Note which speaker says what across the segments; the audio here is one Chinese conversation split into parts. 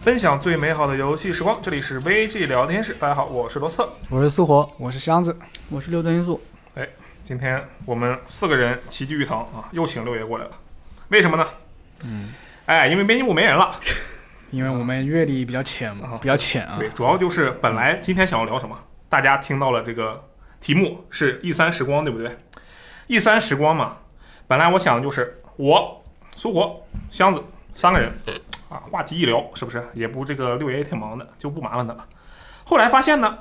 Speaker 1: 分享最美好的游戏时光，这里是 VG 聊天室。大家好，我是罗瑟。
Speaker 2: 我是苏活，
Speaker 3: 我是箱子，
Speaker 4: 我是六段因素，
Speaker 1: 今天我们四个人齐聚一堂啊，又请六爷过来了，为什么呢？
Speaker 2: 嗯，
Speaker 1: 哎，因为编辑部没人了。
Speaker 3: 因为我们阅历比较浅
Speaker 1: 啊
Speaker 3: 嘛，比较浅啊。
Speaker 1: 对，主要就是本来今天想要聊什么，大家听到了这个题目是“一三时光”，对不对？“一三时光”嘛，本来我想的就是我、苏活、箱子三个人啊，话题一聊，是不是？也不这个六爷也挺忙的，就不麻烦他了。后来发现呢，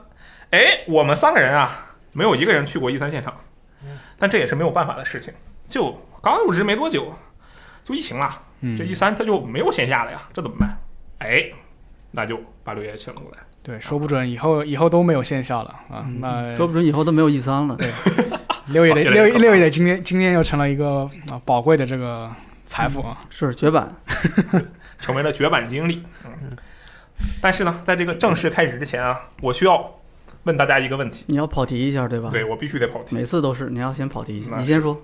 Speaker 1: 哎，我们三个人啊，没有一个人去过一三现场，但这也是没有办法的事情。就刚入职没多久，就疫情了，
Speaker 3: 嗯
Speaker 1: 这一三他就没有线下了呀，这怎么办？哎，那就把六爷请了过来。
Speaker 3: 对，说不准以后以后都没有线下了啊。那
Speaker 4: 说不准以后都没有 E 三了。
Speaker 3: 六爷的
Speaker 1: 越来
Speaker 3: 六
Speaker 1: 越
Speaker 3: 爷
Speaker 1: 可怕
Speaker 3: 六爷的今天今天又成了一个啊宝贵的这个财富啊。
Speaker 4: 是绝版，
Speaker 1: 成为了绝版经理。嗯，但是呢，在这个正式开始之前啊，我需要问大家一个问题，
Speaker 4: 你要跑题一下，对
Speaker 3: 嗯
Speaker 4: 吧？
Speaker 1: 对我必须得跑题。
Speaker 4: 每次都是你要先跑题一下，
Speaker 1: 那
Speaker 4: 你先说。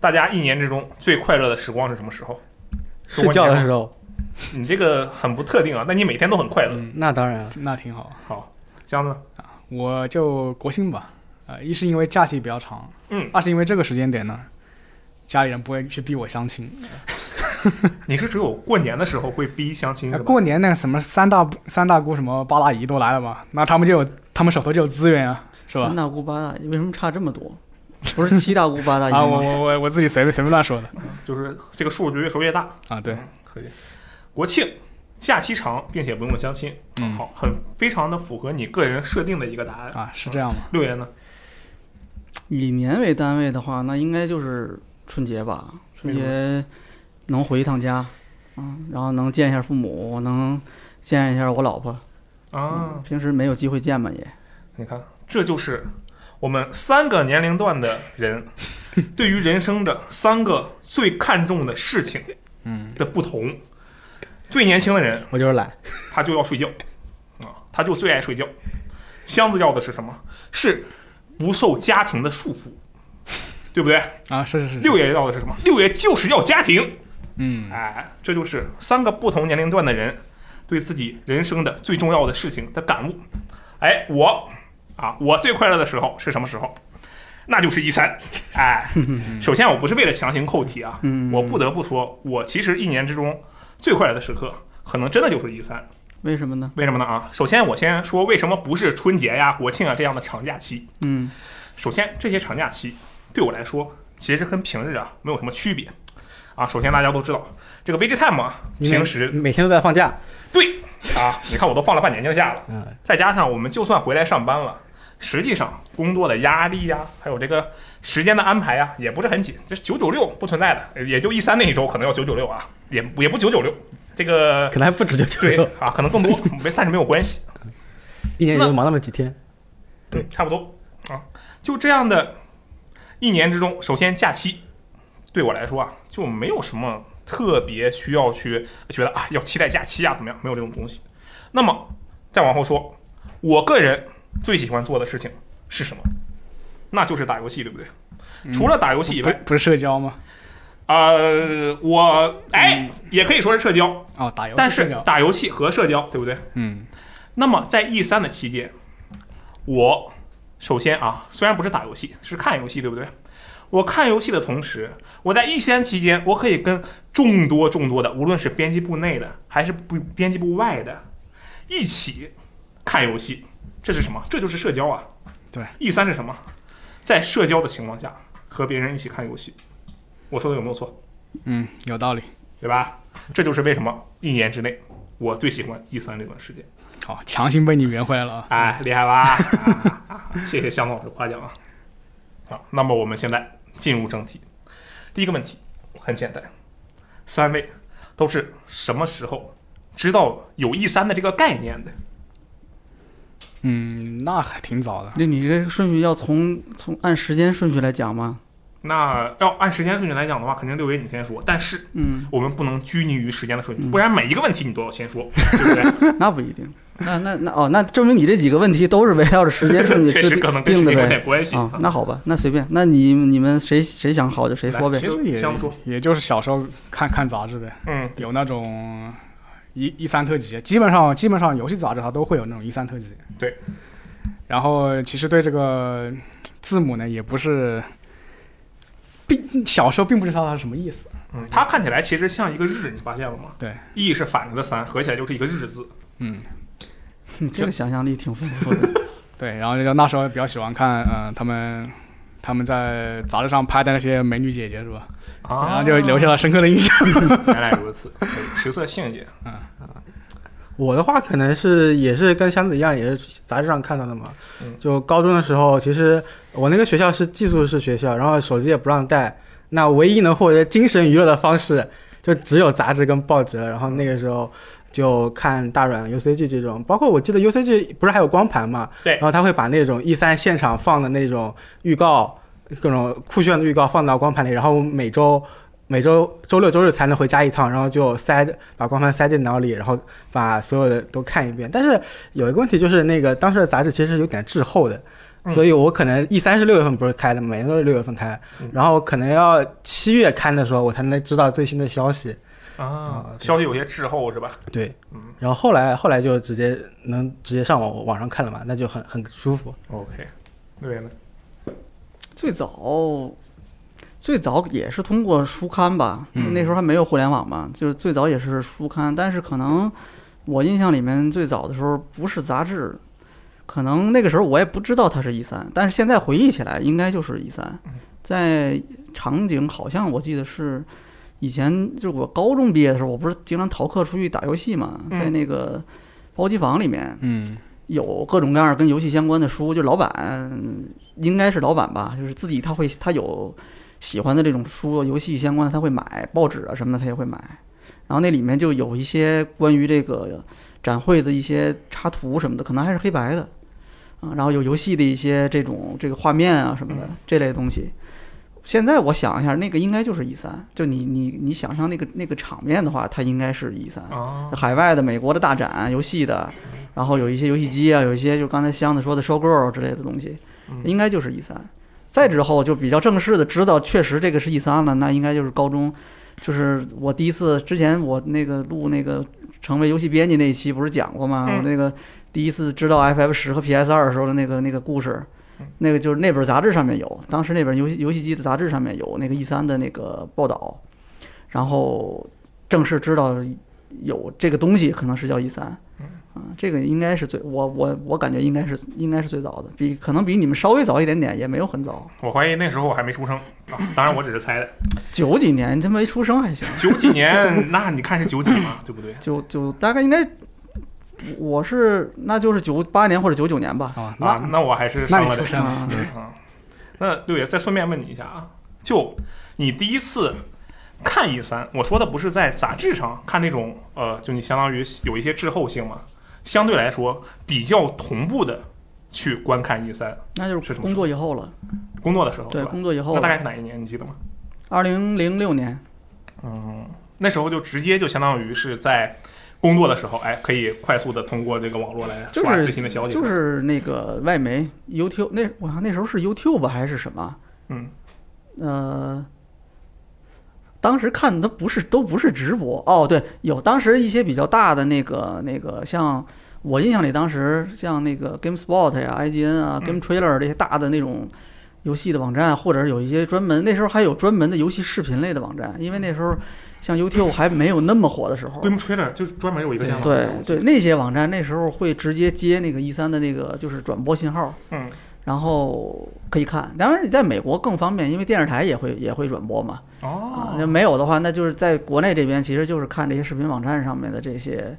Speaker 1: 大家一年之中最快乐的时光是什么时候？
Speaker 2: 睡觉的时候，
Speaker 1: 你这个很不特定啊，那你每天都很快乐。
Speaker 3: 嗯，
Speaker 2: 那当然啊，
Speaker 3: 那挺好。
Speaker 1: 好，箱子呢，
Speaker 3: 我就国庆吧，呃，一是因为假期比较长，
Speaker 1: 嗯，
Speaker 3: 二是因为这个时间点呢，家里人不会去逼我相亲。
Speaker 1: 你是只有过年的时候会逼相亲
Speaker 3: 呃
Speaker 1: 是吧？
Speaker 3: 过年那个什么三大三大姑什么八大姨都来了嘛，那他们就有他们手头就有资源啊，是吧
Speaker 4: 三？大姑八大姨，为什么差这么多？不是七大姑八大姨
Speaker 3: 啊，我
Speaker 4: 吗？
Speaker 3: 我我我自己随便随便乱说的
Speaker 1: 就是这个数据越说越大。
Speaker 3: 啊，对，
Speaker 1: 可以。国庆假期长，并且不用相亲，
Speaker 3: 嗯
Speaker 1: 好，很非常的符合你个人设定的一个答案。
Speaker 3: 啊，是这样吗？
Speaker 1: 六爷呢？
Speaker 4: 以年为单位的话，那应该就是春节吧。春节能回一趟家，啊，然后能见一下父母，能见一下我老婆。
Speaker 1: 啊，
Speaker 3: 嗯
Speaker 4: 平时没有机会见嘛也。
Speaker 1: 你看，这就是我们三个年龄段的人对于人生的三个最看重的事情
Speaker 2: 嗯，
Speaker 1: 的不同。最年轻的人，
Speaker 2: 我就是懒，
Speaker 1: 他就要睡觉啊，他就最爱睡觉。箱子要的是什么？是不受家庭的束缚，对不对？
Speaker 3: 啊，是是是，
Speaker 1: 六爷要的是什么？六爷就是要家庭。
Speaker 3: 嗯，
Speaker 1: 哎，这就是三个不同年龄段的人对自己人生的最重要的事情的感悟。哎，我啊，我最快乐的时候是什么时候？那就是一三。 哎，首先我不是为了强行扣题啊，
Speaker 4: 嗯，
Speaker 1: 我不得不说，我其实一年之中最快乐的时刻，可能真的就是一三。
Speaker 4: 为什么呢？
Speaker 1: 为什么呢？啊，首先我先说为什么不是春节呀、国庆啊这样的长假期。
Speaker 4: 嗯，
Speaker 1: 首先，这些长假期对我来说，其实跟平日啊没有什么区别啊。首先，大家都知道这个 VGTime 啊，
Speaker 2: 因为
Speaker 1: 平时
Speaker 2: 每天都在放假，
Speaker 1: 对啊，你看我都放了半年假了，
Speaker 2: 嗯，
Speaker 1: 再加上我们就算回来上班了，实际上工作的压力呀、还有这个时间的安排呀、也不是很紧。这九九六不存在的，也就一三那一周可能要九九六啊，也也不九九六，这个
Speaker 2: 可能还不止九九
Speaker 1: 对
Speaker 2: 六，
Speaker 1: 啊，可能更多，没但是没有关系。
Speaker 2: 一年也就忙那么几天，对
Speaker 1: 差不多啊。就这样的一年之中，首先假期对我来说啊，就没有什么特别需要去觉得啊要期待假期啊怎么样，没有这种东西。那么再往后说，我个人最喜欢做的事情是什么？那就是打游戏，对不对？
Speaker 3: 嗯
Speaker 1: 除了打游戏以
Speaker 3: 不
Speaker 1: 外，
Speaker 3: 不是社交吗？
Speaker 1: 呃，我哎，也可以说是社交，
Speaker 3: 哦，打游戏，
Speaker 1: 但
Speaker 3: 社
Speaker 1: 是
Speaker 3: 交，
Speaker 1: 打游戏和社交，对不对？
Speaker 3: 嗯
Speaker 1: 那么在 E 三的期间，我首先啊，虽然不是打游戏，是看游戏，对不对？我看游戏的同时，我在 E 三期间，我可以跟众多众多的，无论是编辑部内的还是不编辑部外的，一起看游戏。这是什么？这就是社交啊！
Speaker 3: 对
Speaker 1: ，E 三是什么？在社交的情况下和别人一起看游戏，我说的有没有错？
Speaker 3: 嗯，有道理。
Speaker 1: 对吧？这就是为什么一年之内我最喜欢 E 三这段时间。
Speaker 3: 好，强行被你圆回来了啊！
Speaker 1: 哎，厉害吧？啊啊谢谢向总老师夸奖啊！好，那么我们现在进入正题。第一个问题很简单，三位都是什么时候知道有 E 三的这个概念的？
Speaker 3: 嗯，那还挺早的。
Speaker 4: 那你这个顺序要从从按时间顺序来讲吗？
Speaker 1: 那要按时间顺序来讲的话，肯定六爷你先说，但是
Speaker 4: 嗯，
Speaker 1: 我们不能拘泥于时间的顺序，
Speaker 4: 嗯
Speaker 1: 不然每一个问题你都要先说，对不 对？
Speaker 4: 那不一定。那那那哦，那证明你这几个问题都是围绕着时间顺序
Speaker 1: 确
Speaker 4: 制
Speaker 1: 实
Speaker 4: 定
Speaker 1: 可能跟时
Speaker 4: 定的
Speaker 1: 间有
Speaker 4: 呗。
Speaker 1: 点关系。
Speaker 4: 啊、那好吧，那随便，那你你们谁谁想好就谁说呗
Speaker 1: 来。
Speaker 3: 其实也
Speaker 1: 相说
Speaker 3: 也就是小时候看看杂志呗，
Speaker 1: 嗯，
Speaker 3: 有那种一一三特辑，基本上基本上游戏杂志它都会有那种一三特辑。
Speaker 1: 对。
Speaker 3: 然后其实对这个字母呢，也不是，并小时候并不知道它是什么意思。
Speaker 1: 嗯，它看起来其实像一个日，你发现了吗？
Speaker 3: 对
Speaker 1: ，e 是反着的三，合起来就是一个日字。
Speaker 3: 嗯，
Speaker 4: 嗯这个想象力挺丰富的。
Speaker 3: 对。然后这个那时候比较喜欢看，嗯、他们他们在杂志上拍的那些美女姐姐是吧？然
Speaker 1: 啊，
Speaker 3: 后就留下了深刻的印象。
Speaker 1: 原来如此， 食色性也。
Speaker 2: 我的话可能是也是跟箱子一样，也是杂志上看到的嘛
Speaker 1: 嗯。
Speaker 2: 就高中的时候，其实我那个学校是寄宿式学校，然后手机也不让带，那唯一能获得精神娱乐的方式就只有杂志跟报纸了。然后那个时候就看大软 UCG 这种，包括我记得 UCG 不是还有光盘嘛？
Speaker 1: 对
Speaker 2: 然后他会把那种一三现场放的那种预告，各种酷炫的预告放到光盘里，然后每周。每周周六周日才能回家一趟，然后就塞把光盘塞电脑里，然后把所有的都看一遍。但是有一个问题就是，那个当时的杂志其实是有点滞后的，
Speaker 1: 嗯
Speaker 2: 所以我可能一三是六月份不是开的，每年都是六月份开
Speaker 1: 嗯，
Speaker 2: 然后可能要七月刊的时候我才能知道最新的消息。
Speaker 1: 啊
Speaker 2: 啊，对
Speaker 1: 消息有些滞后是吧？
Speaker 2: 对，
Speaker 1: 嗯
Speaker 2: 然后后来后来就直接能直接上网网上看了嘛，那就很很舒服。
Speaker 1: ，OK，对呢，
Speaker 4: 最早最早也是通过书刊吧，
Speaker 3: 嗯
Speaker 4: 那时候还没有互联网嘛，就是最早也是书刊，但是可能我印象里面最早的时候不是杂志。可能那个时候我也不知道它是一三，但是现在回忆起来，应该就是一三
Speaker 1: 嗯。
Speaker 4: 在场景好像我记得是以前就是我高中毕业的时候，我不是经常逃课出去打游戏嘛，
Speaker 1: 嗯
Speaker 4: 在那个包机房里面，
Speaker 3: 嗯
Speaker 4: 有各种各样跟游戏相关的书，就老板应该是老板吧，就是自己他会他有喜欢的这种书，游戏相关的他会买，报纸啊什么的他也会买。然后那里面就有一些关于这个展会的一些插图什么的，可能还是黑白的啊，然后有游戏的一些这种这个画面啊什么的这类东西。现在我想一下，那个应该就是 E 三，就你你你想象那个那个场面的话，它应该是 E 三。
Speaker 1: 啊，
Speaker 4: 海外的、美国的大展游戏的，然后有一些游戏机啊，有一些就刚才箱子说的收购之类的东西
Speaker 1: 嗯，
Speaker 4: 应该就是 E 三。再之后就比较正式的知道，确实这个是 E 三了，那应该就是高中，就是我第一次之前我那个录那个成为游戏编辑那一期不是讲过吗？
Speaker 1: 嗯
Speaker 4: 我那个第一次知道 FF 十和 PS 二的时候的那个那个故事
Speaker 1: 嗯。
Speaker 4: 那个就是那本杂志上面有，当时那本游戏游戏机的杂志上面有那个 E 三的那个报道，然后正式知道有这个东西，可能是叫 E 三
Speaker 1: 嗯，
Speaker 4: 啊，这个应该是最我我我感觉应该是应该是最早的，比可能比你们稍微早一点点，也没有很早，
Speaker 1: 我怀疑那时候我还没出生啊，当然我只是猜的。
Speaker 4: 九几年他没出生还行，
Speaker 1: 九几 年，那你看是九几嘛，对不对？
Speaker 4: 就就大概应该我是那就是九八年或者九九年吧，
Speaker 3: 啊，
Speaker 1: 啊，
Speaker 3: 那
Speaker 1: 那我还是
Speaker 3: 那
Speaker 1: 上
Speaker 3: 你
Speaker 1: 了
Speaker 3: 出
Speaker 1: 的。
Speaker 3: 生了。
Speaker 4: 啊，
Speaker 1: 嗯，那六爷再顺便问你一下啊，就你第一次看一三，我说的不是在杂志上看那种呃，就你相当于有一些滞后性嘛，相对来说比较同步的去观看一三，
Speaker 4: 那就是是
Speaker 1: 什么
Speaker 4: 工作以后了，
Speaker 1: 工作的时候
Speaker 4: 对，
Speaker 1: 是吧？
Speaker 4: 工作以后
Speaker 1: 那大，概是哪一年？你记得吗？
Speaker 4: 二零零六年，
Speaker 1: 嗯，那时候就直接就相当于是在工作的时候，哎，可以快速的通过这个网络来
Speaker 4: 就
Speaker 1: 刷
Speaker 4: 是
Speaker 1: 最新的消息，
Speaker 4: 就是那个外媒 YouTube 那我看那时候是 YouTube 还是什么？
Speaker 1: 嗯，
Speaker 4: 呃，当时看的不是都不是直播哦，对，有当时一些比较大的那个那个，像我印象里当时像那个 GameSpot 呀、IGN 啊、
Speaker 1: 嗯
Speaker 4: Game Trailer 这些大的那种游戏的网站，或者是有一些专门那时候还有专门的游戏视频类的网站，因为那时候像 YouTube 还没有那么火的时候，
Speaker 1: Game Trailer 就是专门有一个这样的
Speaker 4: 对
Speaker 1: 东西
Speaker 4: 对，那些网站那时候会直接接那个一三的那个就是转播信号，
Speaker 1: 嗯，
Speaker 4: 然后可以看。当然你在美国更方便，因为电视台也会也会转播嘛。啊，那
Speaker 1: 哦，
Speaker 4: 没有的话，那就是在国内这边其实就是看这些视频网站上面的这些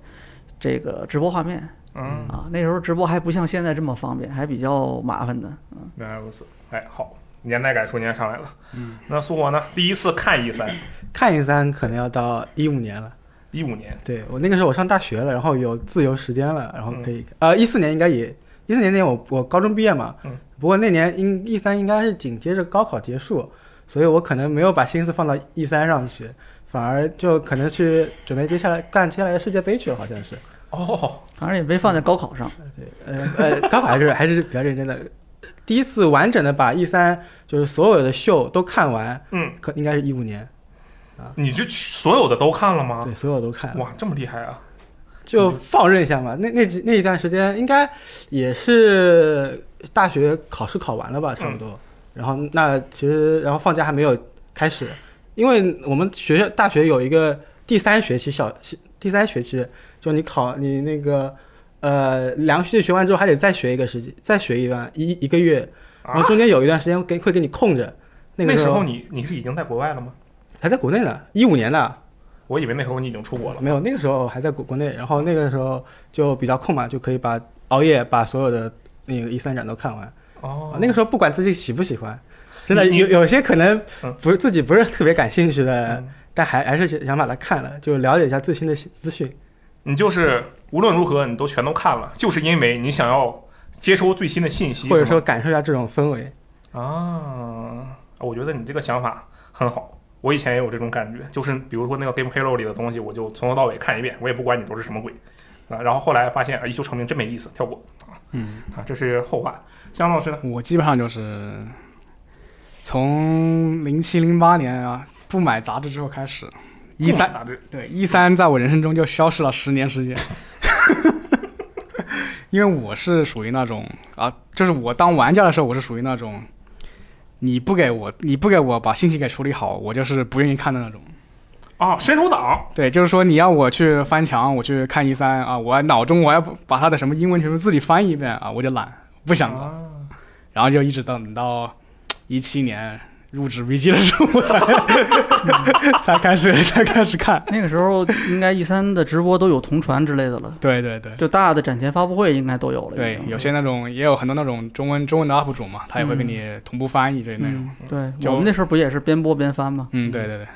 Speaker 4: 这个直播画面
Speaker 1: 嗯，
Speaker 4: 啊。那时候直播还不像现在这么方便，还比较麻烦的。
Speaker 1: 原来如此，哎，好，年代感瞬间上来了。
Speaker 3: 嗯，
Speaker 1: 那苏活呢？第一次看一三，
Speaker 2: 看一三可能要到一五年了，
Speaker 1: 一五年，
Speaker 2: 对我那个时候我上大学了，然后有自由时间了，然后可以、呃一四年应该也一四年那年我我高中毕业嘛，
Speaker 1: 嗯
Speaker 2: 不过那年应一三应该是紧接着高考结束，所以我可能没有把心思放到一三上去，反而就可能去准备接下来干接下来的世界杯去了，好像是，
Speaker 1: 哦，
Speaker 4: 反正也没放在高考
Speaker 3: 嗯
Speaker 4: 上，
Speaker 2: 对，呃呃，高考还是还是比较认真的，第一次完整的把一三就是所有的秀都看完，
Speaker 1: 嗯，
Speaker 2: 可应该是一五年，
Speaker 1: 你就去所有的都看了吗？
Speaker 2: 对，所有都看了，
Speaker 1: 哇，这么厉害啊！
Speaker 2: 就放任一下嘛。那那几那一段时间应该也是大学考试考完了
Speaker 1: 嗯
Speaker 2: 吧，差不多。然后那其实然后放假还没有开始，因为我们学校大学有一个第三学期小第三学期，就你考你那个呃两个学期学完之后还得再学一个时期，再学一段一一个月，然后
Speaker 1: 啊
Speaker 2: 中间有一段时间给会给你空着。那个
Speaker 1: 时候你你是已经在国外了吗？
Speaker 2: 还在国内呢，一五年的。
Speaker 1: 我以为那时候你已经出国了。
Speaker 2: 没有，那个时候还在国国内，然后那个时候就比较空嘛，就可以把熬夜把所有的那个一三展都看完。
Speaker 1: 哦
Speaker 2: 啊，那个时候不管自己喜不喜欢，真的
Speaker 1: 你
Speaker 2: 有有些可能
Speaker 1: 嗯
Speaker 2: 不是自己不是特别感兴趣的，
Speaker 1: 嗯
Speaker 2: 但还还是想把它看了，就了解一下最新的资讯。
Speaker 1: 你就是无论如何你都全都看了，就是因为你想要接收最新的信息，
Speaker 2: 或者
Speaker 1: 是吗
Speaker 2: 说感受一下这种氛围。
Speaker 1: 啊，我觉得你这个想法很好。我以前也有这种感觉，就是比如说那个 Game Hero 里的东西，我就从头到尾看一遍，我也不管你都是什么鬼啊。然后后来发现，啊，一修成名真没意思，跳过
Speaker 3: 嗯，
Speaker 1: 啊，这是后话。姜老师呢？
Speaker 3: 我基本上就是从零七零八年啊不买杂志之后开始，一三
Speaker 1: 大致
Speaker 3: 对一三在我人生中就消失了十年时间。因为我是属于那种啊，就是我当玩家的时候，我是属于那种，你不给我，你不给我把信息给处理好，我就是不愿意看的那种。
Speaker 1: 啊，伸手党
Speaker 3: 对，就是说你要我去翻墙，我去看一三啊，我脑中我要把它的什么英文全部自己翻译一遍啊，我就懒，不想了。
Speaker 1: 啊，
Speaker 3: 然后就一直等到一七年入职 VG 的时候，我才 才开始才开始看。
Speaker 4: 那个时候应该 E 三的直播都有同传之类的了，
Speaker 3: 对对对
Speaker 4: 就大的展前发布会应该都有了。已
Speaker 3: 对
Speaker 4: 经，
Speaker 3: 有些那种也有很多那种中文中文的 UP 主嘛，他也会给你同步翻译这类内容。
Speaker 4: 嗯，对，
Speaker 3: 就
Speaker 4: 我们那时候不也是边播边翻吗？
Speaker 3: 嗯，对对对，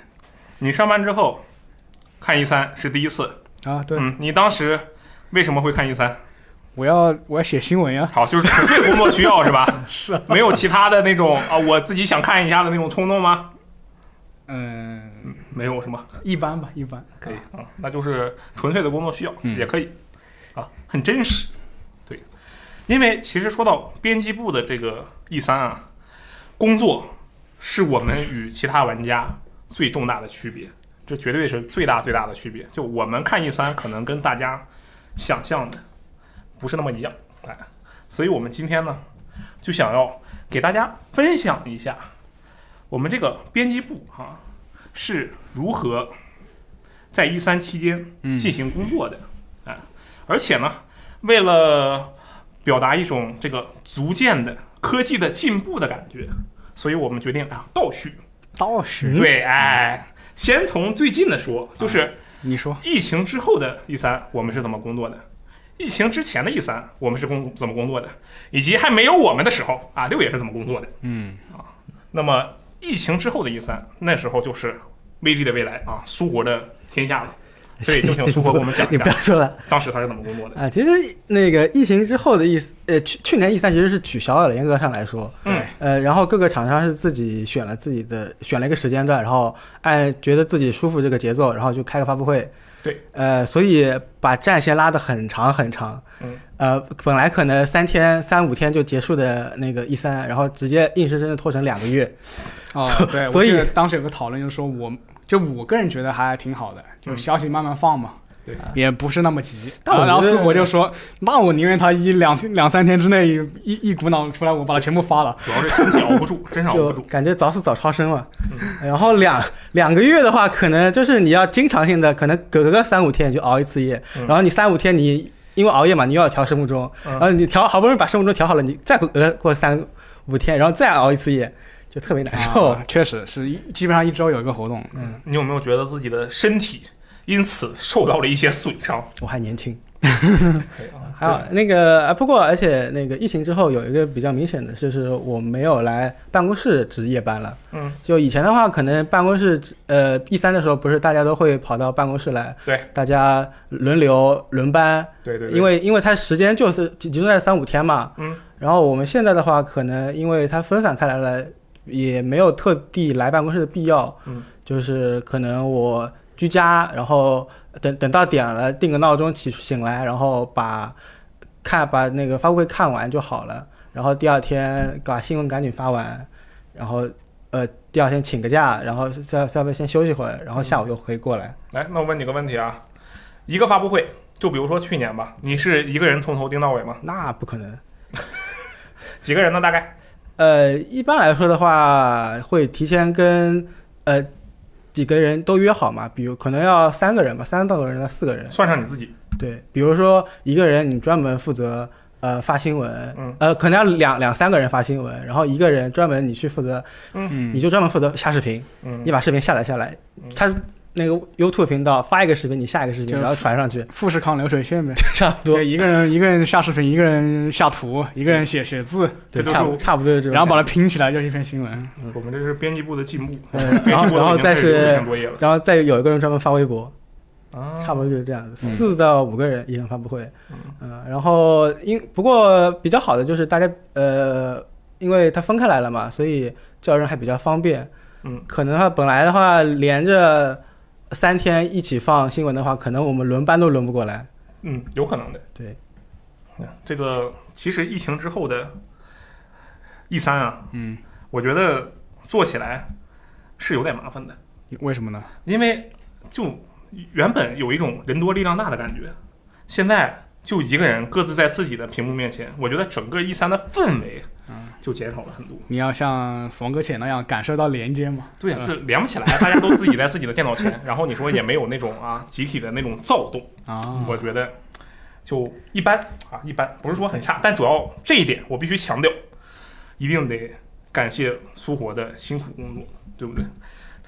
Speaker 1: 你上班之后看一三是第一次，
Speaker 3: 啊对，
Speaker 1: 嗯，你当时为什么会看一三？
Speaker 3: 我要我要写新闻呀，
Speaker 1: 好，就是纯粹工作需要是吧？
Speaker 3: 是啊，
Speaker 1: 没有其他的那种啊，我自己想看一下的那种冲动吗？
Speaker 3: 嗯，
Speaker 1: 没有是吗？
Speaker 3: 一般吧，一般
Speaker 1: 可以，啊，那就是纯粹的工作需要，
Speaker 3: 嗯
Speaker 1: 也可以啊，很真实。对，因为其实说到编辑部的这个 E 三啊，工作是我们与其他玩家最重大的区别，这绝对是最大最大的区别。就我们看 E 三，可能跟大家想象的不是那么一样，哎，所以我们今天呢，就想要给大家分享一下我们这个编辑部啊是如何在一三期间
Speaker 3: 嗯
Speaker 1: 进行工作的，哎、而且呢，为了表达一种这个逐渐的科技的进步的感觉，所以我们决定啊倒叙，
Speaker 3: 倒是
Speaker 1: 对，哎，先从最近的说，就是
Speaker 3: 你说，
Speaker 1: 疫情之后的 E 三，我们是怎么工作的。疫情之前的 E 三，我们是工怎么工作的，以及还没有我们的时候啊，六也是怎么工作的。
Speaker 3: 嗯
Speaker 1: 那么疫情之后的 E 三，那时候就是 VG 的未来啊，苏活的天下了。对，就请苏活给我们讲一
Speaker 2: 你不要
Speaker 1: 下，
Speaker 2: 说了
Speaker 1: 当时他是怎么工作的。
Speaker 2: 啊！其实那个疫情之后的意思，呃，去去年 E 三其实是取消了，严格上来说，
Speaker 1: 嗯，
Speaker 2: 呃，然后各个厂商是自己选了自己的选了一个时间段，然后按觉得自己舒服这个节奏，然后就开个发布会。
Speaker 1: 对，
Speaker 2: 呃，所以把战线拉得很长很长。
Speaker 1: 嗯，
Speaker 2: 呃，本来可能三天三五天就结束的那个 E 三，然后直接硬生生的拖成两个月。
Speaker 3: 哦，对，
Speaker 2: 所以
Speaker 3: 我记得当时有个讨论，就是说我就我个人觉得还挺好的，就
Speaker 1: 嗯
Speaker 3: 消息慢慢放嘛，
Speaker 1: 对
Speaker 3: 也不是那么急。啊
Speaker 2: 但我
Speaker 3: 然后
Speaker 2: 觉得
Speaker 3: 四我就说，那我宁愿他一两两三天之内一一一股脑出来，我把它全部发了。
Speaker 1: 主要是身体熬不 住，真是熬
Speaker 2: 就
Speaker 1: 不住。嗯
Speaker 2: 感觉早死早超生嘛。然后两 两个月的话，可能就是你要经常性的，可能隔个三五天你就熬一次夜，
Speaker 1: 嗯
Speaker 2: 然后你三五天你因为熬夜嘛，你又要调生物钟，
Speaker 1: 嗯
Speaker 2: 然后你调好不容易把生物钟调好了，你再过呃过三五天，然后再熬一次夜，就特别难 哦受。
Speaker 3: 啊确实是一基本上一周有一个活动，
Speaker 2: 嗯
Speaker 1: 你有没有觉得自己的身体因此受到了一些损伤？
Speaker 2: 我还年轻。还
Speaker 1: 还有
Speaker 2: 有那个啊，不过而且那个疫情之后有一个比较明显的，就是我没有来办公室值夜班了。
Speaker 1: 嗯，
Speaker 2: 就以前的话，可能办公室值呃 E 三的时候，不是大家都会跑到办公室来，
Speaker 1: 对，
Speaker 2: 大家轮流轮班，
Speaker 1: 对对对，
Speaker 2: 因为因为它时间就是集集中在三五天嘛。
Speaker 1: 嗯，
Speaker 2: 然后我们现在的话，可能因为它分散开来了，也没有特地来办公室的必要。
Speaker 1: 嗯，
Speaker 2: 就是可能我居家，然后等等到点了，定个闹钟起醒来，然后把看把那个发布会看完就好了。然后第二天把新闻赶紧发完，然后呃第二天请个假，然后
Speaker 1: 嗯哎
Speaker 2: 稍稍微先休息会儿，然后下午又回过来。
Speaker 1: 来，那我问你个问题啊，一个发布会就比如说去年吧，你是一个人从头盯到尾吗？
Speaker 2: 那不可能。
Speaker 1: 几个人呢？大概
Speaker 2: 呃，一般来说的话，会提前跟呃几个人都约好嘛，比如可能要三个人吧，三到个人到四个人。
Speaker 1: 算上你自己，
Speaker 2: 对，比如说一个人你专门负责呃发新闻，
Speaker 1: 嗯
Speaker 2: 呃可能要两两三个人发新闻，然后一个人专门你去负责，
Speaker 3: 嗯
Speaker 2: 你，就专门负责下视频，
Speaker 1: 嗯
Speaker 2: 你，把视频下载下来
Speaker 1: 嗯，
Speaker 2: 它那个 YouTube 频道发一个视频，你下一个视
Speaker 3: 就
Speaker 2: 频，
Speaker 3: 是
Speaker 2: 然后传上
Speaker 1: 嗯
Speaker 2: 去，
Speaker 3: 富士康流水线呗。
Speaker 2: 差不多
Speaker 3: 对，，一个人一个人下视频，一个人下图，一个人写写字，
Speaker 2: 对，
Speaker 1: 这就是
Speaker 2: 差不
Speaker 1: 我
Speaker 2: 差不多就这种。
Speaker 3: 然后把它拼起来就是一篇新闻。
Speaker 1: 嗯我们这是编辑部的进步，
Speaker 2: 嗯然后然后再是
Speaker 1: 点作业了，
Speaker 2: 然后再有一个人专门发微博，
Speaker 1: 啊
Speaker 2: 差不多就是这样，四到五个人一场发布会
Speaker 1: 嗯，
Speaker 2: 嗯，然后因不过比较好的就是大家呃，因为它分开来了嘛，所以叫人还比较方便，
Speaker 1: 嗯，
Speaker 2: 可能它本来的话连着三天一起放新闻的话，可能我们轮班都轮不过来，
Speaker 1: 嗯，有可能的。
Speaker 2: 对，
Speaker 1: 这个其实疫情之后的 E 三啊，
Speaker 3: 嗯，
Speaker 1: 我觉得做起来是有点麻烦的，
Speaker 3: 为什么呢？
Speaker 1: 因为就原本有一种人多力量大的感觉，现在就一个人各自在自己的屏幕面前，我觉得整个 E 三的氛围
Speaker 3: 嗯
Speaker 1: 就减少了很多。
Speaker 3: 你要像死亡搁浅那样感受到连接嘛？
Speaker 1: 对呀、
Speaker 3: 嗯
Speaker 1: 这连不起来，大家都自己在自己的电脑前， 然后你说也没有那种啊集体的那种躁动，
Speaker 2: 嗯
Speaker 3: 啊，
Speaker 1: 我觉得就一般啊，一般不是说很差，但主要这一点我必须强调，一定得感谢苏活的辛苦工作，对不对？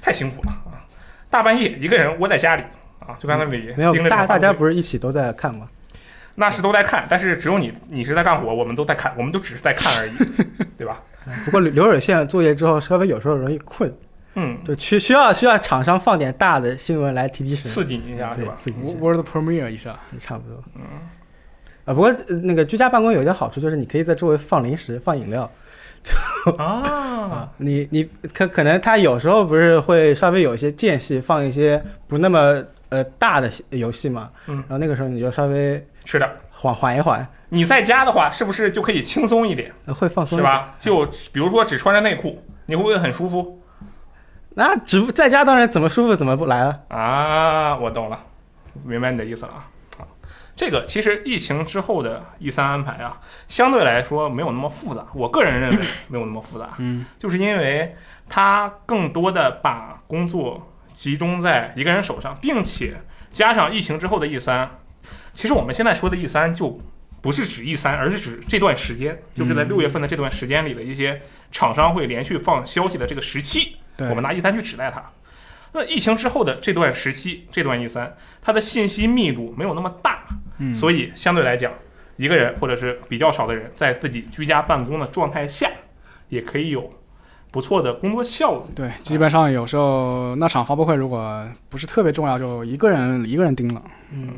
Speaker 1: 太辛苦了啊！大半夜一个人窝在家里啊，就在那里
Speaker 2: 嗯没有
Speaker 1: 盯着
Speaker 2: 大
Speaker 1: 电脑
Speaker 2: 大家
Speaker 1: 发布
Speaker 2: 不
Speaker 1: 会
Speaker 2: 是一起都在看嘛，
Speaker 1: 那是都在看，但是只有你你是在干活，我们都在看，我们就只是在看 而已，对吧？
Speaker 2: 不过流流水线作业之后稍微有时候容易困，
Speaker 1: 嗯，
Speaker 2: 就需需要需要厂商放点大的新闻来提提神，
Speaker 1: 刺激你一下
Speaker 2: 嗯
Speaker 1: 是
Speaker 2: 对
Speaker 1: 吧？
Speaker 2: 刺激一下
Speaker 3: Word Premiere 一下，
Speaker 2: 对差不多。
Speaker 1: 嗯，
Speaker 2: 啊，不过呃那个居家办公有一点好处，就是你可以在周围放零食、放饮料。
Speaker 1: 啊，
Speaker 2: 你你可可能它有时候不是会稍微有一些间隙，放一些不那么呃大的游戏嘛，
Speaker 1: 嗯
Speaker 2: 然后那个时候你就稍微
Speaker 1: 是的。
Speaker 2: 缓缓一缓，
Speaker 1: 你在家的话，是不是就可以轻松一点，
Speaker 2: 呃会放松
Speaker 1: 是
Speaker 2: 一点。
Speaker 1: 吧？就比如说只穿着内裤，你会不会很舒服
Speaker 2: 那只不在家当然怎么舒服怎么不来了。
Speaker 1: 啊？我懂了，明白你的意思了啊。好这个其实疫情之后的 E 三安排啊，相对来说没有那么复杂。我个人认为没有那么复杂，
Speaker 3: 嗯
Speaker 1: 就是因为它更多的把工作集中在一个人手上，并且加上疫情之后的 E 三，其实我们现在说的 E 三就不是指 E 三，而是指这段时间，就是在
Speaker 3: 嗯
Speaker 1: 六月份的这段时间里的一些厂商会连续放消息的这个时期，
Speaker 3: 对
Speaker 1: 我们拿 E 三去指代它。那疫情之后的这段时期，这段 E 三，它的信息密度没有那么大，
Speaker 3: 嗯，
Speaker 1: 所以相对来讲，一个人或者是比较少的人，在自己居家办公的状态下，也可以有不错的工作效率。
Speaker 3: 对，基本上有时候那场发布会如果不是特别重要，就一个人一个人盯了。
Speaker 2: 嗯，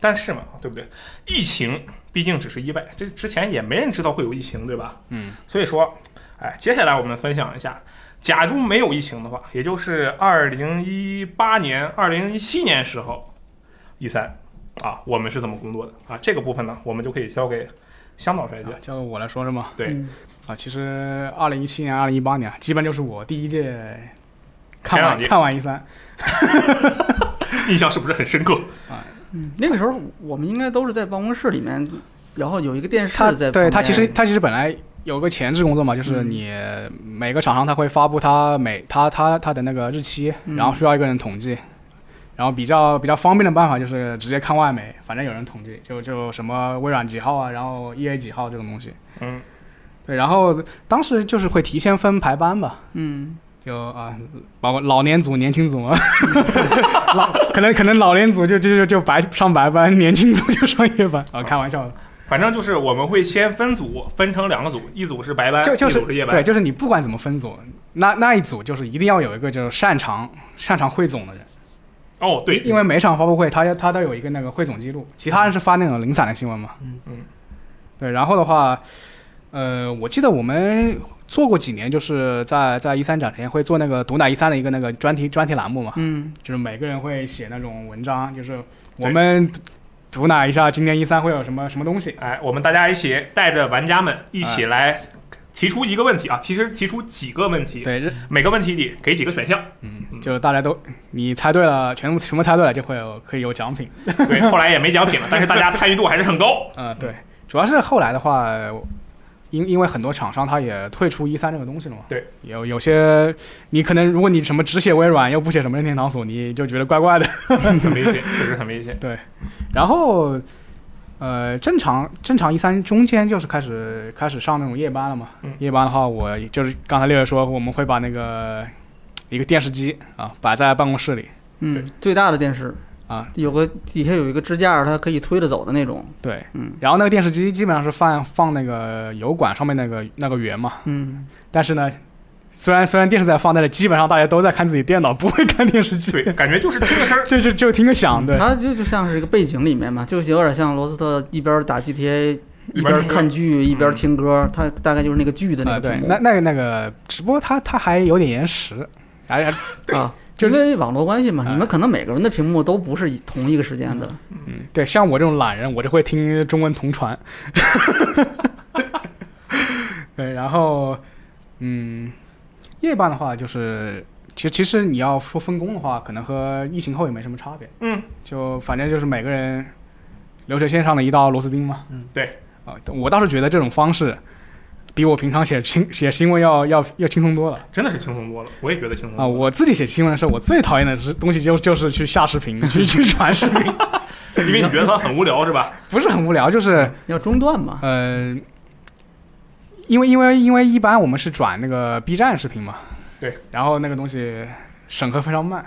Speaker 1: 但是嘛，对不对？疫情毕竟只是意外，这之前也没人知道会有疫情，对吧？
Speaker 3: 嗯，
Speaker 1: 所以说，哎，接下来我们分享一下，假如没有疫情的话，也就是二零一八年、二零一七年时候，一三啊，我们是怎么工作的啊？这个部分呢，我们就可以交给香导 来讲
Speaker 3: 啊。交给我来说是吗？
Speaker 1: 对
Speaker 4: 嗯
Speaker 3: 啊，其实二零一七年、二零一八年啊，基本就是我第一届
Speaker 1: 前
Speaker 3: 看
Speaker 1: 两
Speaker 3: 完
Speaker 1: 届
Speaker 3: 看完一三，
Speaker 1: 印象是不是很深刻？
Speaker 4: 嗯，那个时候我们应该都是在办公室里面，然后有一个电视
Speaker 3: 他
Speaker 4: 在旁边。
Speaker 3: 对他其实他其实本来有个前置工作嘛，就是你每个厂商他会发布他每他他他的那个日期，
Speaker 4: 嗯
Speaker 3: 然后需要一个人统计，然后比较比较方便的办法就是直接看外媒，反正有人统计，就就什么微软几号啊，然后 EA 几号这种东西。
Speaker 1: 嗯，
Speaker 3: 对，然后当时就是会提前分排班吧，
Speaker 4: 嗯，
Speaker 3: 就啊，老老年组、年轻组嘛， 老可能可能老年组就就就就白上白班，年轻组就上 夜班
Speaker 1: 哦
Speaker 3: 啊，开玩笑的。
Speaker 1: 反正就是我们会先分组，分成两个组，一组是白班，
Speaker 3: 就就
Speaker 1: 一
Speaker 3: 是
Speaker 1: 哎组是夜
Speaker 3: 对，
Speaker 1: 班。
Speaker 3: 就是你不管怎么分组，那那一组就是一定要有一个就是擅长擅长汇总的人，
Speaker 1: 哦，对，
Speaker 3: 因为每场发布会他要他都有一个那个汇总记录，其他人是发那种零散的新闻嘛。
Speaker 2: 嗯
Speaker 1: 嗯。
Speaker 3: 对，然后的话，呃，我记得我们做过几年，就是在在一三展前会做那个“毒奶一三”的一个那个专题专题 栏目嘛，
Speaker 4: 嗯，
Speaker 3: 就是每个人会写那种文章，就是我们毒奶一下今年一三会有什么什么东西。
Speaker 1: 哎，我们大家一起带着玩家们一起来提出一个问题啊，其实提出几个问题，
Speaker 3: 对，这
Speaker 1: 每个问题里给几个选项。
Speaker 3: 就是大家都你猜对了，全部全部猜对了就会有可以有奖品。
Speaker 1: 对， 后来也没奖品了，但是大家参与度还是很高。
Speaker 3: 嗯，对，主要是后来的话，因因为很多厂商他也退出一三这个东西了嘛。
Speaker 1: 对，
Speaker 3: 有有些你可能如果你什么只写微软又不写什么任天堂索尼，就觉得怪怪的。
Speaker 1: 很危险，确实很危险。
Speaker 3: 然后，呃，正常正常一三中间就是开始开始上那种夜班了嘛。
Speaker 1: 嗯
Speaker 3: 夜班的话，我就是刚才六月说，我们会把那个一个电视机啊摆在办公室里。
Speaker 4: 嗯，最大的电视
Speaker 3: 啊，
Speaker 4: 有个底下有一个支架，它可以推着走的那种。
Speaker 3: 对，
Speaker 4: 嗯
Speaker 3: 然后那个电视机基本上是放放那个油管上面那个那个圆嘛，
Speaker 4: 嗯，
Speaker 3: 但是呢，虽然虽然电视在放，但是基本上大家都在看自己电脑，不会看电视机，
Speaker 1: 对，感觉就是听个声 儿，
Speaker 3: 就就就听个
Speaker 1: 啊
Speaker 3: 响，对，
Speaker 4: 嗯它就就像是一个背景里面嘛，就有点像罗斯特一边打 GTA
Speaker 1: 一边听
Speaker 4: 一
Speaker 1: 歌嗯
Speaker 4: 边看剧一边听歌，它大概就是那个剧的那
Speaker 3: 啊
Speaker 4: 个
Speaker 3: 对
Speaker 4: 屏，幕
Speaker 3: 那那个那个，只不过它它还有点延时，哎呀，
Speaker 4: 啊，
Speaker 3: 就
Speaker 4: 因为网络关系
Speaker 1: 啊
Speaker 4: 嘛，
Speaker 3: 哎
Speaker 4: 你们可能每个人的屏幕都不是以同一个时间的。
Speaker 3: 嗯对，像我这种懒人，我就会听中文同传， 对，然后嗯，夜班的话就是。其实，其实你要说分工的话，可能和疫情后也没什么差别。
Speaker 1: 嗯，
Speaker 3: 就反正就是每个人流水线上的一道螺丝钉嘛。
Speaker 2: 嗯，
Speaker 1: 对。
Speaker 3: 啊，我倒是觉得这种方式比我平常写新写新闻要要要轻松多了
Speaker 1: 真的是轻松多了。我也觉得轻松
Speaker 3: 啊！
Speaker 1: 多了。
Speaker 3: 我自己写新闻的时候，我最讨厌的是东西就就是去下视频，去去传视 频，
Speaker 1: 因为你觉得它很无聊是吧？
Speaker 3: 不是很无聊，就是
Speaker 4: 要中断嘛，
Speaker 1: 啊
Speaker 3: 呃，因为因为因为一般我们是转那个 B 站视频嘛，
Speaker 1: 对，
Speaker 3: 然后那个东西审核非常慢，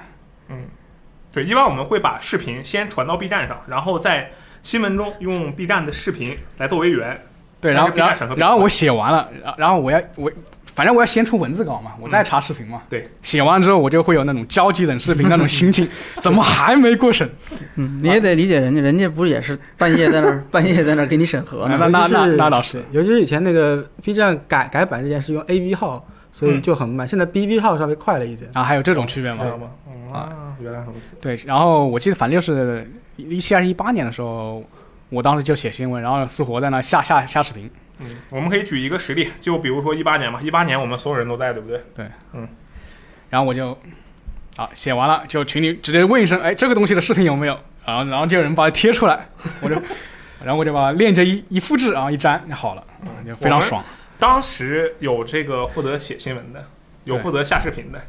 Speaker 1: 对，一般我们会把视频先传到 B 站上，然后在新闻中用 B 站的视频来作为源。
Speaker 3: 对，
Speaker 1: 但是
Speaker 3: 然后
Speaker 1: B 站
Speaker 3: 然
Speaker 1: 审核
Speaker 3: 后
Speaker 1: 比较
Speaker 3: 然后
Speaker 1: 快
Speaker 3: 我写完了，然后然后我要我反正我要先出文字稿嘛，我再查视频嘛。
Speaker 1: 嗯对，
Speaker 3: 写完之后我就会有那种焦急等视频那种 心情，怎么还没过审？
Speaker 4: 嗯，你也得理解人家，人家不是也是半夜在那儿 半夜在那儿给你审核
Speaker 3: 啊
Speaker 1: 啊
Speaker 3: 那
Speaker 4: 呢？
Speaker 3: 那那那那倒是
Speaker 2: 对，尤其是以前那个 B 站改改版之前是用 AV 号，所
Speaker 3: 嗯
Speaker 2: 以就很慢。现在 BV 号稍微快了一点。
Speaker 3: 啊，还有这种区别
Speaker 1: 知道
Speaker 3: 吗？
Speaker 1: 吗？嗯啊，原来如此。
Speaker 3: 对，然后我记得反正就是一七还是一八年的时候，我当时就写新闻，然后私活在那下下下视频。
Speaker 1: 嗯，我们可以举一个实例，就比如说一八年吧，一八年我们所有人都在，对不对？
Speaker 3: 然后我就啊写完了，就群里直接问一声，哎，这个东西的视频有没有？然后然后就有人把它贴出来， 我就然后我就把链接一一复制，然后一粘，那好了，就非常爽。
Speaker 1: 当时有这个负责写新闻的，有
Speaker 3: 对
Speaker 1: 负责下视频的，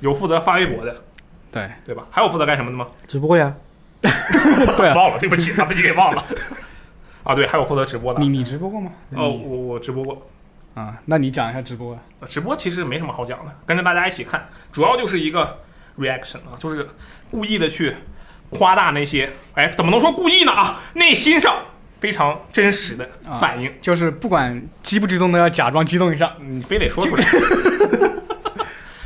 Speaker 1: 有负责发微博的，
Speaker 3: 对
Speaker 1: 对吧？还有负责干什么的吗？
Speaker 2: 只不过呀，
Speaker 3: 对啊，
Speaker 1: 忘 了，对不起，把自己给 忘了。啊，对，还有负责直播的。
Speaker 3: 你你直播过吗？
Speaker 1: 哦，我我直播过，
Speaker 3: 啊，那你讲一下直播吧。
Speaker 1: 直播其实没什么好讲的，跟着大家一起看，主要就是一个 reaction 啊，就是故意的去夸大那些，哎，怎么能说故意呢啊？内心上非常真实的
Speaker 3: 啊
Speaker 1: 反应，
Speaker 3: 就是不管激不激动都要假装激动一下。
Speaker 1: 你嗯非得说出 来。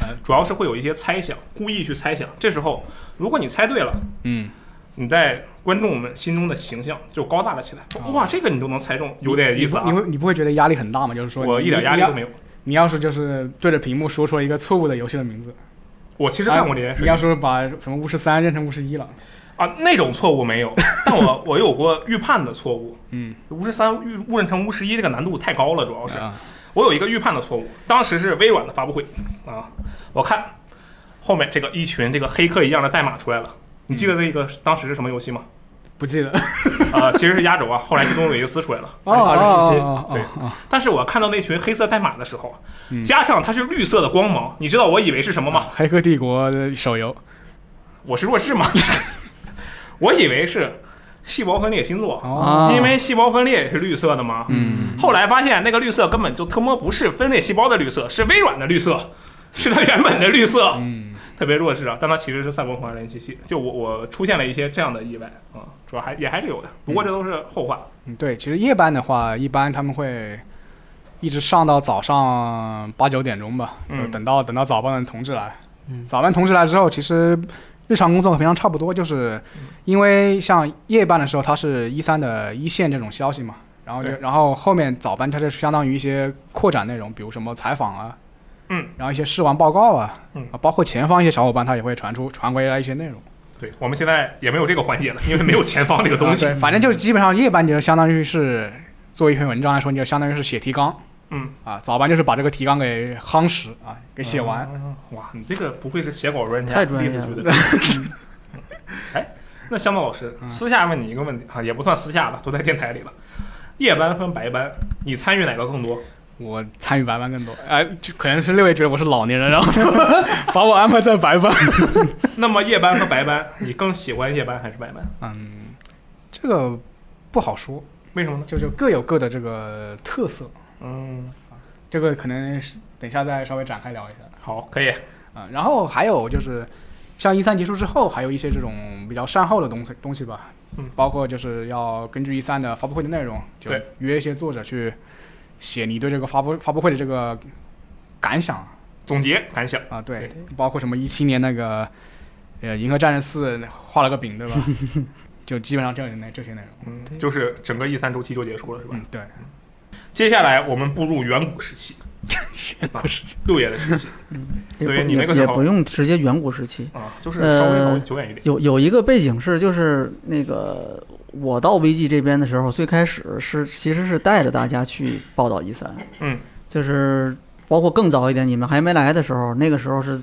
Speaker 1: 呃主要是会有一些猜想，故意去猜想。这时候，如果你猜对了，
Speaker 3: 嗯，
Speaker 1: 你在观众们心中的形象就高大了起来。
Speaker 3: 啊
Speaker 1: 哇，这个你都能猜中，有点意思啊
Speaker 3: 你！会你不会觉得压力很大吗？就是说你，
Speaker 1: 我一点压力
Speaker 3: 你
Speaker 1: 都
Speaker 3: 要
Speaker 1: 没有。
Speaker 3: 你要是就是对着屏幕说出了一个错误的游戏的名字，
Speaker 1: 我其实
Speaker 3: 啊
Speaker 1: 干过这件事
Speaker 3: 你
Speaker 1: 情
Speaker 3: 要是把什么巫师三认成巫师一了，
Speaker 1: 啊，那种错误没有，但 我我有过预判的错误。
Speaker 3: 嗯，
Speaker 1: 巫师三预误认成巫师一这个难度太高了，主要是
Speaker 3: 啊，
Speaker 1: 我有一个预判的错误，当时是微软的发布会啊，我看后面这个一群这个黑客一样的代码出来了，你
Speaker 3: 嗯
Speaker 1: 记得那个当时是什么游戏吗？
Speaker 3: 不记得。
Speaker 1: 啊，其实是压轴啊，后来是东野圭司出来了，
Speaker 3: 哦
Speaker 2: 27
Speaker 3: 哦
Speaker 1: 对
Speaker 3: 哦哦
Speaker 1: 但是我看到那群黑色代码的时候啊
Speaker 3: 嗯，
Speaker 1: 加上它是绿色的光芒，你知道我以为是什么吗？
Speaker 3: 哦，黑客帝国的手游
Speaker 1: 我是弱智吗？ 我以为是细胞分裂星座，
Speaker 3: 哦，
Speaker 4: 啊
Speaker 1: 因为细胞分裂也是绿色的嘛。
Speaker 3: 嗯，
Speaker 1: 后来发现那个绿色根本就他妈不是分裂细胞的绿色，是微软的绿色，是它原本的绿色。
Speaker 3: 嗯，
Speaker 1: 特别弱智啊，但它其实是赛博朋克零七七。就我我出现了一些这样的意外啊、主要还也还是有的，不过这都是后话。
Speaker 3: 嗯对，其实夜班的话，一般他们会一直上到早上八九点钟吧，
Speaker 1: 嗯
Speaker 3: 就等到等到早班的同志来。
Speaker 2: 嗯
Speaker 3: 早班同志来之后，其实日常工作和平常差不多，就是
Speaker 1: 嗯
Speaker 3: 因为像夜班的时候，它是一三的一线这种消息嘛，然后就
Speaker 1: 对
Speaker 3: 然后后面早班它就相当于一些扩展内容，比如什么采访啊，
Speaker 1: 嗯，
Speaker 3: 然后一些试玩报告啊，
Speaker 1: 嗯
Speaker 3: 啊，包括前方一些小伙伴他也会传出传回来一些内容。
Speaker 1: 对我们现在也没有这个环节了，因为没有前方
Speaker 3: 啊
Speaker 1: 这个东西。
Speaker 3: 啊对，反正就是基本上夜班你就相当于是作为一篇文章来说，你就相当于是写提纲，
Speaker 1: 嗯，
Speaker 3: 啊，早班就是把这个提纲给夯实啊，给写完。
Speaker 1: 嗯哇，你这个不愧是写稿专家，
Speaker 4: 太专业
Speaker 1: 厉害
Speaker 4: 了
Speaker 1: 绝对。哎，那香道老师，
Speaker 3: 嗯
Speaker 1: 私下问你一个问题啊，也不算私下了，都在电台里了。夜班和白班，你参与哪个更多？
Speaker 3: 我参与白班更多，哎、就可能是六爷觉得我是老年人，然后 把我安排在白班。
Speaker 1: 那么夜班和白班，你更喜欢夜班还是白班？
Speaker 3: 嗯，这个不好说，
Speaker 1: 为什么呢？
Speaker 3: 就就各有各的这个特色，
Speaker 1: 嗯，
Speaker 3: 这个可能是等一下再稍微展开聊一下。
Speaker 1: 好，可以。
Speaker 3: 啊、然后还有就是，像一三结束之后，还有一些这种比较善后的东西东西吧，
Speaker 1: 嗯
Speaker 3: 包括就是要根据一三的发布会的内容，就
Speaker 1: 对
Speaker 3: 约一些作者去写你对这个发布发布会的这个感想啊、
Speaker 1: 总结感想，
Speaker 3: 对，
Speaker 1: 对
Speaker 3: 包括什么一七年那个呃《银河战士四》画了个饼， 对吧？就基本上这些内这些内容，
Speaker 1: 嗯
Speaker 2: 对，
Speaker 1: 就是整个 E 三周期就结束了，是吧？
Speaker 3: 嗯，对，
Speaker 1: 接下来我们步入远古时期，啊
Speaker 3: 个事情，
Speaker 1: 六爷的时期
Speaker 4: 也
Speaker 1: 对
Speaker 4: 不
Speaker 1: 你那
Speaker 4: 也
Speaker 1: 个时
Speaker 4: 也
Speaker 1: 候
Speaker 4: 不用直接远古时期，
Speaker 1: 啊，就是稍微
Speaker 4: 呃
Speaker 1: 老久远一点。
Speaker 4: 有有一个背景是，就是那个我到 VG 这边的时候，最开始是其实是带着大家去报道一三，
Speaker 1: 嗯，
Speaker 4: 就是包括更早一点，你们还没来的时候，那个时候是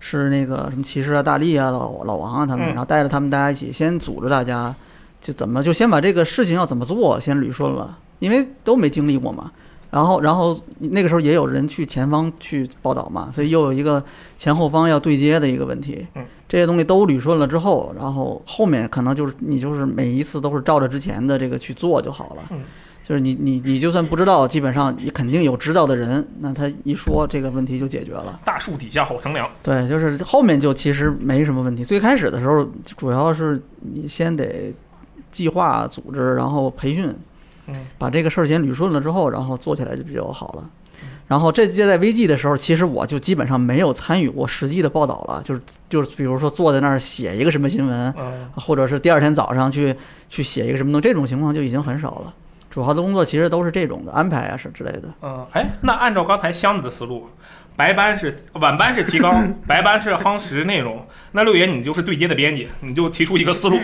Speaker 4: 是那个什么骑士啊、大力啊、老老王啊他们，
Speaker 1: 嗯
Speaker 4: 然后带着他们大家一起先组织大家，就怎么就先把这个事情要怎么做先捋顺了，因为都没经历过嘛。然后，然后那个时候也有人去前方去报道嘛，所以又有一个前后方要对接的一个问题。这些东西都捋顺了之后，然后后面可能就是你就是每一次都是照着之前的这个去做就好了
Speaker 1: 嗯。
Speaker 4: 就是你你你就算不知道，基本上也肯定有知道的人，那他一说这个问题就解决了。
Speaker 1: 大树底下好乘凉，
Speaker 4: 对，就是后面就其实没什么问题。最开始的时候，主要是你先得计划、组织，然后培训
Speaker 1: 嗯，
Speaker 4: 把这个事儿先捋顺了之后，然后做起来就比较好了。然后这届在 VG 的时候，其实我就基本上没有参与过实际的报道了，就是就是比如说坐在那儿写一个什么新闻，
Speaker 1: 嗯，
Speaker 4: 或者是第二天早上去去写一个什么东西，这种情况就已经很少了。主要的工作其实都是这种的安排啊，是之类的。
Speaker 1: 嗯，哎，那按照刚才箱子的思路，白班是晚班是提纲，白班是夯实内容。那六爷你就是对接的编辑，你就提出一个思路，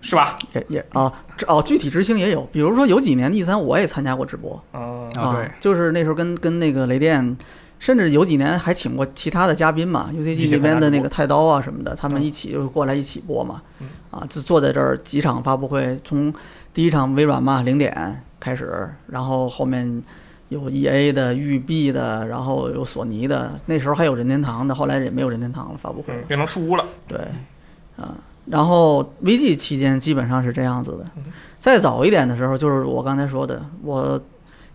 Speaker 1: 是吧？
Speaker 4: 也也啊，这哦，具体执行也有，比如说有几年 E 三我也参加过直播，
Speaker 1: 嗯
Speaker 3: 啊对
Speaker 4: 就是那时候跟跟那个雷电，甚至有几年还请过其他的嘉宾嘛
Speaker 1: 一
Speaker 4: ，UCG
Speaker 1: 起
Speaker 4: 那边
Speaker 1: 参加
Speaker 4: 的
Speaker 1: 直
Speaker 4: 那
Speaker 1: 播
Speaker 4: 个太刀啊什么的，他
Speaker 1: 嗯
Speaker 4: 们一起就过来一起播嘛
Speaker 1: 嗯，
Speaker 4: 啊，就坐在这儿几场发布会，从第一场微软嘛零点开始，然后后面有 EA 的、育碧的，然后有索尼的，那时候还有任天堂的，后来也没有任天堂了发布会，
Speaker 1: 嗯，变成树屋了。
Speaker 4: 对，啊，然后 VG 期间基本上是这样子的
Speaker 1: 嗯。
Speaker 4: 再早一点的时候，就是我刚才说的，我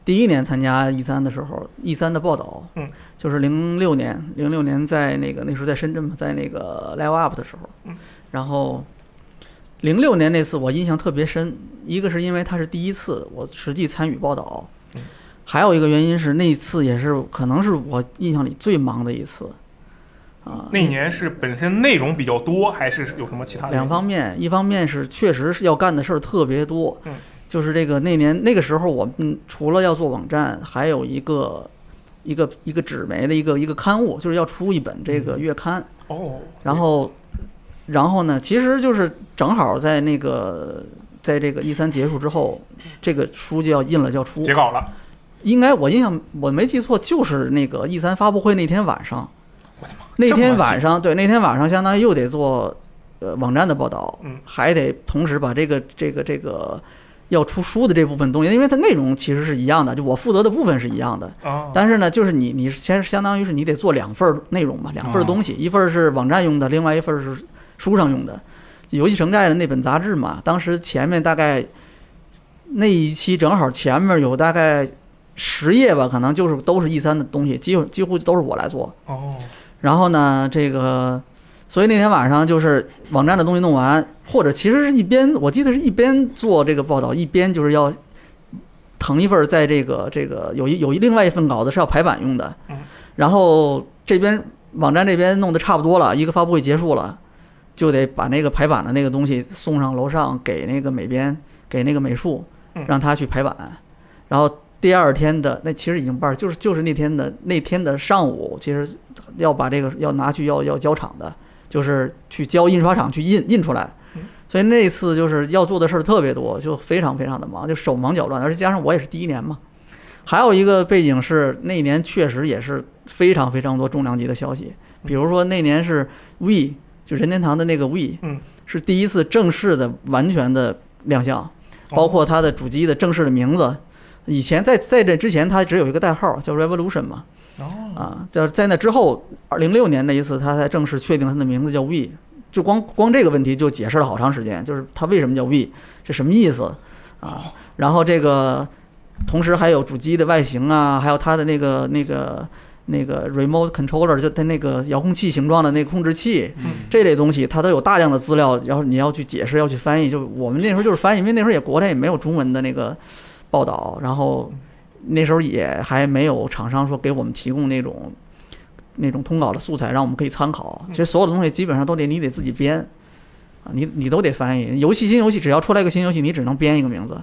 Speaker 4: 第一年参加 E 三的时候，E 三的报道，
Speaker 1: 嗯，
Speaker 4: 就是零六年，零六年在那个那时候在深圳嘛，在那个 Live Up 的时候，
Speaker 1: 嗯，
Speaker 4: 然后。零六年那次我印象特别深，一个是因为它是第一次我实际参与报道
Speaker 1: 嗯，
Speaker 4: 还有一个原因是那一次也是可能是我印象里最忙的一次，啊，
Speaker 1: 那年是本身内容比较多，还是有什么其他的原
Speaker 4: 两
Speaker 1: 因
Speaker 4: 方面，一方面是确实是要干的事儿特别多，
Speaker 1: 嗯
Speaker 4: 就是这个那年那个时候我们除了要做网站，还有一个一个一个纸媒的一个一个刊物，就是要出一本这个月刊，
Speaker 1: 哦，
Speaker 4: 然后然后呢，其实就是正好在那个在这个一三结束之后，这个书就要印了，就要出，
Speaker 1: 截稿了，
Speaker 4: 应该我印象我没记错，就是那个 E 三发布会那天晚上
Speaker 1: 我的妈，
Speaker 4: 那
Speaker 1: 这么
Speaker 4: 天
Speaker 1: 晚
Speaker 4: 晚上对，那天晚上相当于又得做呃网站的报道，
Speaker 1: 嗯
Speaker 4: 还得同时把这个这个这个要出书的这部分东西，因为它内容其实是一样的，就我负责的部分是一样的，
Speaker 1: 啊，
Speaker 4: 但是呢，就是你你先相当于是你得做两份儿内容吧，两份儿东西，一份儿是网站用的，另外一份儿是书上用的。游戏城寨的那本杂志嘛，当时前面大概那一期正好前面有大概十页吧，可能就是都是 E 三的东西，几乎几乎都是我来做。
Speaker 1: 哦，
Speaker 4: 然后呢，这个，所以那天晚上就是网站的东西弄完，或者其实是一边，我记得是一边做这个报道，一边就是要腾一份儿在这个这个有一有一另外一份稿子是要排版用的
Speaker 1: 嗯，
Speaker 4: 然后这边网站这边弄得差不多了，一个发布会结束了，就得把那个排版的那个东西送上楼上给那个美编，给那个美术
Speaker 1: 嗯，
Speaker 4: 让他去排版，然后。第二天的那其实已经半，就是就是那天的那天的上午，其实要把这个要拿去要要交厂的，就是去交印刷厂去印印出来
Speaker 1: 嗯。
Speaker 4: 所以那次就是要做的事儿特别多，就非常非常的忙，就手忙脚乱，而且加上我也是第一年嘛，还有一个背景是那一年确实也是非常非常多重量级的消息，比如说那年是 We，就任天堂的那个 We，
Speaker 1: 嗯，
Speaker 4: 是第一次正式的完全的亮
Speaker 1: 哦
Speaker 4: 相，包括它的主机的正式的名字。以前在在这之前，它只有一个代号叫 Revolution 嘛，
Speaker 1: 哦，
Speaker 4: 啊，就是在那之后，零六年那一次，他才正式确定他的名字叫 We。就光光这个问题就解释了好长时间，就是他为什么叫 We，这什么意思啊？然后这个同时还有主机的外形啊，还有它的那个那个那个 remote controller，就它那个遥控器形状的那个控制器，
Speaker 3: 嗯
Speaker 4: 这类东西它都有大量的资料，然后你要去解释，要去翻译。就我们那时候就是翻译，因为那时候也国内也没有中文的那个报道，然后那时候也还没有厂商说给我们提供那种那种通稿的素材，让我们可以参考。其实所有的东西基本上都得你得自己编。啊，你你都得翻译。游戏新游戏，只要出来一个新游戏，你只能编一个名字，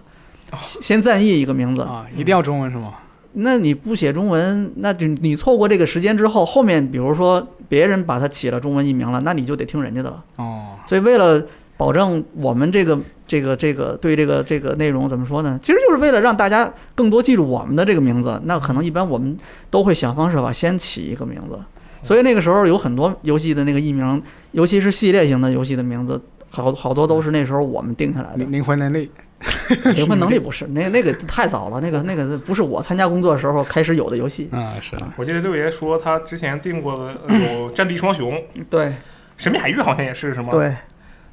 Speaker 4: 先先赞译一个名字。
Speaker 3: 啊，一定要中文是吗？
Speaker 4: 那你不写中文，那就你错过这个时间之后，后面比如说别人把它起了中文译名了，那你就得听人家的了。
Speaker 3: 哦，
Speaker 4: 所以为了保证我们这个这个这个对这个这个内容怎么说呢？其实就是为了让大家更多记住我们的这个名字。那可能一般我们都会想方设法先起一个名字，所以那个时候有很多游戏的那个译名，尤其是系列型的游戏的名字，好好多都是那时候我们定下来的
Speaker 3: 灵。灵魂能力，
Speaker 4: 灵魂能力不是那那个太早了，那个那个不是我参加工作的时候开始嗯有的游戏。
Speaker 3: 啊是
Speaker 1: 我记得六爷说他之前订过的呃有《战地双雄》《
Speaker 4: 对
Speaker 1: 神秘海域》，好像也是是吗？，
Speaker 4: 对，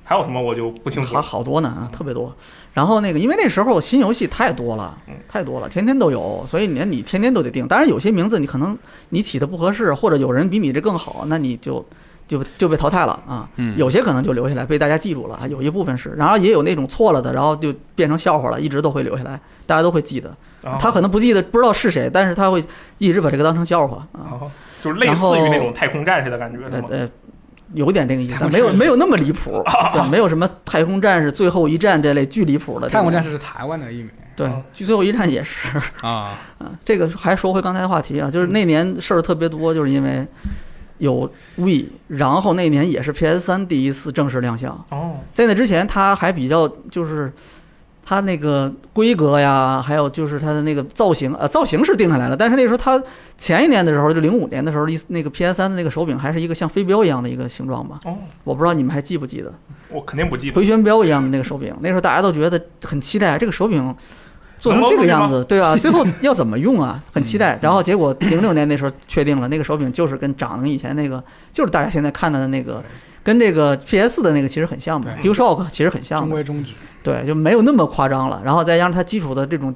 Speaker 1: 还有什么我就不清楚
Speaker 4: 还。好多呢啊，特别多。然后那个，因为那时候新游戏太多了
Speaker 1: 嗯，
Speaker 4: 太多了，天天都有，所以你你天天都得定。当然有些名字你可能你起的不合适，或者有人比你这更好，那你就就就被淘汰了啊。
Speaker 3: 嗯
Speaker 4: 有些可能就留下来被大家记住了，还有一部分是，然后也有那种错了的，然后就变成笑话了，一直都会留下来，大家都会记得。
Speaker 1: 啊
Speaker 4: 他可能不记得不知道是谁，但是他会一直把这个当成笑话啊。
Speaker 1: 哦就是类似于那种太空战士的感觉是
Speaker 4: 呃
Speaker 1: 吗？
Speaker 4: 呃，有点这个意思，
Speaker 3: 太空
Speaker 4: 但没有
Speaker 3: 战士
Speaker 4: 没有那么离谱，
Speaker 3: 啊
Speaker 4: 对，没有什么太空战士、最后一战这类巨离谱的这种。
Speaker 3: 太空战士是台湾的译名
Speaker 4: 对
Speaker 1: 嗯，
Speaker 4: 最后一战也是
Speaker 3: 啊，
Speaker 4: 啊。这个还说回刚才的话题啊，
Speaker 3: 嗯
Speaker 4: 就是那年事儿特别多，就是因为有 We，然后那年也是 PS 三第一次正式亮相，
Speaker 1: 哦，
Speaker 4: 在那之前它还比较就是。它那个规格呀，还有就是它的那个造型，呃，造型是定下来了，但是那时候它前一年的时候，就零五年的时候，一那个 PS 三的那个手柄还是一个像飞镖一样的一个形状吧，
Speaker 1: 哦，
Speaker 4: 我不知道你们还记不记得
Speaker 1: 我肯定不记得。
Speaker 4: 回旋镖一样的那个手柄，那时候大家都觉得很期待，这个手柄做成这个样子，对啊 吧？最后要怎么用啊？很期
Speaker 3: 嗯
Speaker 4: 待。然后结果零六年那时候确定了，那个手柄就是跟长得以前那个，就是大家现在看到的那个
Speaker 3: 对，
Speaker 4: 跟这个 PS 的那个其实很像嘛
Speaker 3: 对
Speaker 4: ，DualShock 其实很像
Speaker 3: 中
Speaker 4: 的，
Speaker 3: 规中矩，
Speaker 4: 对，就没有那么夸张了。然后再加上它基础的这种。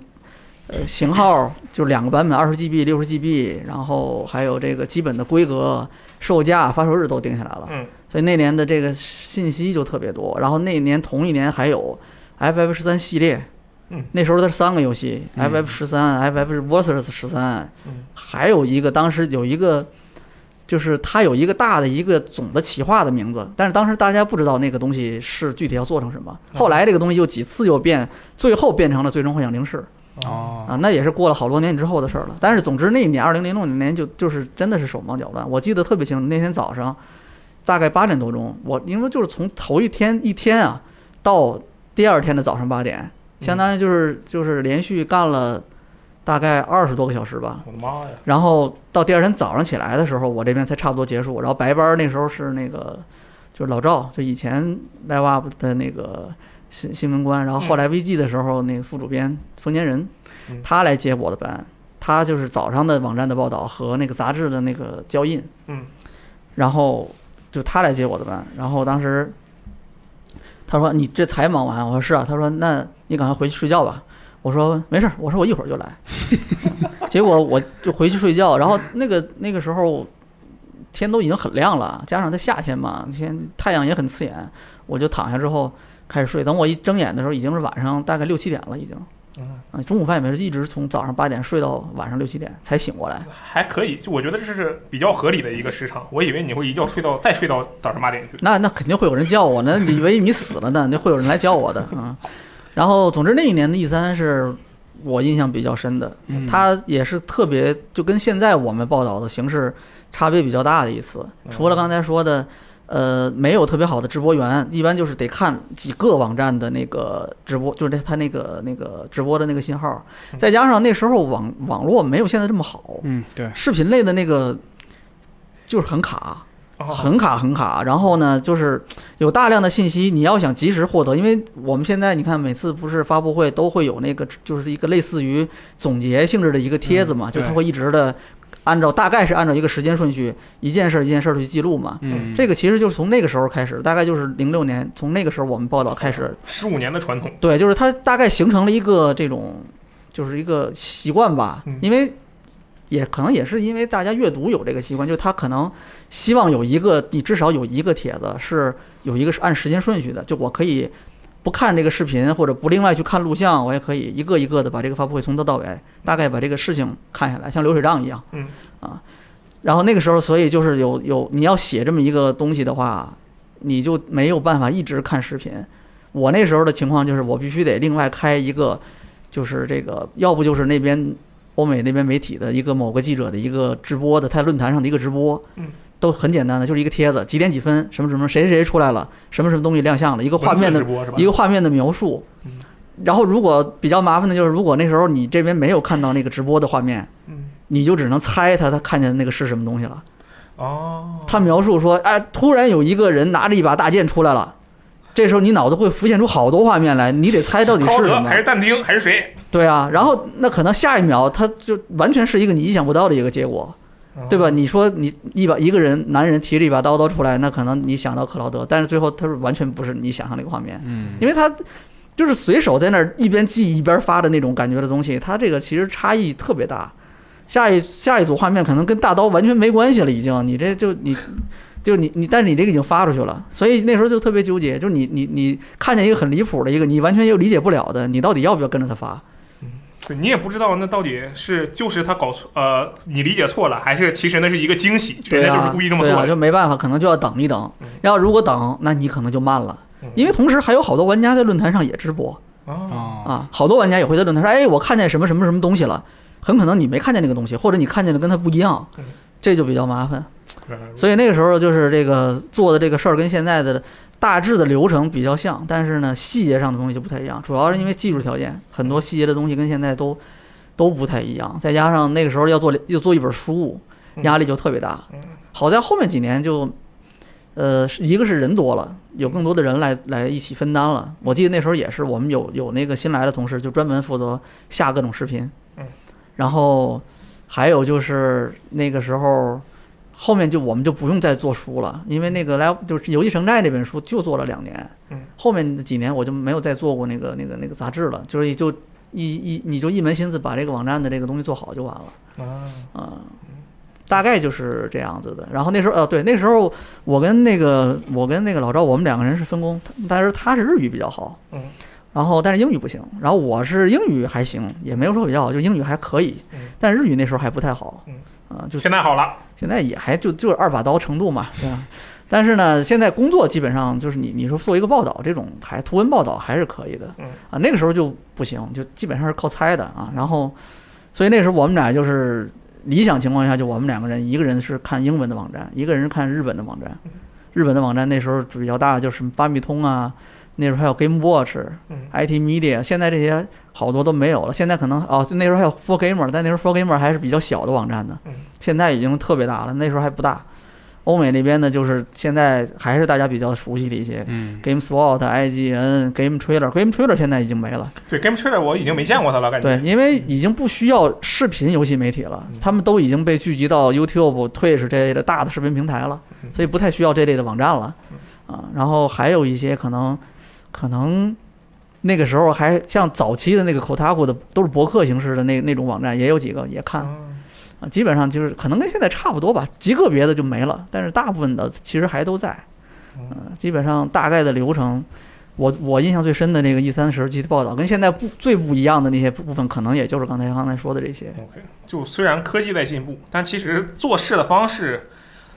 Speaker 4: 呃，型号就是两个版本，二十 GB、六十 GB，然后还有这个基本的规格、售价、发售日都定下来了。
Speaker 1: 嗯，
Speaker 4: 所以那年的这个信息就特别多。然后那年同一年还有 FF 十三系列，
Speaker 1: 嗯，
Speaker 4: 那时候它是三个游戏、
Speaker 3: 嗯
Speaker 4: f f 十三、FF vs 十三
Speaker 1: 嗯，
Speaker 4: 还有一个当时有一个。就是它有一个大的一个总的企划的名字，但是当时大家不知道那个东西是具体要做成什么。
Speaker 1: 嗯
Speaker 4: 后来这个东西又几次又变，最后变成了《最终幻想零式》。
Speaker 3: 哦，
Speaker 4: 啊，那也是过了好多年之后的事儿了。但是总之那一年，二零零六年就就是真的是手忙脚乱。我记得特别清楚，那天早上大概八点多钟，我因为就是从头一天一天啊到第二天的早上八点，相当于就是就是连续干了大概二十多个小时吧。
Speaker 1: 我的妈呀！
Speaker 4: 然后到第二天早上起来的时候，我这边才差不多结束。然后白班儿那时候是那个，就是老赵，就以前 Live Up 的那个新新闻官，然后后来 VG 的时候，那个副主编冯坚仁
Speaker 1: 嗯，
Speaker 4: 他来接我的班。他就是早上的网站的报道和那个杂志的那个交印，
Speaker 1: 嗯，
Speaker 4: 然后就他来接我的班。然后当时他说：“你这才忙完？”我说：“是啊。”他说：“那你赶快回去睡觉吧。”我说：“没事儿，我说我一会儿就来。”结果我就回去睡觉，然后那个那个时候天都已经很亮了，加上它夏天嘛，天太阳也很刺眼，我就躺下之后开始睡。等我一睁眼的时候，已经是晚上大概六七点了，已经。
Speaker 1: 嗯，
Speaker 4: 啊，中午饭也没吃，一直从早上八点睡到晚上六七点才醒过来。
Speaker 1: 还可以，就我觉得这是比较合理的一个时长。我以为你会一觉睡到再睡到早上八点去。
Speaker 4: 那那肯定会有人叫我呢，你以为你死了呢？那会有人来叫我的啊。然后，总之那一年的 E 三是我印象比较深的，
Speaker 3: 嗯
Speaker 4: 它也是特别
Speaker 3: 嗯
Speaker 4: 就跟现在我们报道的形式差别比较大的一次。除了刚才说的，呃，没有特别好的直播源，一般就是得看几个网站的那个直播，就是他那个那个直播的那个信号，再加上那时候网网络没有现在这么好，
Speaker 3: 嗯，对，
Speaker 4: 视频类的那个就是很卡，
Speaker 1: 哦，
Speaker 4: 很卡很卡。然后呢，就是有大量的信息，你要想及时获得，因为我们现在你看每次不是发布会都会有那个就是一个类似于总结性质的一个帖子嘛，
Speaker 3: 嗯
Speaker 4: 就它
Speaker 3: 对
Speaker 4: 会一直的按照大概是按照一个时间顺序，一件事儿一件事儿去记录嘛。
Speaker 3: 嗯，
Speaker 4: 这个其实就是从那个时候开始，大概就是零六年，从那个时候我们报道开始，
Speaker 1: 十五年的传统，
Speaker 4: 对，就是它大概形成了一个这种，就是一个习惯吧
Speaker 1: 嗯，
Speaker 4: 因为也可能也是因为大家阅读有这个习惯，就是他可能希望有一个，你至少有一个帖子是有一个是按时间顺序的，就我可以不看这个视频，或者不另外去看录像，我也可以一个一个的把这个发布会从头到尾大概把这个事情看下来，像流水账一样，
Speaker 1: 嗯
Speaker 4: 啊，然后那个时候，所以就是有有你要写这么一个东西的话，你就没有办法一直看视频。我那时候的情况就是，我必须得另外开一个，就是这个，要不就是那边欧美那边媒体的一个某个记者的一个直播的，他论坛上的一个直播，
Speaker 1: 嗯，
Speaker 4: 都很简单的，就是一个帖子，几点几分，什么什么谁谁谁出来了，什么什么东西亮相了，一个画面
Speaker 1: 文字
Speaker 4: 的
Speaker 1: 直播是吧？
Speaker 4: 一个画面的描述
Speaker 1: 嗯。
Speaker 4: 然后如果比较麻烦的就是，如果那时候你这边没有看到那个直播的画面，
Speaker 1: 嗯，
Speaker 4: 你就只能猜他他看见那个是什么东西了。
Speaker 1: 哦，
Speaker 4: 他描述说，哎，突然有一个人拿着一把大剑出来了，这时候你脑子会浮现出好多画面来，你得猜到底
Speaker 1: 高
Speaker 4: 是什
Speaker 1: 德
Speaker 4: 么
Speaker 1: 还。是但丁还是谁？
Speaker 4: 对啊，然后那可能下一秒他就完全是一个你意想不到的一个结果，对
Speaker 1: 嗯
Speaker 4: 吧？你说你一把一个人男人提着一把刀刀出来，那可能你想到克劳德，但是最后他是完全不是你想象那个画面，
Speaker 3: 嗯，
Speaker 4: 因为他就是随手在那儿一边记一边发的那种感觉的东西，它这个其实差异特别大。下一下一组画面可能跟大刀完全没关系了，已经，你这就你。就你你，但是你这个已经发出去了，所以那时候就特别纠结，就是你你你看见一个很离谱的一个，你完全又理解不了的，你到底要不要跟着他发？
Speaker 1: 对你也不知道那到底是就是他搞错，呃，你理解错了，还是其实那是一个惊喜，
Speaker 4: 对
Speaker 1: 人家就
Speaker 4: 啊，
Speaker 1: 是故意这么
Speaker 4: 对
Speaker 1: 做
Speaker 4: 啊，
Speaker 1: 的。
Speaker 4: 就没办法，可能就要等一等
Speaker 1: 嗯。
Speaker 4: 要如果等，那你可能就慢了
Speaker 1: 嗯，
Speaker 4: 因为同时还有好多玩家在论坛上也直播
Speaker 1: 哦，
Speaker 3: 哦，
Speaker 4: 啊，好多玩家也会在论坛上，哎，我看见什么什么什么东西了，很可能你没看见那个东西，或者你看见的跟它不一样
Speaker 1: 嗯，
Speaker 4: 这就比较麻烦。
Speaker 1: 原来如此
Speaker 4: 所以那个时候就是这个做的这个事儿跟现在的大致的流程比较像，但是呢，细节上的东西就不太一样，主要是因为技术条件，很多细节的东西跟现在都都不太一样，再加上那个时候要做要做一本书，压力就特别大
Speaker 1: 嗯。
Speaker 4: 好在后面几年就，呃，是一个是人多了，有更多的人来来一起分担了。我记得那时候也是，我们有有那个新来的同事就专门负责下各种视频
Speaker 1: 嗯，
Speaker 4: 然后还有就是那个时候。后面就我们就不用再做书了，因为那个来就是《游戏城寨》这本书就做了两年
Speaker 1: 嗯，
Speaker 4: 后面的几年我就没有再做过那个那个那个杂志了，就是就一一你就一门心思把这个网站的这个东西做好就完了。
Speaker 1: 啊，
Speaker 4: 啊，大概就是这样子的。然后那时候，呃，对，那时候我跟那个我跟那个老赵，我们两个人是分工，他但是他是日语比较好，
Speaker 1: 嗯，
Speaker 4: 然后但是英语不行，然后我是英语还行，也没有说比较好，就英语还可以
Speaker 1: 嗯，
Speaker 4: 但日语那时候还不太好，
Speaker 1: 嗯，
Speaker 4: 啊，就
Speaker 1: 现在好了，
Speaker 4: 现在也还就就是二把刀程度嘛，对吧？但是呢，现在工作基本上就是你你说做一个报道这种还图文报道还是可以的
Speaker 1: 嗯，
Speaker 4: 啊，那个时候就不行，就基本上是靠猜的啊。然后，所以那时候我们俩就是理想情况下，就我们两个人，一个人是看英文的网站，一个人是看日本的网站。日本的网站那时候比较大，就是什么发米通啊，那时候还有 Game Watch、
Speaker 1: 嗯
Speaker 4: IT Media，现在这些好多都没有了。现在可能哦，就那时候还有 For Gamer，但那时候 For Gamer 还是比较小的网站呢
Speaker 1: 嗯，
Speaker 4: 现在已经特别大了，那时候还不大。欧美那边呢，就是现在还是大家比较熟悉的一些
Speaker 3: 嗯，
Speaker 4: GameSpot、IGN、Game Trailer、Game Trailer 现在已经没了，
Speaker 1: 对 Game Trailer 我已经没见过他了，感觉
Speaker 4: 对，因为已经不需要视频游戏媒体了
Speaker 1: 嗯，
Speaker 4: 他们都已经被聚集到 YouTube、Twitch 这类的大的视频平台了
Speaker 1: 嗯，
Speaker 4: 所以不太需要这类的网站了
Speaker 1: 嗯
Speaker 4: 啊。然后还有一些可能，可能那个时候还像早期的那个 Kotaku 的都是博客形式的那那种网站，也有几个也看
Speaker 1: 嗯
Speaker 4: 啊，基本上就是可能跟现在差不多吧，极个别的就没了，但是大部分的其实还都在。
Speaker 1: 嗯
Speaker 4: 嗯，基本上大概的流程，我我印象最深的那个 E 三时期的报道，跟现在不最不一样的那些部分，可能也就是刚才刚才说的这些。
Speaker 1: ，OK，就虽然科技在进步，但其实做事的方式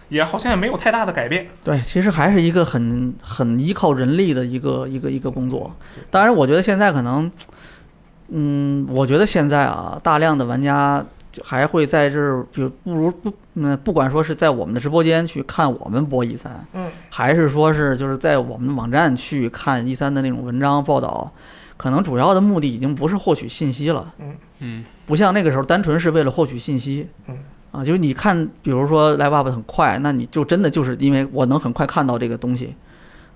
Speaker 1: 也好像也没有太大的改变。
Speaker 4: 对，其实还是一个很很依靠人力的一个一个一个工作。当然，我觉得现在可能，嗯，我觉得现在啊，大量的玩家就还会在这儿，比如不如不，嗯，不管说是在我们的直播间去看我们播一三，
Speaker 1: 嗯，
Speaker 4: 还是说是就是在我们的网站去看一三的那种文章报道，可能主要的目的已经不是获取信息了，
Speaker 3: 嗯，
Speaker 4: 不像那个时候单纯是为了获取信息，
Speaker 1: 嗯，
Speaker 4: 啊，就是你看，比如说 Live Up 很快，那你就真的就是因为我能很快看到这个东西，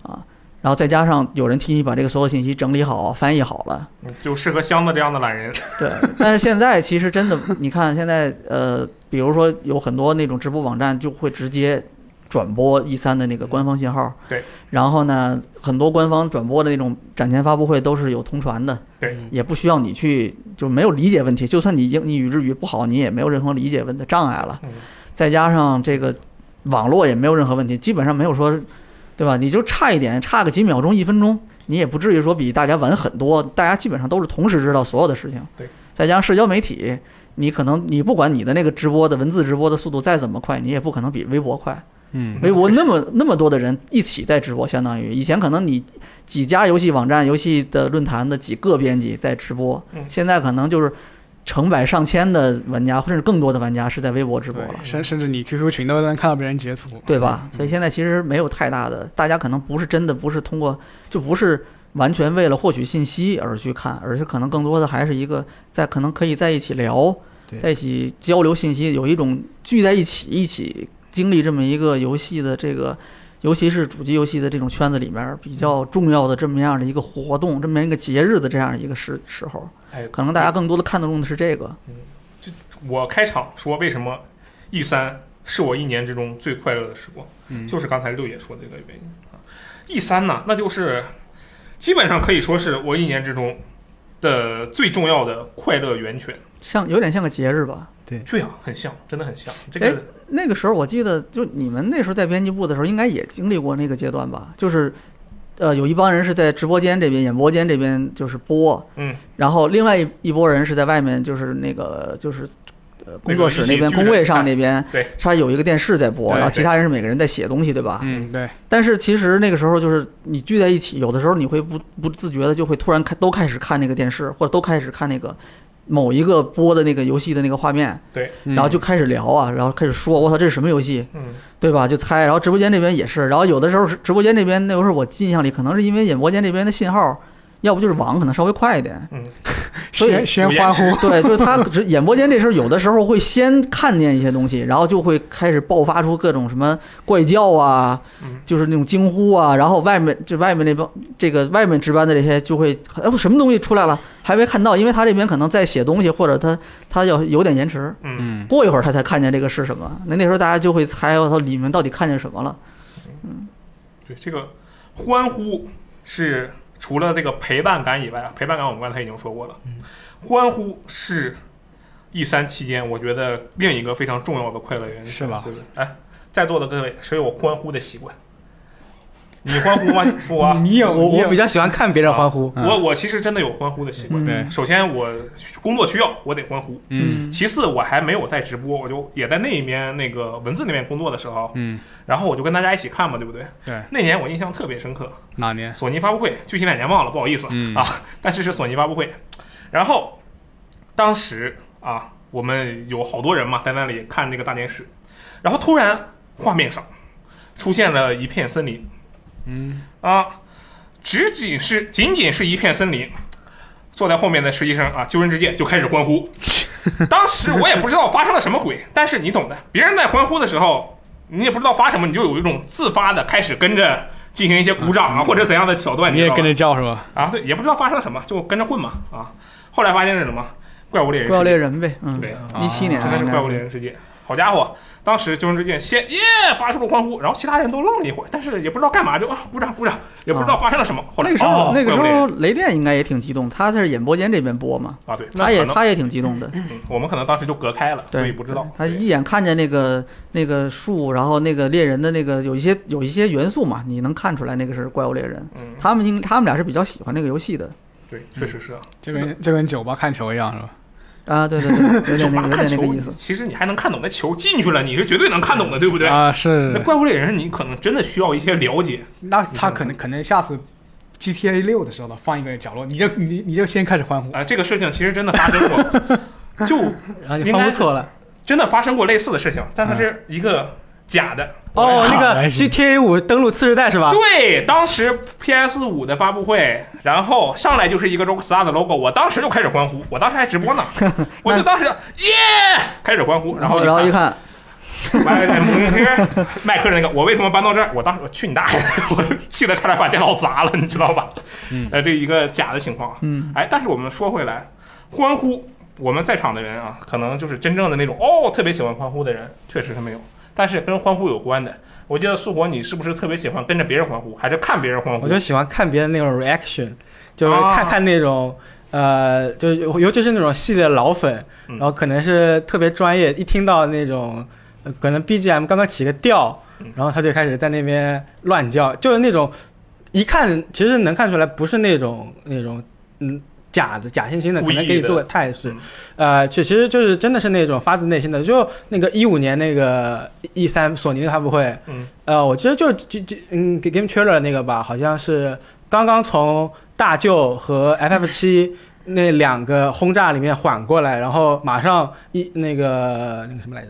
Speaker 4: 啊，然后再加上有人替你把这个所有信息整理好、翻译好了。
Speaker 1: 嗯就适合箱子这样的懒人。
Speaker 4: 对，但是现在其实真的，你看现在呃，比如说有很多那种直播网站就会直接转播一三的那个官方信号，
Speaker 1: 对，
Speaker 4: 然后呢，很多官方转播的那种展前发布会都是有通传的，
Speaker 1: 对，
Speaker 4: 也不需要你去，就没有理解问题，就算你英你语日语不好，你也没有任何理解问的障碍了
Speaker 1: 嗯，
Speaker 4: 再加上这个网络也没有任何问题，基本上没有说，对吧？你就差一点，差个几秒钟、一分钟。你也不至于说比大家晚很多，大家基本上都是同时知道所有的事情。再加上社交媒体，你可能你不管你的那个直播的文字直播的速度再怎么快，你也不可能比微博快。
Speaker 3: 嗯，
Speaker 4: 微博那么那么多的人一起在直播，相当于以前可能你几家游戏网站、游戏的论坛的几个编辑在直播
Speaker 1: 嗯，
Speaker 4: 现在可能就是成百上千的玩家，甚至更多的玩家是在微博直播了
Speaker 3: 对，。甚甚至你 QQ 群都能看到别人截图，
Speaker 4: 对吧？所以现在其实没有太大的，大家可能不是真的不是通过，就不是完全为了获取信息而去看，而是可能更多的还是一个在可能可以在一起聊
Speaker 2: 对，
Speaker 4: 在一起交流信息，有一种聚在一起一起经历这么一个游戏的这个。尤其是主机游戏的这种圈子里面比较重要的这么样的一个活动，这么样一个节日的这样一个时时候，
Speaker 1: 哎，
Speaker 4: 可能大家更多的看得重的是这个。
Speaker 1: 我开场说为什么 E 三是我一年之中最快乐的时光，
Speaker 3: 嗯
Speaker 1: 就是刚才六爷说的这个原因啊。E 三呢，那就是基本上可以说是我一年之中的最重要的快乐源泉。
Speaker 4: 像有点像个节日吧，
Speaker 1: 对啊，很像，真的很像。这
Speaker 4: 哎
Speaker 1: 个
Speaker 4: 那个时候我记得，就你们那时候在编辑部的时候，应该也经历过那个阶段吧？就是，呃，有一帮人是在直播间这边、演播间这边就是播，
Speaker 1: 嗯，
Speaker 4: 然后另外一一拨人是在外面，就是那个就是。呃，工作室那
Speaker 1: 那个一
Speaker 4: 边，
Speaker 1: 起聚着
Speaker 4: 工位上那边，
Speaker 1: 对，
Speaker 4: 他有一个电视在播，
Speaker 1: 对
Speaker 4: 然后其他人是每个人在写东西，对吧？
Speaker 3: 嗯，对，
Speaker 4: 但是其实那个时候就是你聚在一起，有的时候你会不不自觉的就会突然看都开始看那个电视，或者都开始看那个某一个播的那个游戏的那个画面，
Speaker 3: 嗯
Speaker 4: 然后就开始聊啊，然后开始说，我操，这是什么游戏？
Speaker 1: 嗯，
Speaker 4: 对吧？就猜，然后直播间这边也是，然后有的时候是直播间这边，那时候我印象里可能是因为演播间这边的信号，要不就是网可能稍微快一点，
Speaker 1: 嗯
Speaker 4: 所以
Speaker 3: 先先
Speaker 1: 有延
Speaker 3: 欢
Speaker 1: 迟
Speaker 3: 呼，
Speaker 4: 对，就是他只演播间这时候有的时候会先看见一些东西，然后就会开始爆发出各种什么怪叫啊
Speaker 1: 嗯，
Speaker 4: 就是那种惊呼啊，然后外面就外面那帮这个外面值班的这些就会，哎，我什么东西出来了还没看到，因为他这边可能在写东西或者他他要有点延迟，
Speaker 1: 嗯，
Speaker 3: 嗯，
Speaker 4: 过一会儿他才看见这个是什么，那那时候大家就会猜，我操，里面到底看见什么了。
Speaker 1: 对，这个欢呼是除了这个陪伴感以外啊，陪伴感我们刚才已经说过了，
Speaker 3: 嗯
Speaker 1: 欢呼是 E 三期间我觉得另一个非常重要的快乐源泉，
Speaker 3: 是吧
Speaker 1: 对不对？哎，在座的各位，谁有欢呼的习惯？你欢呼吗？说啊，
Speaker 3: 你有
Speaker 2: 我
Speaker 3: 你啊
Speaker 2: 我
Speaker 3: 有
Speaker 2: 比较喜欢看别人欢呼，
Speaker 1: 我我其实真的有欢呼的习惯。
Speaker 4: 嗯
Speaker 3: 对，
Speaker 1: 首先，我工作需要，我得欢呼。
Speaker 3: 嗯
Speaker 1: 其次，我还没有在直播，我就也在那一边那个文字那边工作的时候，
Speaker 3: 嗯，
Speaker 1: 然后我就跟大家一起看嘛，对不对？
Speaker 3: 对，
Speaker 1: 那年我印象特别深刻，
Speaker 3: 哪年？
Speaker 1: 索尼发布会，具体哪年忘了，不好意思、
Speaker 3: 嗯
Speaker 1: 啊，但是是索尼发布会。然后当时啊，我们有好多人嘛，在那里看这个大电视，然后突然画面上出现了一片森林
Speaker 3: 嗯，
Speaker 1: 啊，只仅是仅仅是一片森林。坐在后面的实习生啊，救人之戒就开始欢 呼。当时我也不知道发生了什么鬼，但是你懂的，别人在欢呼的时候，你也不知道发什么，你就有一种自发的开始跟着进行一些鼓掌啊，或者怎样的桥段。
Speaker 3: 嗯你
Speaker 1: 知
Speaker 3: 也
Speaker 1: 道吧
Speaker 3: 跟着叫是吧？
Speaker 1: 啊，对，也不知道发生了什么，就跟着混嘛啊。后来发现是什么？怪物猎人
Speaker 4: 怪物
Speaker 1: 世
Speaker 4: 猎
Speaker 1: 界，
Speaker 4: 人呗，嗯，
Speaker 1: 对，
Speaker 4: 一七年
Speaker 1: 真的是
Speaker 4: 应该
Speaker 1: 怪物猎人世界。好家伙，当时救人之剑先耶发出了欢呼，然后其他人都愣了一会儿，但是也不知道干嘛，就啊鼓掌鼓掌，也不知道发生了什么。后来
Speaker 4: 啊那个时候
Speaker 1: 哦，
Speaker 4: 那个时
Speaker 1: 怪物猎人
Speaker 4: 候雷电应该也挺激动，他在演播间这边播嘛，
Speaker 1: 啊，对，
Speaker 4: 他
Speaker 1: 那
Speaker 4: 也
Speaker 1: 可能
Speaker 4: 他也挺激动的，
Speaker 1: 嗯我们可能当时就隔开了，
Speaker 4: 对
Speaker 1: 所以不知道。
Speaker 4: 他
Speaker 1: 对
Speaker 4: 一眼看见那个那个树，然后那个猎人的那个有一些有一些元素嘛，你能看出来那个是怪物猎人。
Speaker 1: 嗯，
Speaker 4: 他们应他们俩是比较喜欢这个游戏的
Speaker 1: 对，确实是啊。
Speaker 3: 就跟就跟酒吧看球一样是吧？
Speaker 4: 啊，对对对，有
Speaker 1: 就
Speaker 4: 点那个有
Speaker 1: 看
Speaker 4: 点那
Speaker 1: 球
Speaker 4: 个意思，嗯
Speaker 1: 其实你还能看懂，那球进去了，你是绝对能看懂的，对不对？
Speaker 3: 啊，
Speaker 1: 那
Speaker 3: 是，
Speaker 1: 怪物猎人，你可能真的需要一些了解。
Speaker 3: 那他可能
Speaker 1: 嗯
Speaker 3: 可能下次 GTA 六的时候呢，放一个角落，你就你你就先开始欢呼，
Speaker 1: 啊，这个事情其实真的发生过。 就
Speaker 2: 然后你翻不错了。
Speaker 1: 真的发生过类似的事情，但它是一个假的。
Speaker 2: 哦，那
Speaker 3: 好
Speaker 2: 个
Speaker 3: 还行
Speaker 2: GTA 五登陆次世代是吧？
Speaker 1: 对，当时 PS 五的发布会，然后上来就是一个 Rockstar 的 logo，我当时就开始欢呼，我当时还直播呢，我就当时耶开始欢呼，然后
Speaker 4: 然后一
Speaker 1: 看
Speaker 4: 看，
Speaker 1: 麦克蒙克麦克那个，我为什么搬到这儿？我当时我去你大爷，我气得差点把电脑砸了，你知道吧？
Speaker 3: 嗯
Speaker 1: 呃，这一个假的情况。
Speaker 4: 嗯，
Speaker 1: 哎，但是我们说回来，欢呼，我们在场的人啊，可能就是真正的那种哦，特别喜欢欢呼的人，确实是没有。但是跟欢呼有关的，我记得苏活，你是不是特别喜欢跟着别人欢呼，还是看别人欢呼
Speaker 2: 我？就喜欢看别人那种 reaction，就是
Speaker 1: 啊
Speaker 2: 看看那种。呃，就是尤其是那种系列老粉，
Speaker 1: 嗯
Speaker 2: 然后可能是特别专业，一听到那种呃可能 BGM 刚刚起个调
Speaker 1: 嗯，
Speaker 2: 然后他就开始在那边乱叫，就是那种一看其实能看出来不是那种那种嗯假的假惺惺的，
Speaker 1: 故
Speaker 2: 可
Speaker 1: 意的
Speaker 2: 能给你做个态势
Speaker 1: 嗯，
Speaker 2: 呃，其其实就是真的是那种发自内心的，就那个一五年那个 E 三索尼的发布会，
Speaker 1: 嗯，
Speaker 2: 呃，我记得就就就嗯给 Game Trailer 那个吧，好像是刚刚从大舅和 FF 七那两个轰炸里面缓过来，然后马上一那个那个什么来着，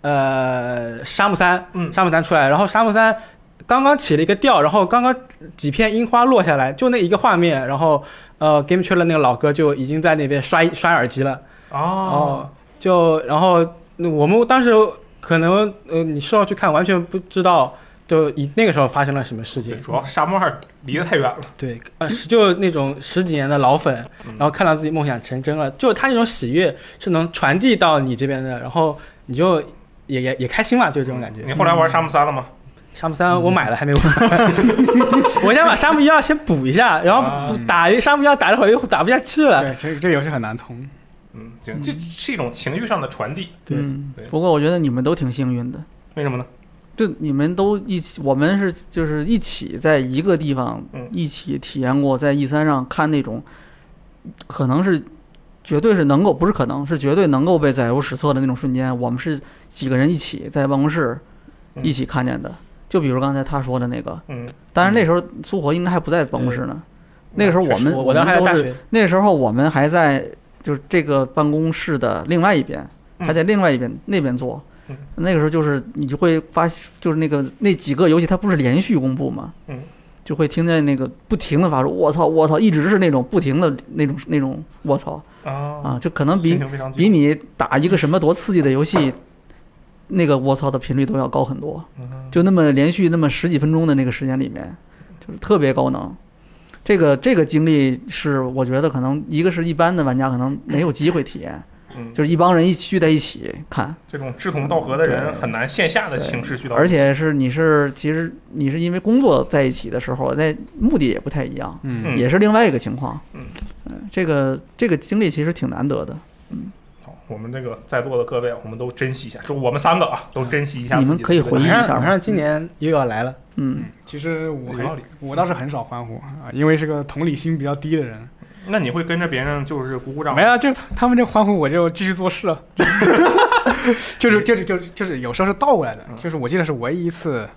Speaker 2: 呃，沙姆三，
Speaker 1: 嗯
Speaker 2: 沙姆三出来，然后沙姆三刚刚起了一个调，然后刚刚几片樱花落下来，就那一个画面，然后呃 Game Trailer 那个老哥就已经在那边摔摔耳机了。
Speaker 1: 哦
Speaker 2: 哦，就然后那我们当时可能呃，你事后去看，完全不知道就以那个时候发生了什么事
Speaker 1: 对，
Speaker 2: 情。
Speaker 1: 主要沙漠二离得太远了。
Speaker 2: 对，呃，是就那种十几年的老粉，
Speaker 1: 嗯
Speaker 2: 然后看到自己梦想成真了，就他那种喜悦是能传递到你这边的，然后你就也也也开心嘛，就是这种感觉
Speaker 1: 你。后来玩沙漠三了
Speaker 4: 嗯
Speaker 1: 吗？
Speaker 2: 沙姆三我买了还没玩， 我想把沙姆一要先补一下，然
Speaker 1: 啊
Speaker 2: 后不打沙姆一要打一会儿又打不下去了。
Speaker 3: 对，这这游戏很难通。
Speaker 1: 嗯，行，这是一种情绪上的传递，
Speaker 2: 对
Speaker 4: 嗯
Speaker 1: 对
Speaker 4: 不过我觉得你们都挺幸运的，
Speaker 1: 为什么呢？
Speaker 4: 就你们都一起，我们是就是一起在一个地方
Speaker 1: 嗯
Speaker 4: 一起体验过，在 E 三上看那种，可能是绝对是能够，不是可能是绝对能够被载入史册的那种瞬间。我们是几个人一起在办公室
Speaker 1: 嗯
Speaker 4: 一起看见的。就比如刚才他说的那个，
Speaker 1: 嗯，
Speaker 4: 当然那时候苏活应该还不在办公室呢，那个时候我们
Speaker 2: 我
Speaker 4: 我
Speaker 2: 当时还在
Speaker 4: 们
Speaker 2: 大
Speaker 4: 都是
Speaker 2: 学，
Speaker 4: 那时候我们还在就是这个办公室的另外一边，
Speaker 1: 嗯
Speaker 4: 还在另外一边那边做
Speaker 1: 嗯。
Speaker 4: 那个时候就是你就会发，就是那个那几个游戏它不是连续公布嘛，
Speaker 1: 嗯，
Speaker 4: 就会听见那个不停的发出我操我操，一直是那种不停的那种那种我操
Speaker 1: 啊
Speaker 4: 啊，，就可能
Speaker 1: 心
Speaker 4: 比
Speaker 1: 情非常激
Speaker 4: 比你打一个什么多刺激的游戏，那个我操的频率都要高很多。
Speaker 1: 动嗯
Speaker 4: 就那么连续那么十几分钟的那个时间里面，就是特别高能。这个这个经历是我觉得可能一个是一般的玩家可能没有机会体验，
Speaker 1: 嗯，
Speaker 4: 就是一帮人一起聚在一起看，
Speaker 1: 这种志同道合的人
Speaker 4: 对
Speaker 1: 很难线下的形式去到，
Speaker 4: 而且是你是其实你是因为工作在一起的时候，那目的也不太一样，
Speaker 1: 嗯
Speaker 3: 嗯，
Speaker 4: 也是另外一个情况。
Speaker 1: 嗯
Speaker 4: 呃，这个这个经历其实挺难得的，
Speaker 1: 好，我们这个在座的各位，啊我们都珍惜一下，就我们三个啊，都珍惜一下自
Speaker 4: 你
Speaker 1: 己的
Speaker 4: 们可以回忆
Speaker 2: 马
Speaker 4: 一
Speaker 1: 这个
Speaker 2: 上
Speaker 4: 下
Speaker 2: 马
Speaker 4: 吧。
Speaker 2: 上今年又要来了，
Speaker 4: 嗯
Speaker 3: 嗯，其实我
Speaker 1: 有道
Speaker 3: 很
Speaker 1: 理。
Speaker 3: 我倒是很少欢呼啊，因为是个同理心比较低的人。
Speaker 1: 那你会跟着别人就是鼓鼓掌？
Speaker 3: 没，有，就他他们这欢呼，我就继续做事了。就是就是就是就是有时候是倒过来的
Speaker 1: 嗯，
Speaker 3: 就是我记得是唯一一次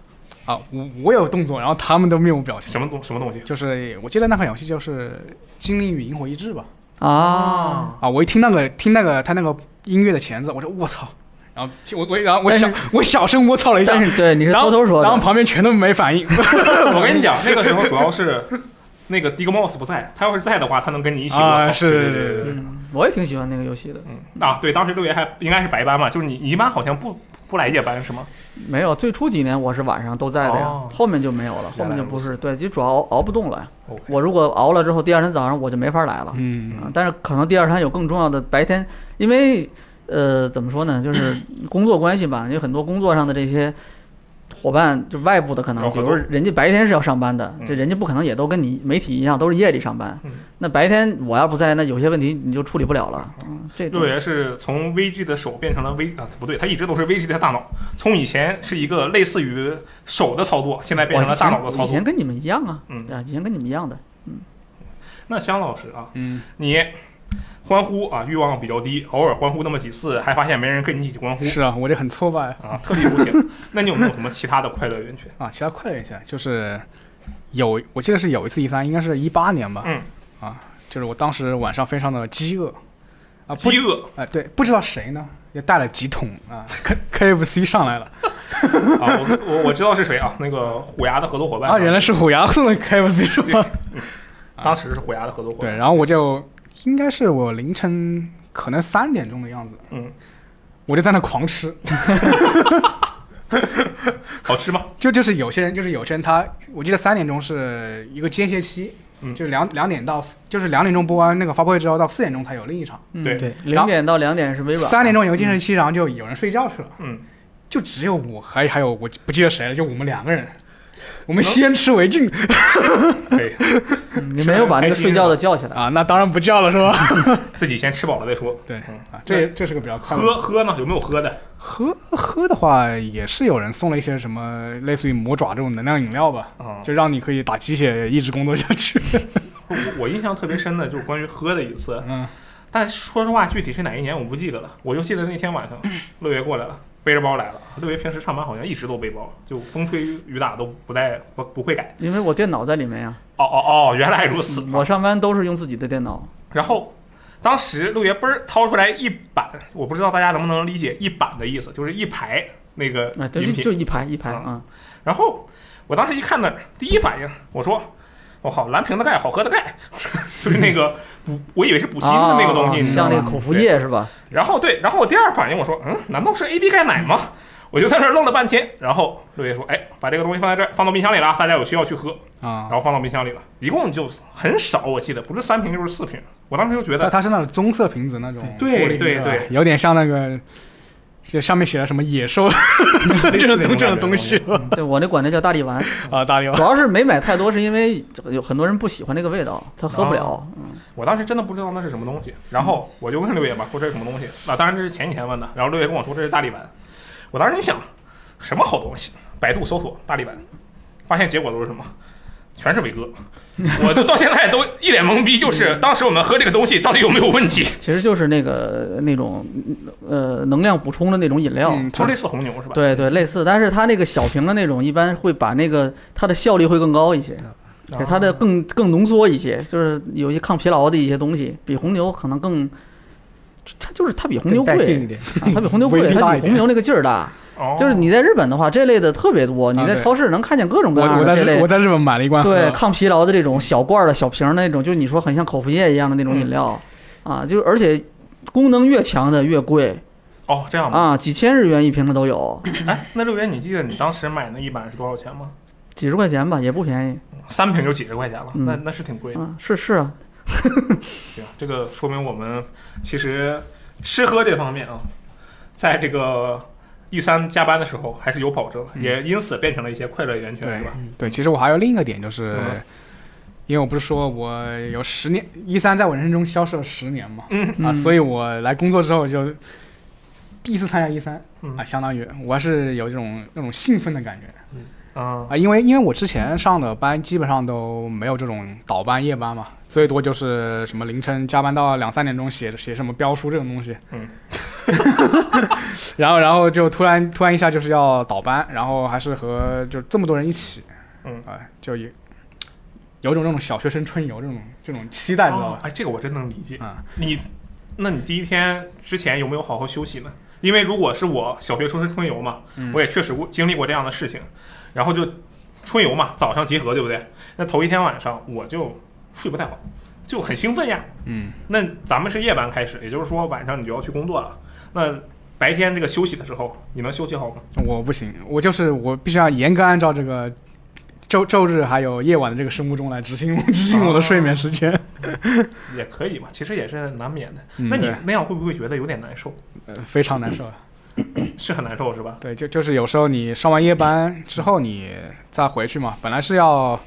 Speaker 3: 啊，我我有动作，然后他们都面无表情。
Speaker 1: 什么东什么东西
Speaker 3: 就是我记得那款游戏就是《精灵与萤火一致》吧？
Speaker 4: 啊，？
Speaker 3: 啊，我一听那个听那个他那个音乐的前奏，我说我操，然后我我然后我小我小声我操了一下，
Speaker 4: 但是对你是
Speaker 3: 然后
Speaker 4: 偷偷说
Speaker 3: 然后
Speaker 4: 的，
Speaker 3: 旁边全都没反应。
Speaker 1: 我跟你讲，那个时候主要是那个 Dig Moss 不在，他要是在的话，他能跟你一起
Speaker 3: 啊
Speaker 1: 我操
Speaker 3: 是
Speaker 1: 对对对对对。
Speaker 4: 嗯，我也挺喜欢那个游戏的。
Speaker 1: 嗯啊，对，当时六爷还应该是白班嘛，就是你你一般好像不不来夜班是吗？
Speaker 4: 没有，最初几年我是晚上都在的呀，
Speaker 1: 哦
Speaker 4: 后面就没有了，后面就不是对，就主要熬熬不动了。
Speaker 1: OK
Speaker 4: 我如果熬了之后，第二天早上我就没法来了。
Speaker 3: 嗯
Speaker 4: 啊，但是可能第二天有更重要的白天，因为呃，怎么说呢，就是工作关系吧，有很多工作上的这些伙伴，就外部的可
Speaker 1: 要
Speaker 4: 能，比
Speaker 1: 合
Speaker 4: 如
Speaker 1: 作
Speaker 4: 说人家白天是要上班的，
Speaker 1: 嗯
Speaker 4: 这人家不可能也都跟你媒体一样都是夜里上班
Speaker 1: 嗯。
Speaker 4: 那白天我要不在，那有些问题你就处理不了了。嗯，这种
Speaker 1: 六爷是从 VG 的手变成了 V 啊，不对，他一直都是 VG 的大脑，从以前是一个类似于手的操作，现在变
Speaker 4: 我
Speaker 1: 成
Speaker 4: 以
Speaker 1: 了大
Speaker 4: 前
Speaker 1: 脑的
Speaker 4: 我
Speaker 1: 操
Speaker 4: 以
Speaker 1: 作
Speaker 4: 前。跟你们一样啊，
Speaker 1: 嗯，
Speaker 4: 啊，以前跟你们一样的。
Speaker 1: 那香老师啊，
Speaker 3: 嗯，
Speaker 1: 你欢呼啊，欲望比较低，偶尔欢呼那么几次，还发现没人跟你一起欢呼
Speaker 3: 是啊，我就很挫败
Speaker 1: 啊，特立独行。那你有没有什么其他的快乐源泉？
Speaker 3: 啊。其他快乐一下，就是有 E 我记得是有一次一三，应该是一八年吧。
Speaker 1: 嗯。
Speaker 3: 啊，就是我当时晚上非常的饥饿，啊，不
Speaker 1: 饥饿，
Speaker 3: 啊，对，不知道谁呢，也带了几桶啊，K KFC 上来了
Speaker 1: 啊，我我我知道是谁啊，那个虎牙的合作伙伴啊
Speaker 3: 啊，原来是虎牙送的 KFC 是吧？
Speaker 1: 当时是虎牙的合作伙
Speaker 3: 对，
Speaker 1: 伴，
Speaker 3: 然后我就应该是我凌晨可能三点钟的样子，
Speaker 1: 嗯，
Speaker 3: 我就在那狂吃，
Speaker 1: 好吃吗？
Speaker 3: 就就是有些人，就是有些人他，我记得三点钟是一个间歇期，
Speaker 1: 嗯
Speaker 3: 就两两点到四，就是两点钟播完那个发布会之后，到四点钟才有另一场。
Speaker 4: 嗯
Speaker 1: 对
Speaker 2: 对，
Speaker 3: 然
Speaker 4: 零
Speaker 3: 后
Speaker 4: 点到两点是微软，
Speaker 3: 三点
Speaker 1: 啊
Speaker 3: 钟有个间歇期，然后就有人睡觉去了，
Speaker 1: 嗯，
Speaker 3: 就只有我还还有我不记得谁了，就我们两个人，我
Speaker 1: 嗯
Speaker 3: 们先吃为敬、
Speaker 1: 可以，
Speaker 4: 嗯你没有把那个睡觉的叫起来。
Speaker 3: 啊，那当然不叫了是
Speaker 1: 嗯
Speaker 3: 吧？
Speaker 1: 自己先吃饱了再 说。
Speaker 3: 对
Speaker 1: 嗯
Speaker 3: 啊，这也这是个比较快乐。
Speaker 1: 喝喝呢？有没有喝的？
Speaker 3: 喝喝的话，也是有人送了一些什么类似于魔爪这种能量饮料吧，
Speaker 1: 啊、
Speaker 3: 就让你可以打鸡血一直工作下去。
Speaker 1: 我我印象特别深的就是关于喝的一次，
Speaker 3: 嗯，
Speaker 1: 但说实话，具体是哪一年我不记得了，我就记得那天晚上六爷过来了，背着包来了。六爷平时上班好像一直都背包，就风吹雨打都不带不不会改。
Speaker 4: 因为我电脑在里面呀、
Speaker 1: 哦哦哦，原来如此。
Speaker 4: 我上班都是用自己的电脑。
Speaker 1: 然后当时六爷嘣儿掏出来一板，我不知道大家能不能理解一板的意思，就是一排那个
Speaker 4: 哎，对，
Speaker 1: 饮
Speaker 4: 就
Speaker 1: 品。
Speaker 4: 就一排一排啊、
Speaker 1: 然后我当时一看那儿，第一反应我说。我靠，蓝瓶的钙，好喝的钙， 就是那个补，我以为是补
Speaker 4: 嗯
Speaker 1: 心的那个东西，
Speaker 4: 啊
Speaker 1: 你知道
Speaker 4: 像
Speaker 1: 吗
Speaker 4: 那个口服液是吧？
Speaker 1: 然后对，然后我第二反应我说，嗯，难道是 AB 钙奶吗？我就在那儿愣了半天。然后六爷说，哎，把这个东西放在这儿，放到冰箱里了，大家有需要去喝。
Speaker 3: 啊
Speaker 1: 然，后放到冰箱里了，一共就很少，我记得不是三瓶就是四瓶。我当时就觉
Speaker 3: 它
Speaker 1: 得，
Speaker 3: 它是那种棕色瓶子那种玻
Speaker 1: 对
Speaker 3: 璃瓶，
Speaker 1: 对
Speaker 3: 是吧
Speaker 1: 对
Speaker 3: 有点像那个，这上面写了什么野兽 这种东这种东西
Speaker 4: 嗯对我那管那叫大 力丸，
Speaker 3: 啊，大力 丸
Speaker 4: 主要是没买太多，是因为有很多人不喜欢那个味道，他喝不
Speaker 1: 哦
Speaker 4: 了。
Speaker 1: 我当时真的不知道那是什么东西。然后我就问六爷嘛，说这是什么东西？啊，当然这是前几天问的。然后六爷跟我说这是大力丸。我当时一想，什么好东西？百度搜索大力丸，发现结果都是什么？全是伟哥。我就到现在都一脸懵逼，就是当时我们喝这个东西到底有没有问题？
Speaker 4: 其实就是那个那种呃能量补充的那种饮料，
Speaker 3: 嗯
Speaker 1: 就类似红牛是吧？
Speaker 4: 对对，类似，但是它那个小瓶的那种，一般会把那个它的效率会更高一些，
Speaker 1: 啊，
Speaker 4: 对它
Speaker 3: 哦
Speaker 4: 的更更浓缩一些，就是有一些抗疲劳的一些东西，比红牛可能更，它就是它比红牛
Speaker 2: 更带劲一
Speaker 4: 贵，
Speaker 2: 点。
Speaker 4: 啊它比红牛
Speaker 3: 威
Speaker 4: 贵，
Speaker 3: 力大
Speaker 4: 它
Speaker 3: 一
Speaker 4: 比
Speaker 3: 点
Speaker 4: 红牛那个劲儿大。
Speaker 1: 哦
Speaker 4: 就是你在日本的话，这类的特别多，你在
Speaker 3: 啊对
Speaker 4: 超市能看见各种各
Speaker 3: 我
Speaker 4: 样
Speaker 3: 我在
Speaker 4: 的这
Speaker 3: 日
Speaker 4: 类
Speaker 3: 我。在日本买了一罐喝，
Speaker 4: 对抗疲劳的这种小罐儿的小瓶儿的那种，就是你说很像口服液一样的那种
Speaker 3: 嗯
Speaker 4: 饮料，啊，就是而且功能越强的越贵
Speaker 1: 哦，这样吗？
Speaker 4: 啊，几千日元一瓶的都有，
Speaker 1: 哎，那六爷，你记得你当时买那一版是多少钱吗？
Speaker 4: 几十块钱吧，也不便宜
Speaker 1: 三瓶就几十块钱了，
Speaker 4: 嗯
Speaker 1: 那那是挺贵的。
Speaker 4: 啊，是是啊，
Speaker 1: 行，这个说明我们其实吃喝这方面啊，在这个一三加班的时候还是有保证的，也因此变成了一些快乐源泉，
Speaker 3: 对
Speaker 1: 是吧？
Speaker 3: 对，其实我还有另一个点就是
Speaker 1: 嗯。
Speaker 3: 因为我不是说我有十年一三在我人生中消失了十年嘛，
Speaker 1: 嗯
Speaker 3: 啊，
Speaker 4: 嗯
Speaker 3: 所以我来工作之后就第一次参加一三
Speaker 1: 嗯
Speaker 3: 啊，相当于我还是有这种那种兴奋的感觉，
Speaker 1: 啊，
Speaker 3: 啊，因为因为我之前上的班基本上都没有这种倒班夜班嘛，最多就是什么凌晨加班到两三点钟写写什么标书这种东西。
Speaker 1: 嗯。
Speaker 3: 然后然后就突然突然一下就是要倒班，然后还是和就这么多人一起，
Speaker 1: 嗯
Speaker 3: 啊、就有有种那种小学生春游这种这种期待，知道
Speaker 1: 哦
Speaker 3: 吧？
Speaker 1: 哎，这个我真能理解。
Speaker 3: 啊、
Speaker 1: 你，那你第一天之前有没有好好休息呢？因为如果是我小学出身春游嘛，
Speaker 3: 嗯
Speaker 1: 我也确实过经历过这样的事情，然后就春游嘛，早上集合，对不对？那头一天晚上我就睡不太好，就很兴奋呀。
Speaker 3: 嗯，
Speaker 1: 那咱们是夜班开始，也就是说晚上你就要去工作了。那白天这个休息的时候，你能休息好吗？
Speaker 3: 我不行，我就是我必须要严格按照这个昼昼日还有夜晚的这个生物钟来执行执行我的睡眠时间。
Speaker 1: 也可以嘛，其实也是难免的。
Speaker 3: 嗯
Speaker 1: 那你
Speaker 3: 对
Speaker 1: 那样会不会觉得有点难受？
Speaker 3: 呃非常难受。
Speaker 1: 是很难受是吧？
Speaker 3: 对，就就是有时候你上完夜班之后，你再回去嘛，本来是要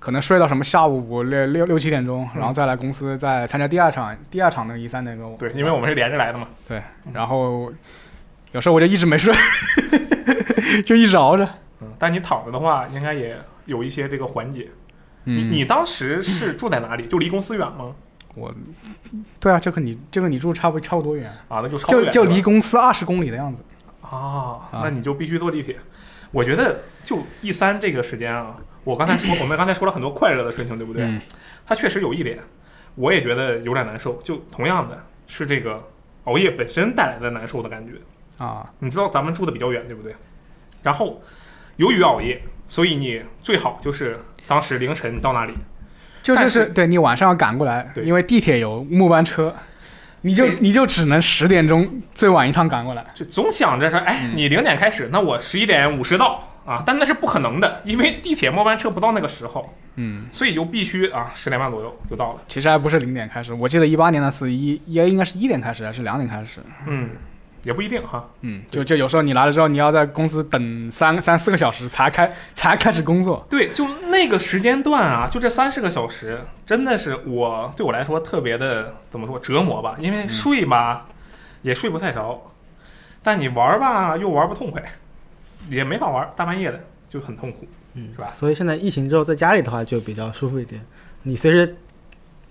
Speaker 3: 可能睡到什么下午五六六六七点钟，
Speaker 1: 嗯
Speaker 3: 然后再来公司再参加第二场第二场那个一三那个我，
Speaker 1: 对，因为我们是连着来的嘛。
Speaker 3: 然后有时候我就一直没睡， 就一直熬着。
Speaker 1: 嗯，但你躺着的话，应该也有一些这个缓解。你
Speaker 3: 嗯，
Speaker 1: 你当时是住在哪里？就离公司远吗？
Speaker 3: 我对啊，这和你这个你住差不差不多远，
Speaker 1: 啊，那就超远
Speaker 3: 就就离
Speaker 1: 是吧
Speaker 3: 公司二十公里的样子。
Speaker 1: 啊，
Speaker 3: 啊
Speaker 1: 那你就必须坐地铁。我觉得就 E 三这个时间啊，我刚才说我们刚才说了很多快乐的事情，对不对？
Speaker 3: 嗯
Speaker 1: 它确实有一点，我也觉得有点难受。就同样的，是这个熬夜本身带来的难受的感觉。
Speaker 3: 啊，
Speaker 1: 你知道咱们住的比较远，对不对？然后由于熬夜，所以你最好就是当时凌晨你到那里，
Speaker 3: 就就
Speaker 1: 但是
Speaker 3: 是对你晚上要赶过来，
Speaker 1: 对哎
Speaker 3: 因为地铁有末班车，你就
Speaker 1: 对
Speaker 3: 你就只能十点钟最晚一趟赶过来。
Speaker 1: 就总想着说，哎，你零点开始，那我十一点五十到啊，但那是不可能的，因为地铁末班车不到那个时候，
Speaker 3: 嗯，
Speaker 1: 所以就必须啊十点半左右就到了。
Speaker 3: 其实还不是零点开始，我记得一八年的四一也应该是一点开始还是两点开始。
Speaker 1: 嗯，也不一定哈。
Speaker 3: 嗯，就就有时候你来了之后，你要在公司等三三四个小时才开才开始工作。
Speaker 1: 对，就那个时间段啊，就这三十个小时，真的是我对我来说特别的怎么说折磨吧，因为睡吧、也睡不太着，但你玩儿吧又玩不痛快，也没法玩儿，大半夜的就很痛苦。
Speaker 2: 嗯
Speaker 1: 是吧
Speaker 2: 所以现在疫情之后，在家里的话就比较舒服一点，你随时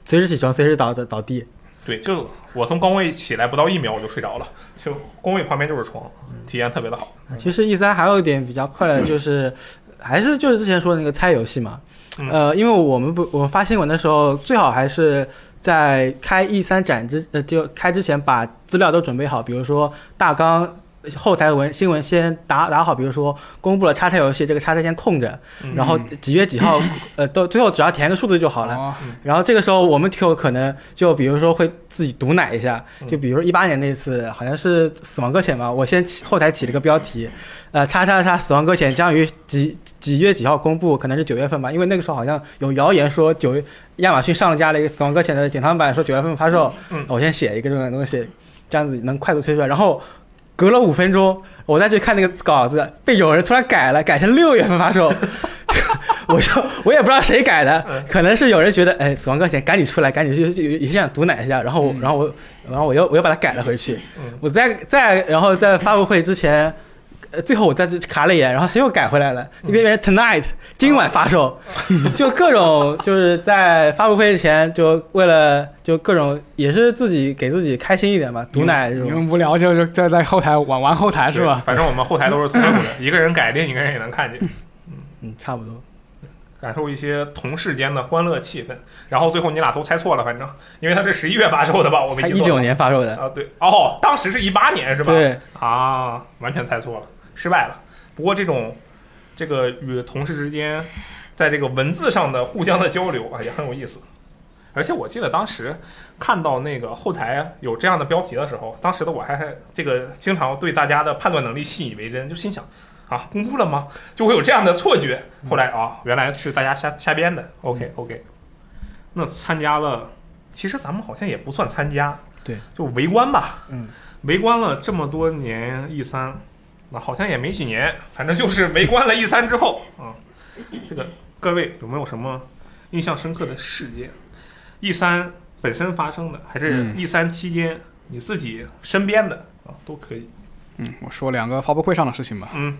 Speaker 2: 随时起床，随时倒倒倒地。
Speaker 1: 对，就我从工位起来不到一秒我就睡着了，就工位旁边就是床，
Speaker 2: 嗯
Speaker 1: 体验特别的好。
Speaker 2: 其实 E 三还有一点比较快乐，就是还是就是之前说的那个猜游戏嘛，
Speaker 1: 嗯
Speaker 2: 呃，因为我们不我们发新闻的时候，最好还是在开 E 三展之呃就开之前把资料都准备好，比如说大纲。后台文新闻先打打好，比如说公布了叉叉游戏，这个叉叉先空着，
Speaker 1: 嗯
Speaker 2: 然后几月几号，呃，都最后只要填个数字就好了。
Speaker 3: 哦
Speaker 2: 然后这个时候我们就可能就比如说会自己毒奶一下，
Speaker 1: 嗯
Speaker 2: 就比如一八年那次好像是死亡搁浅吧，我先起后台起了个标题，呃，叉叉叉死亡搁浅将于几几月几号公布，可能是九月份吧，因为那个时候好像有谣言说九月亚马逊上架了一个死亡搁浅的典藏版，说九月份发售，
Speaker 1: 嗯
Speaker 2: 我先写一个这种东西，这样子能快速推出来，然后。隔了五分钟，我再去看那个稿子，被有人突然改了，改成六月份发售， 我就我也不知道谁改的
Speaker 1: 嗯，
Speaker 2: 可能是有人觉得，哎，死亡搁浅赶紧出来，赶紧去去也想毒奶一下，然后我，然后我，然后我又我又把它改了回去
Speaker 1: 嗯，
Speaker 2: 我再再然后在发布会之前。呃，最后我再去卡了一眼，然后他又改回来了，因为变成 tonight 今晚发售，就各种就是在发布会之前，就为了就各种也是自己给自己开心一点吧，毒奶这
Speaker 3: 你
Speaker 2: 种。
Speaker 3: 们无聊就就在在后台玩玩后台是吧
Speaker 1: 对？反正我们后台都是同步的，一个人改，另一个人也能看见。
Speaker 2: 嗯，差不多。
Speaker 1: 感受一些同事间的欢乐气氛。然后最后你俩都猜错了，反正因为它是十一月发售的吧，我
Speaker 2: 他
Speaker 1: 没
Speaker 2: 一
Speaker 1: 记错
Speaker 2: 九年发售的，
Speaker 1: 啊，对，哦，当时是一八年是吧？
Speaker 2: 对，
Speaker 1: 啊，完全猜错了，失败了。不过这种这个与同事之间在这个文字上的互相的交流啊，也很有意思。而且我记得当时看到那个后台有这样的标题的时候，当时的我还还这个经常对大家的判断能力信以为真，就心想啊，公布了吗？就会有这样的错觉。
Speaker 3: 嗯
Speaker 1: 后来啊，原来是大家瞎瞎编的。OK OK，那参加了，其实咱们好像也不算参加，
Speaker 2: 对，
Speaker 1: 就围观吧。
Speaker 2: 嗯，
Speaker 1: 围观了这么多年 E 三，那好像也没几年，反正就是围观了 E 三之后啊、这个各位有没有什么印象深刻的事件？E 三本身发生的，还是
Speaker 3: 嗯
Speaker 1: E 三期间你自己身边的啊，都可以。
Speaker 3: 嗯，我说两个发布会上的事情吧。
Speaker 1: 嗯，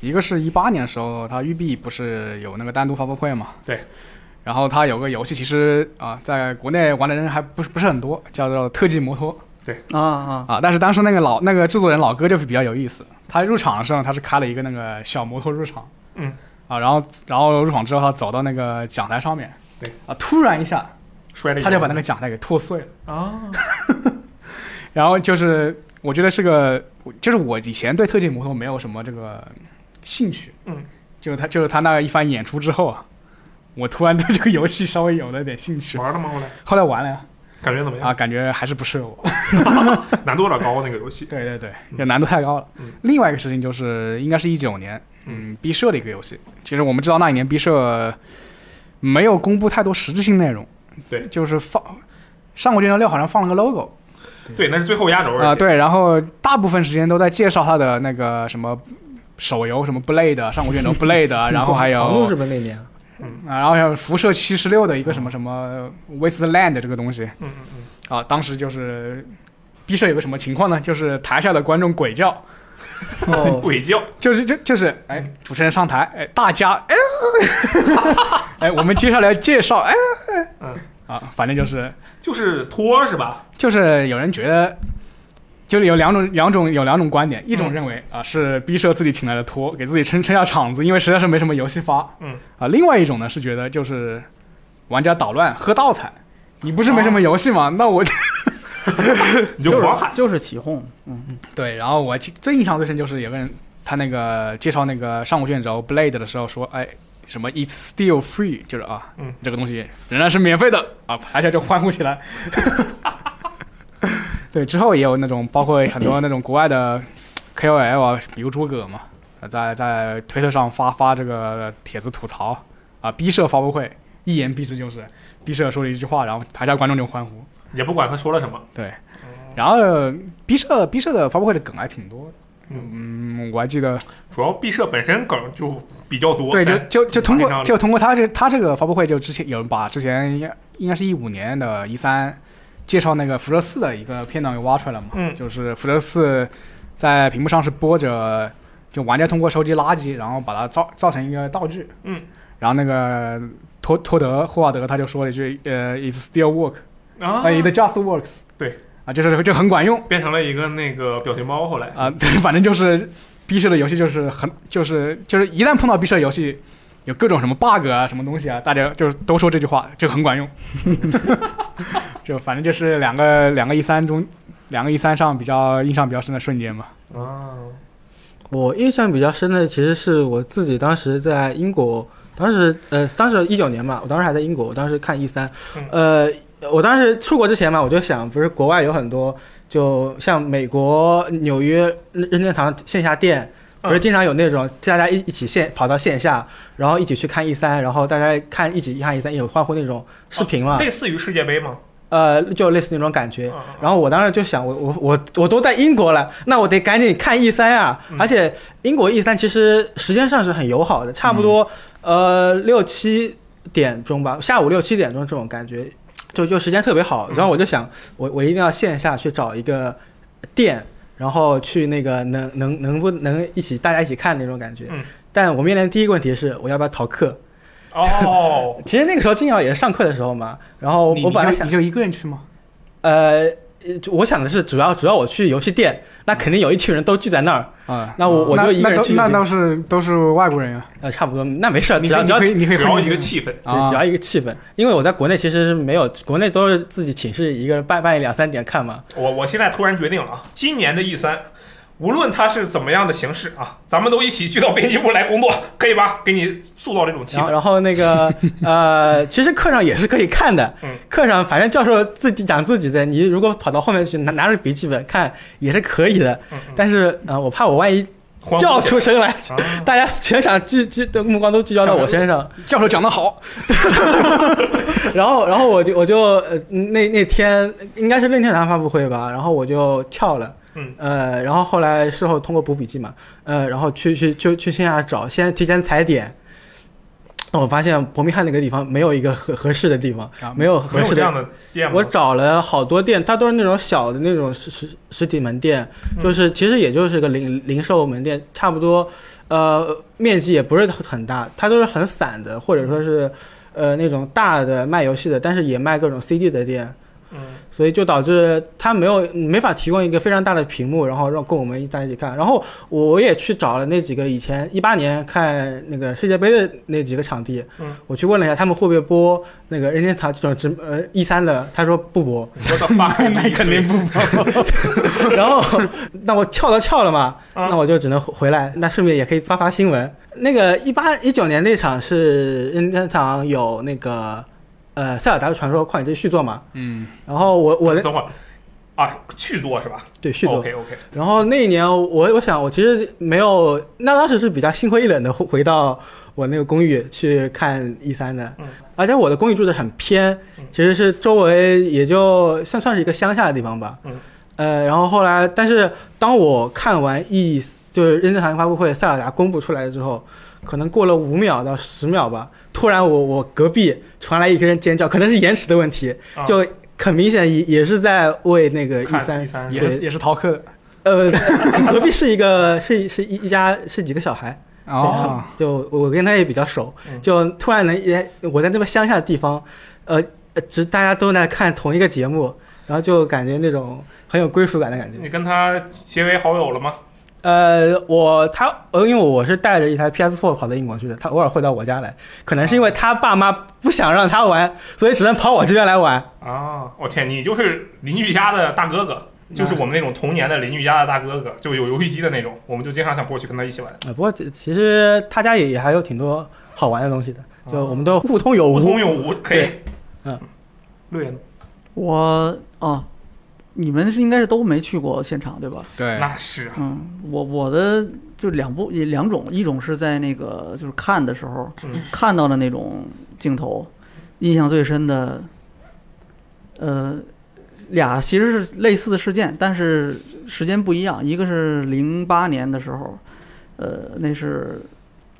Speaker 3: 一个是一八年的时候，它育碧不是有那个单独发布会嘛？
Speaker 1: 对。
Speaker 3: 然后它有个游戏，其实啊、在国内玩的人还不是不是很多，叫做《特技摩托
Speaker 4: 啊啊》
Speaker 3: 啊。但是当时那个老那个制作人老哥就是比较有意思，他入场的时候他是开了一个那个小摩托入场，
Speaker 1: 嗯，
Speaker 3: 啊，然后然后入场之后他走到那个讲台上面，
Speaker 1: 对，
Speaker 3: 啊，突然一下
Speaker 1: 摔了一跤，
Speaker 3: 他就把那个讲台给剁碎了。
Speaker 1: 啊，
Speaker 3: 然后就是我觉得是个，就是我以前对特技摩托没有什么这个兴趣，
Speaker 1: 嗯，
Speaker 3: 就是他就是他那一番演出之后啊，我突然对这个游戏稍微有了点兴 趣，
Speaker 1: 玩了吗？后来
Speaker 3: 后来玩了呀，
Speaker 1: 感觉怎么样？
Speaker 3: 啊，感觉还是不适合我，
Speaker 1: 难度有点高，那个游戏。
Speaker 3: 对对对，
Speaker 1: 嗯
Speaker 3: 这难度太高了。
Speaker 1: 嗯
Speaker 3: 另外一个事情就是应该是一九年，
Speaker 1: 嗯
Speaker 3: 嗯，B 社的一个游戏，其实我们知道那一年 B 社没有公布太多实质性内容，
Speaker 1: 对
Speaker 3: 就是放上过《剑桥六》好像放了个 logo，
Speaker 1: 对，那是最后压轴
Speaker 3: 啊、
Speaker 1: 而且
Speaker 3: 对，然后大部分时间都在介绍他的那个什么手游，什么 Blade 上古卷轴 Blade，啊然后还有
Speaker 2: 狂怒是
Speaker 3: 啊，
Speaker 2: 不是那年？
Speaker 3: 然后还有辐射七十六的一个什么什么 Wasteland 这个东西
Speaker 1: 嗯嗯嗯，
Speaker 3: 啊，当时就是。B 社有个什么情况呢？就是台下的观众鬼叫，
Speaker 2: 哦，
Speaker 1: 鬼叫，
Speaker 3: 就是就就是，哎，主持人上台，哎，大家，哎， 哎，我们接下来介绍，哎，
Speaker 1: 嗯
Speaker 3: 啊，反正就是
Speaker 1: 就是托是吧？
Speaker 3: 就是有人觉得，就是有两种两种有两种观点，一
Speaker 1: 嗯
Speaker 3: 种认为啊、是 B 社自己请来的托，给自己撑撑下场子，因为实在是没什么游戏发。
Speaker 1: 嗯
Speaker 3: 啊，另外一种呢是觉
Speaker 1: 哦
Speaker 3: 得就是玩家捣乱喝倒彩，你不是没什么游戏吗？那我
Speaker 1: 你
Speaker 4: 就
Speaker 1: 就是狂喊。
Speaker 4: 就是起哄，嗯，
Speaker 3: 对，然后我记最印象最深就是有个人他那个介绍那个上古卷轴 Blade 的时候说，哎，什么 It's still free，就是啊，
Speaker 1: 嗯，
Speaker 3: 这个东西仍然是免费的啊，大家就欢呼起来。 对，之后也有那种包括很多那种国外的 KOL 啊，比如诸葛嘛，在在推特上发发这个帖子吐槽啊，逼社发布会一言蔽之就是逼社说了一句话，然后台下观众就欢呼。
Speaker 1: 也不管他说了什么，
Speaker 3: 然后呃 B 社 B 社的发布会的梗还挺多的，嗯，我还记得，
Speaker 1: 主要毕设本身梗就比较多。
Speaker 3: 对，就
Speaker 1: 在
Speaker 3: 就就通
Speaker 1: 马
Speaker 3: 过
Speaker 1: 上
Speaker 3: 就通过他这他这个发布会，就之前有人把之前应该应该是一五年的一三介绍那个辐射四的一个片段给挖出来了嘛，
Speaker 1: 嗯
Speaker 3: 就是辐射四在屏幕上是播着，就玩家通过收集垃圾，然后把它造造成一个道具，
Speaker 1: 嗯，
Speaker 3: 然后那个托托德霍华德他就说了一句，呃，It still work，
Speaker 1: 啊
Speaker 3: 呃、，，It just works，
Speaker 1: 对，
Speaker 3: 啊，就是就很管用。
Speaker 1: 变成了一个那个表情包。后来，
Speaker 3: 啊，对， 反正就是逼社的游戏就是很就是就是一旦碰到逼社游戏，有各种什么 bug 啊什么东西啊，大家就是都说这句话，就很管用。 就反正就是两个两个一三中两个一三上比较印象比较深的瞬间嘛。
Speaker 1: 啊，
Speaker 2: 我印象比较深的其实是我自己当时在英国，当时呃，当时一九年嘛，我当时还在英国，我当时看 E 三，呃，我当时出国之前嘛，我就想，不是国外有很多，就像美国纽约任任天堂线下店。不是经常有那种大家一一起线跑到线下，然后一起去看 E 三，然后大家看一起看 E 三，有欢呼那种视频嘛，
Speaker 1: 类似于世界杯嘛。
Speaker 2: 呃，就类似那种感觉。
Speaker 1: 啊
Speaker 2: 然后我当时就想，我我我我都在英国了，那我得赶紧看 E 三啊！
Speaker 1: 嗯
Speaker 2: 而且英国 E 三其实时间上是很友好的，差不多、
Speaker 1: 嗯
Speaker 2: 呃六七点钟吧，下午六七点钟这种感觉，就就时间特别好。
Speaker 1: 嗯
Speaker 2: 然后我就想，我我一定要线下去找一个店，然后去那个能能能不能一起大家一起看那种感觉。
Speaker 1: 嗯
Speaker 2: 但我面临的第一个问题是，我要不要逃课？
Speaker 1: 哦，
Speaker 2: 其实那个时候正好也是上课的时候嘛，然后
Speaker 3: 你
Speaker 2: 我
Speaker 3: 你
Speaker 2: 本来
Speaker 3: 就
Speaker 2: 想
Speaker 3: 你。就一个人去吗？
Speaker 2: 呃，呃就我想的是，主要主要我去游戏店，那肯定有一群人都聚在那儿，
Speaker 3: 啊、
Speaker 2: 那我我就一个人去
Speaker 3: 那
Speaker 2: 就行，
Speaker 3: 那都是都是外国人呀、
Speaker 2: 呃，差不多，那没事儿，
Speaker 3: 你
Speaker 2: 只
Speaker 3: 可
Speaker 2: 要只要
Speaker 3: 以你可
Speaker 2: 对，
Speaker 3: 以 你可以
Speaker 1: 只
Speaker 3: 回
Speaker 1: 要
Speaker 3: 去
Speaker 1: 一个
Speaker 3: 看
Speaker 1: 气氛，
Speaker 3: 啊
Speaker 2: 只要一个气氛，因为我在国内其实没有，国内都是自己寝室一个人半半夜两三点看嘛，
Speaker 1: 我我现在突然决定了啊，今年的 E 三，无论它是怎么样的形式啊，咱们都一起聚到编辑部来工作，可以吧？给你塑造这种气
Speaker 2: 然后
Speaker 3: 啊
Speaker 1: 氛。
Speaker 2: 然后那 个呃，其实课上也是可以看的
Speaker 1: 嗯，
Speaker 2: 课上反正教授自己讲自己的，你如果跑到后面去拿拿着笔记本看也是可以的，
Speaker 1: 嗯嗯
Speaker 2: 但是呃，我怕我万一
Speaker 1: 欢呼
Speaker 2: 叫
Speaker 1: 起
Speaker 2: 出声来，
Speaker 1: 来啊
Speaker 2: 大家全场聚聚的目光都聚焦到我身上，
Speaker 3: 教授讲得好，
Speaker 2: 然后，然后我就我就呃那那天应该是任天堂发布会吧，然后我就跳了，
Speaker 1: 嗯，
Speaker 2: 呃，然后后来事后通过补笔记嘛，呃，然后去去就去线下找，先提前踩点。哦但我发现伯明翰那个地方没有一个合合适的地方，
Speaker 3: 啊
Speaker 2: 没有
Speaker 1: 没
Speaker 2: 合
Speaker 1: 有
Speaker 2: 适
Speaker 1: 这
Speaker 2: 的
Speaker 1: 样的店吗
Speaker 2: 我？找了好多店，它都是那种小的那种实实实体门店，
Speaker 1: 嗯
Speaker 2: 就是其实也就是个零零售门店，差不多，呃，面积也不是很大，它都是很散的，或者说是，呃，那种大的卖游戏的，但是也卖各种 CD 的店，
Speaker 1: 嗯，
Speaker 2: 所以就导致它没有没法提供一个非常大的屏幕，然后让供我们大家一起看。然后我也去找了那几个以前一八年看那个世界杯的那几个场地，
Speaker 1: 嗯
Speaker 2: 我去问了一下他们会不会播那个任天堂这种直呃 E 三的，他说不 播。
Speaker 1: 我的妈呀，
Speaker 3: 那肯定不
Speaker 2: 然后那我翘都翘了嘛，
Speaker 1: 啊
Speaker 2: 那我就只能回回来，那顺便也可以发发新闻。那个一八一九年那场是任天堂有那个呃《塞尔达传说：旷野之续作》嘛，
Speaker 3: 嗯，
Speaker 2: 然后我我的
Speaker 1: 等会儿啊，去做是吧？
Speaker 2: 对续作
Speaker 1: OK OK，
Speaker 2: 然后那一年我，我想我其实没有，那当时是比较心灰意冷的回回到我那个公寓去看一三的，
Speaker 1: 嗯
Speaker 2: 而且我的公寓住的很偏
Speaker 1: 嗯，
Speaker 2: 其实是周围也就算算是一个乡下的地方吧，
Speaker 1: 嗯
Speaker 2: 呃，然后后来，但是当我看完 E 就是任天堂发布会塞尔达公布出来之后，可能过了五秒到十秒吧，突然我我隔壁传来一个人尖叫，可能是延迟的问题，
Speaker 1: 啊
Speaker 2: 就很明显也也是在为那个 E
Speaker 1: 看
Speaker 2: 三
Speaker 1: 第三
Speaker 3: 也是
Speaker 2: 对
Speaker 3: 也是逃课的
Speaker 2: 呃，隔壁是一个是是一一家是几个小孩，对
Speaker 3: 哦，
Speaker 2: 就我跟他也比较熟，
Speaker 1: 嗯
Speaker 2: 就突然能也我在这么乡下的地方，呃，呃只大家都在看同一个节目，然后就感觉那种很有归属感的感觉。
Speaker 1: 你跟他结为好友了吗？
Speaker 2: 呃，我他呃，因为我是带着一台 PS4 跑到英国去的，他偶尔会到我家来，可能是因为他爸妈不想让他玩，所以只能跑我这边来玩。
Speaker 1: 啊！我天，你就是邻居家的大哥哥，就是我们那种童年的邻居家的大哥哥，就有游戏机的那种，我们就经常想过去跟他一起玩。
Speaker 2: 呃，不过这其实他家也也还有挺多好玩的东西的，就我们都哦互通有无。
Speaker 1: 无通有无，可以
Speaker 2: 对。嗯，
Speaker 1: 六爷呢，
Speaker 4: 我哦，你们是应该是都没去过现场对吧？
Speaker 3: 对，
Speaker 1: 那是啊
Speaker 4: 嗯，我我的就两部也两种，一种是在那个就是看的时候、
Speaker 1: 嗯
Speaker 4: 看到的那种镜头，印象最深的，呃，俩其实是类似的事件，但是时间不一样。一个是零八年的时候，呃，那是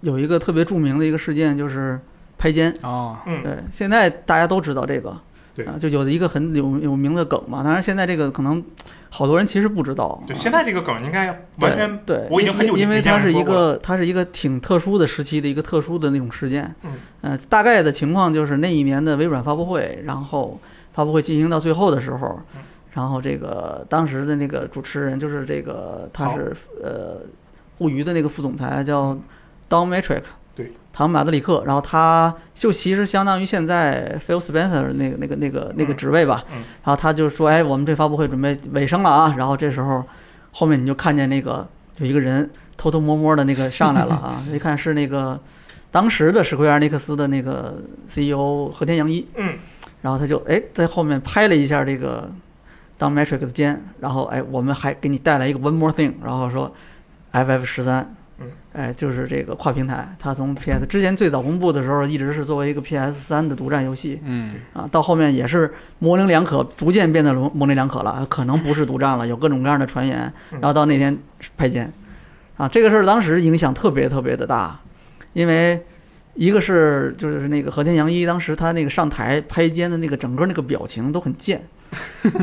Speaker 4: 有一个特别著名的一个事件，就是拍肩。
Speaker 3: 哦，
Speaker 1: 嗯，
Speaker 4: 对，现在大家都知道这个，
Speaker 1: 对
Speaker 4: 啊，就有一个很有有名的梗嘛。当然，现在这个可能好多人其实不知道，
Speaker 1: 就
Speaker 4: 啊
Speaker 1: 现在这个梗应该
Speaker 4: 对
Speaker 1: 完全
Speaker 4: 对，
Speaker 1: 我已经
Speaker 4: 因
Speaker 1: 很久
Speaker 4: 因因
Speaker 1: 没
Speaker 4: 为
Speaker 1: 见
Speaker 4: 它
Speaker 1: 人
Speaker 4: 是
Speaker 1: 说
Speaker 4: 一
Speaker 1: 过
Speaker 4: 个它是一个挺特殊的时期的一个特殊的那种事件。
Speaker 1: 嗯，
Speaker 4: 呃，大概的情况就是那一年的微软发布会，然后发布会进行到最后的时候
Speaker 1: 嗯，
Speaker 4: 然后这个当时的那个主持人就是这个他
Speaker 1: 好
Speaker 4: 是呃互娱的那个副总裁叫 Don Matrick。
Speaker 1: 对。
Speaker 4: 唐马德里克，然后他就其实相当于现在 Phil Spencer 那个那个那个那个
Speaker 1: 嗯
Speaker 4: 职位吧，
Speaker 1: 嗯
Speaker 4: 然后他就说，哎，我们这发布会准备尾声了啊，然后这时候后面你就看见那个有一个人偷偷摸摸的那个上来 了啊，一看是那个当时的史奎尔尼克斯的那个 CEO 和田洋一，
Speaker 1: 嗯，
Speaker 4: 然后他就哎在后面拍了一下这个当 Matrix 的肩，然后哎我们还给你带来一个 One More Thing，然后说 FF 十三
Speaker 1: 嗯。
Speaker 4: 哎，就是这个跨平台，它从 PS 之前最早公布的时候，一直是作为一个 PS 三的独占游戏，
Speaker 3: 嗯，
Speaker 4: 啊，到后面也是模棱两可，逐渐变得模模棱两可了，可能不是独占了，有各种各样的传言，
Speaker 1: 嗯
Speaker 4: 然后到那天拍肩，啊，这个事儿当时影响特别特别的大，因为一个是就是那个和田洋一当时他那个上台拍肩的那个整个那个表情都很贱，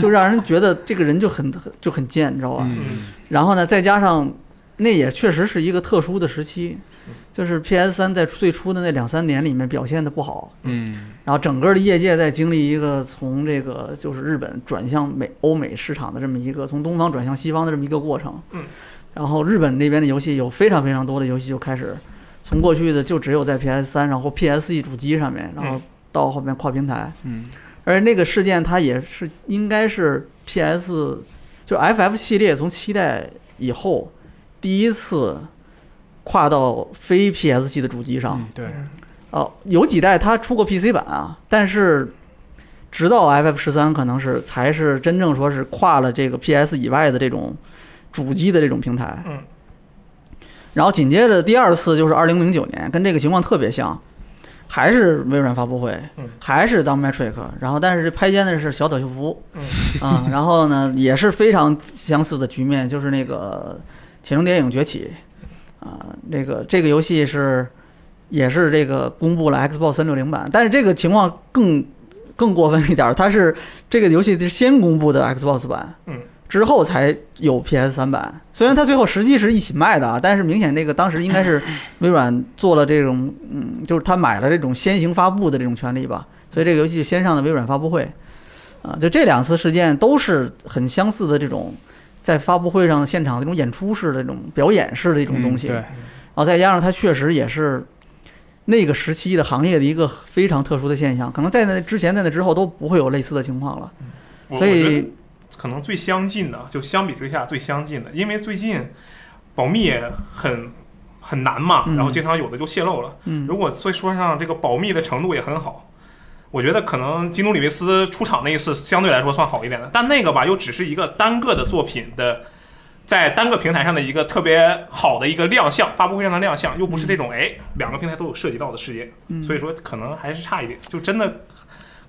Speaker 4: 就让人觉得这个人就很很就很贱，你知道吧？
Speaker 3: 嗯，
Speaker 4: 然后呢，再加上那也确实是一个特殊的时期，就是 PS 三在最初的那两三年里面表现的不好，
Speaker 3: 嗯，
Speaker 4: 然后整个的业界在经历一个从这个就是日本转向美欧美市场的这么一个从东方转向西方的这么一个过程。
Speaker 1: 嗯，
Speaker 4: 然后日本那边的游戏有非常非常多的游戏就开始从过去的就只有在 PS 三，然后 PSE 主机上面，然后到后面跨平台。
Speaker 3: 嗯，
Speaker 4: 而那个事件它也是应该是 PS 就 FF 系列从七代以后第一次跨到非 PS 系的主机
Speaker 2: 啊
Speaker 4: 上。
Speaker 3: 嗯对，
Speaker 4: 哦，有几代它出过 PC 版啊，但是直到 FF 十三可能是才是真正说是跨了这个 PS 以外的这种主机的这种平台。
Speaker 1: 嗯。
Speaker 4: 然后紧接着第二次就是二零零九年，跟这个情况特别像，还是微软发布会，
Speaker 1: 嗯
Speaker 4: 还是当 Matrix，然后但是拍肩的是小岛秀夫，
Speaker 1: 嗯
Speaker 4: 啊、然后呢也是非常相似的局面，就是那个《潜龙谍影崛起》啊、那个这个游戏是也是这个公布了 Xbox 三六零版，但是这个情况更更过分一点儿，它是这个游戏是先公布的 Xbox 版，
Speaker 1: 嗯，
Speaker 4: 之后才有 PS 三版。虽然它最后实际是一起卖的啊，但是明显这个当时应该是微软做了这种，嗯，就是他买了这种先行发布的这种权利吧，所以这个游戏先上的微软发布会，啊，就这两次事件都是很相似的这种。在发布会上现场那种演出式的、这种表演式的一
Speaker 3: 这
Speaker 4: 种东西，
Speaker 3: 对，
Speaker 4: 然后再加上它确实也是那个时期的行业的一个非常特殊的现象，可能在那之前、在那之后都不会有类似的情况了。
Speaker 1: 我
Speaker 4: 所
Speaker 1: 我觉得
Speaker 4: 以，
Speaker 1: 可能最相近的，就相比之下最相近的，因为最近保密也很很难嘛，
Speaker 4: 嗯
Speaker 1: 然后经常有的就泄露了。
Speaker 4: 嗯，
Speaker 1: 如果所以说上这个保密的程度也很好，我觉得可能基努里维斯出场那一次相对来说算好一点的，但那个吧又只是一个单个的作品的，在单个平台上的一个特别好的一个亮相，发布会上的亮相，又不是这种哎两个平台都有涉及到的事件，
Speaker 4: 嗯
Speaker 1: 所以说可能还是差一点，就真的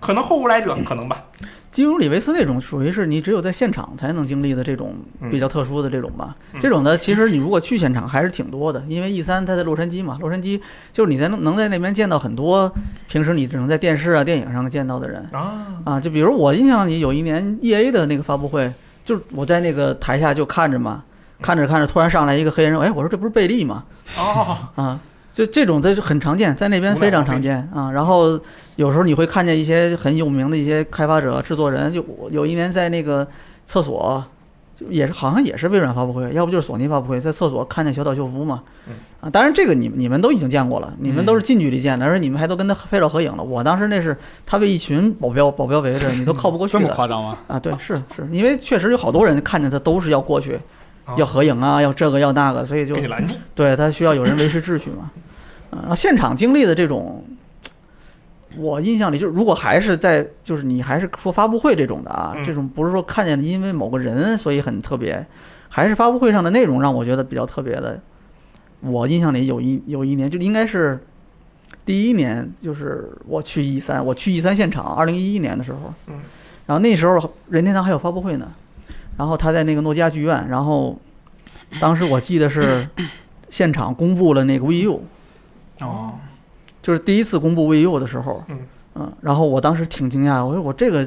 Speaker 1: 可能后无来者可能吧，
Speaker 4: 基努里维斯那种属于是你只有在现场才能经历的这种
Speaker 1: 嗯
Speaker 4: 比较特殊的这种吧。
Speaker 1: 嗯
Speaker 4: 这种的其实你如果去现场还是挺多的，因为 E 三它在洛杉矶嘛，洛杉矶就是你在能能在那边见到很多平时你只能在电视啊、电影上见到的人。
Speaker 1: 啊，
Speaker 4: 啊，就比如我印象里有一年 E A 的那个发布会，就是我在那个台下就看着嘛，看着看着突然上来一个黑人，哎，我说这不是贝利吗？
Speaker 1: 哦，
Speaker 4: 啊，就这种在很常见，在那边非常常见啊。然后有时候你会看见一些很有名的一些开发者、制作人，就我有一年在那个厕所就也是好像也是微软发布会，要不就是索尼发布会，在厕所看见小岛秀夫嘛
Speaker 1: 嗯。
Speaker 4: 啊，当然这个你你们都已经见过了，你们都
Speaker 3: 嗯
Speaker 4: 是近距离见的，而且你们还都跟他拍照合影了。我当时那是他被一群保镖保镖围着，你都靠不过去
Speaker 3: 这么
Speaker 4: 的
Speaker 3: 夸张吗？
Speaker 4: 啊。对，是是，因为确实有好多人看见他都是要过去
Speaker 1: 啊，
Speaker 3: 哦
Speaker 4: 要合影啊，要这个要那个，所以就
Speaker 1: 给你拦住，
Speaker 4: 对他需要有人维持秩序嘛。啊，然后现场经历的这种，我印象里就是，如果还是在就是你还是说发布会这种的啊
Speaker 1: 嗯，
Speaker 4: 这种不是说看见因为某个人所以很特别，还是发布会上的内容让我觉得比较特别的。我印象里有一有一年就应该是第一年，就是我去一三，我去一 E 三现场，二零一一年的时候，
Speaker 1: 嗯，
Speaker 4: 然后那时候任天堂还有发布会呢，然后他在那个诺基亚剧院，然后当时我记得是现场公布了那个 VU，
Speaker 3: 哦，
Speaker 4: 就是第一次公布 VU 的时候，
Speaker 1: 嗯
Speaker 4: 然后我当时挺惊讶，我说我这个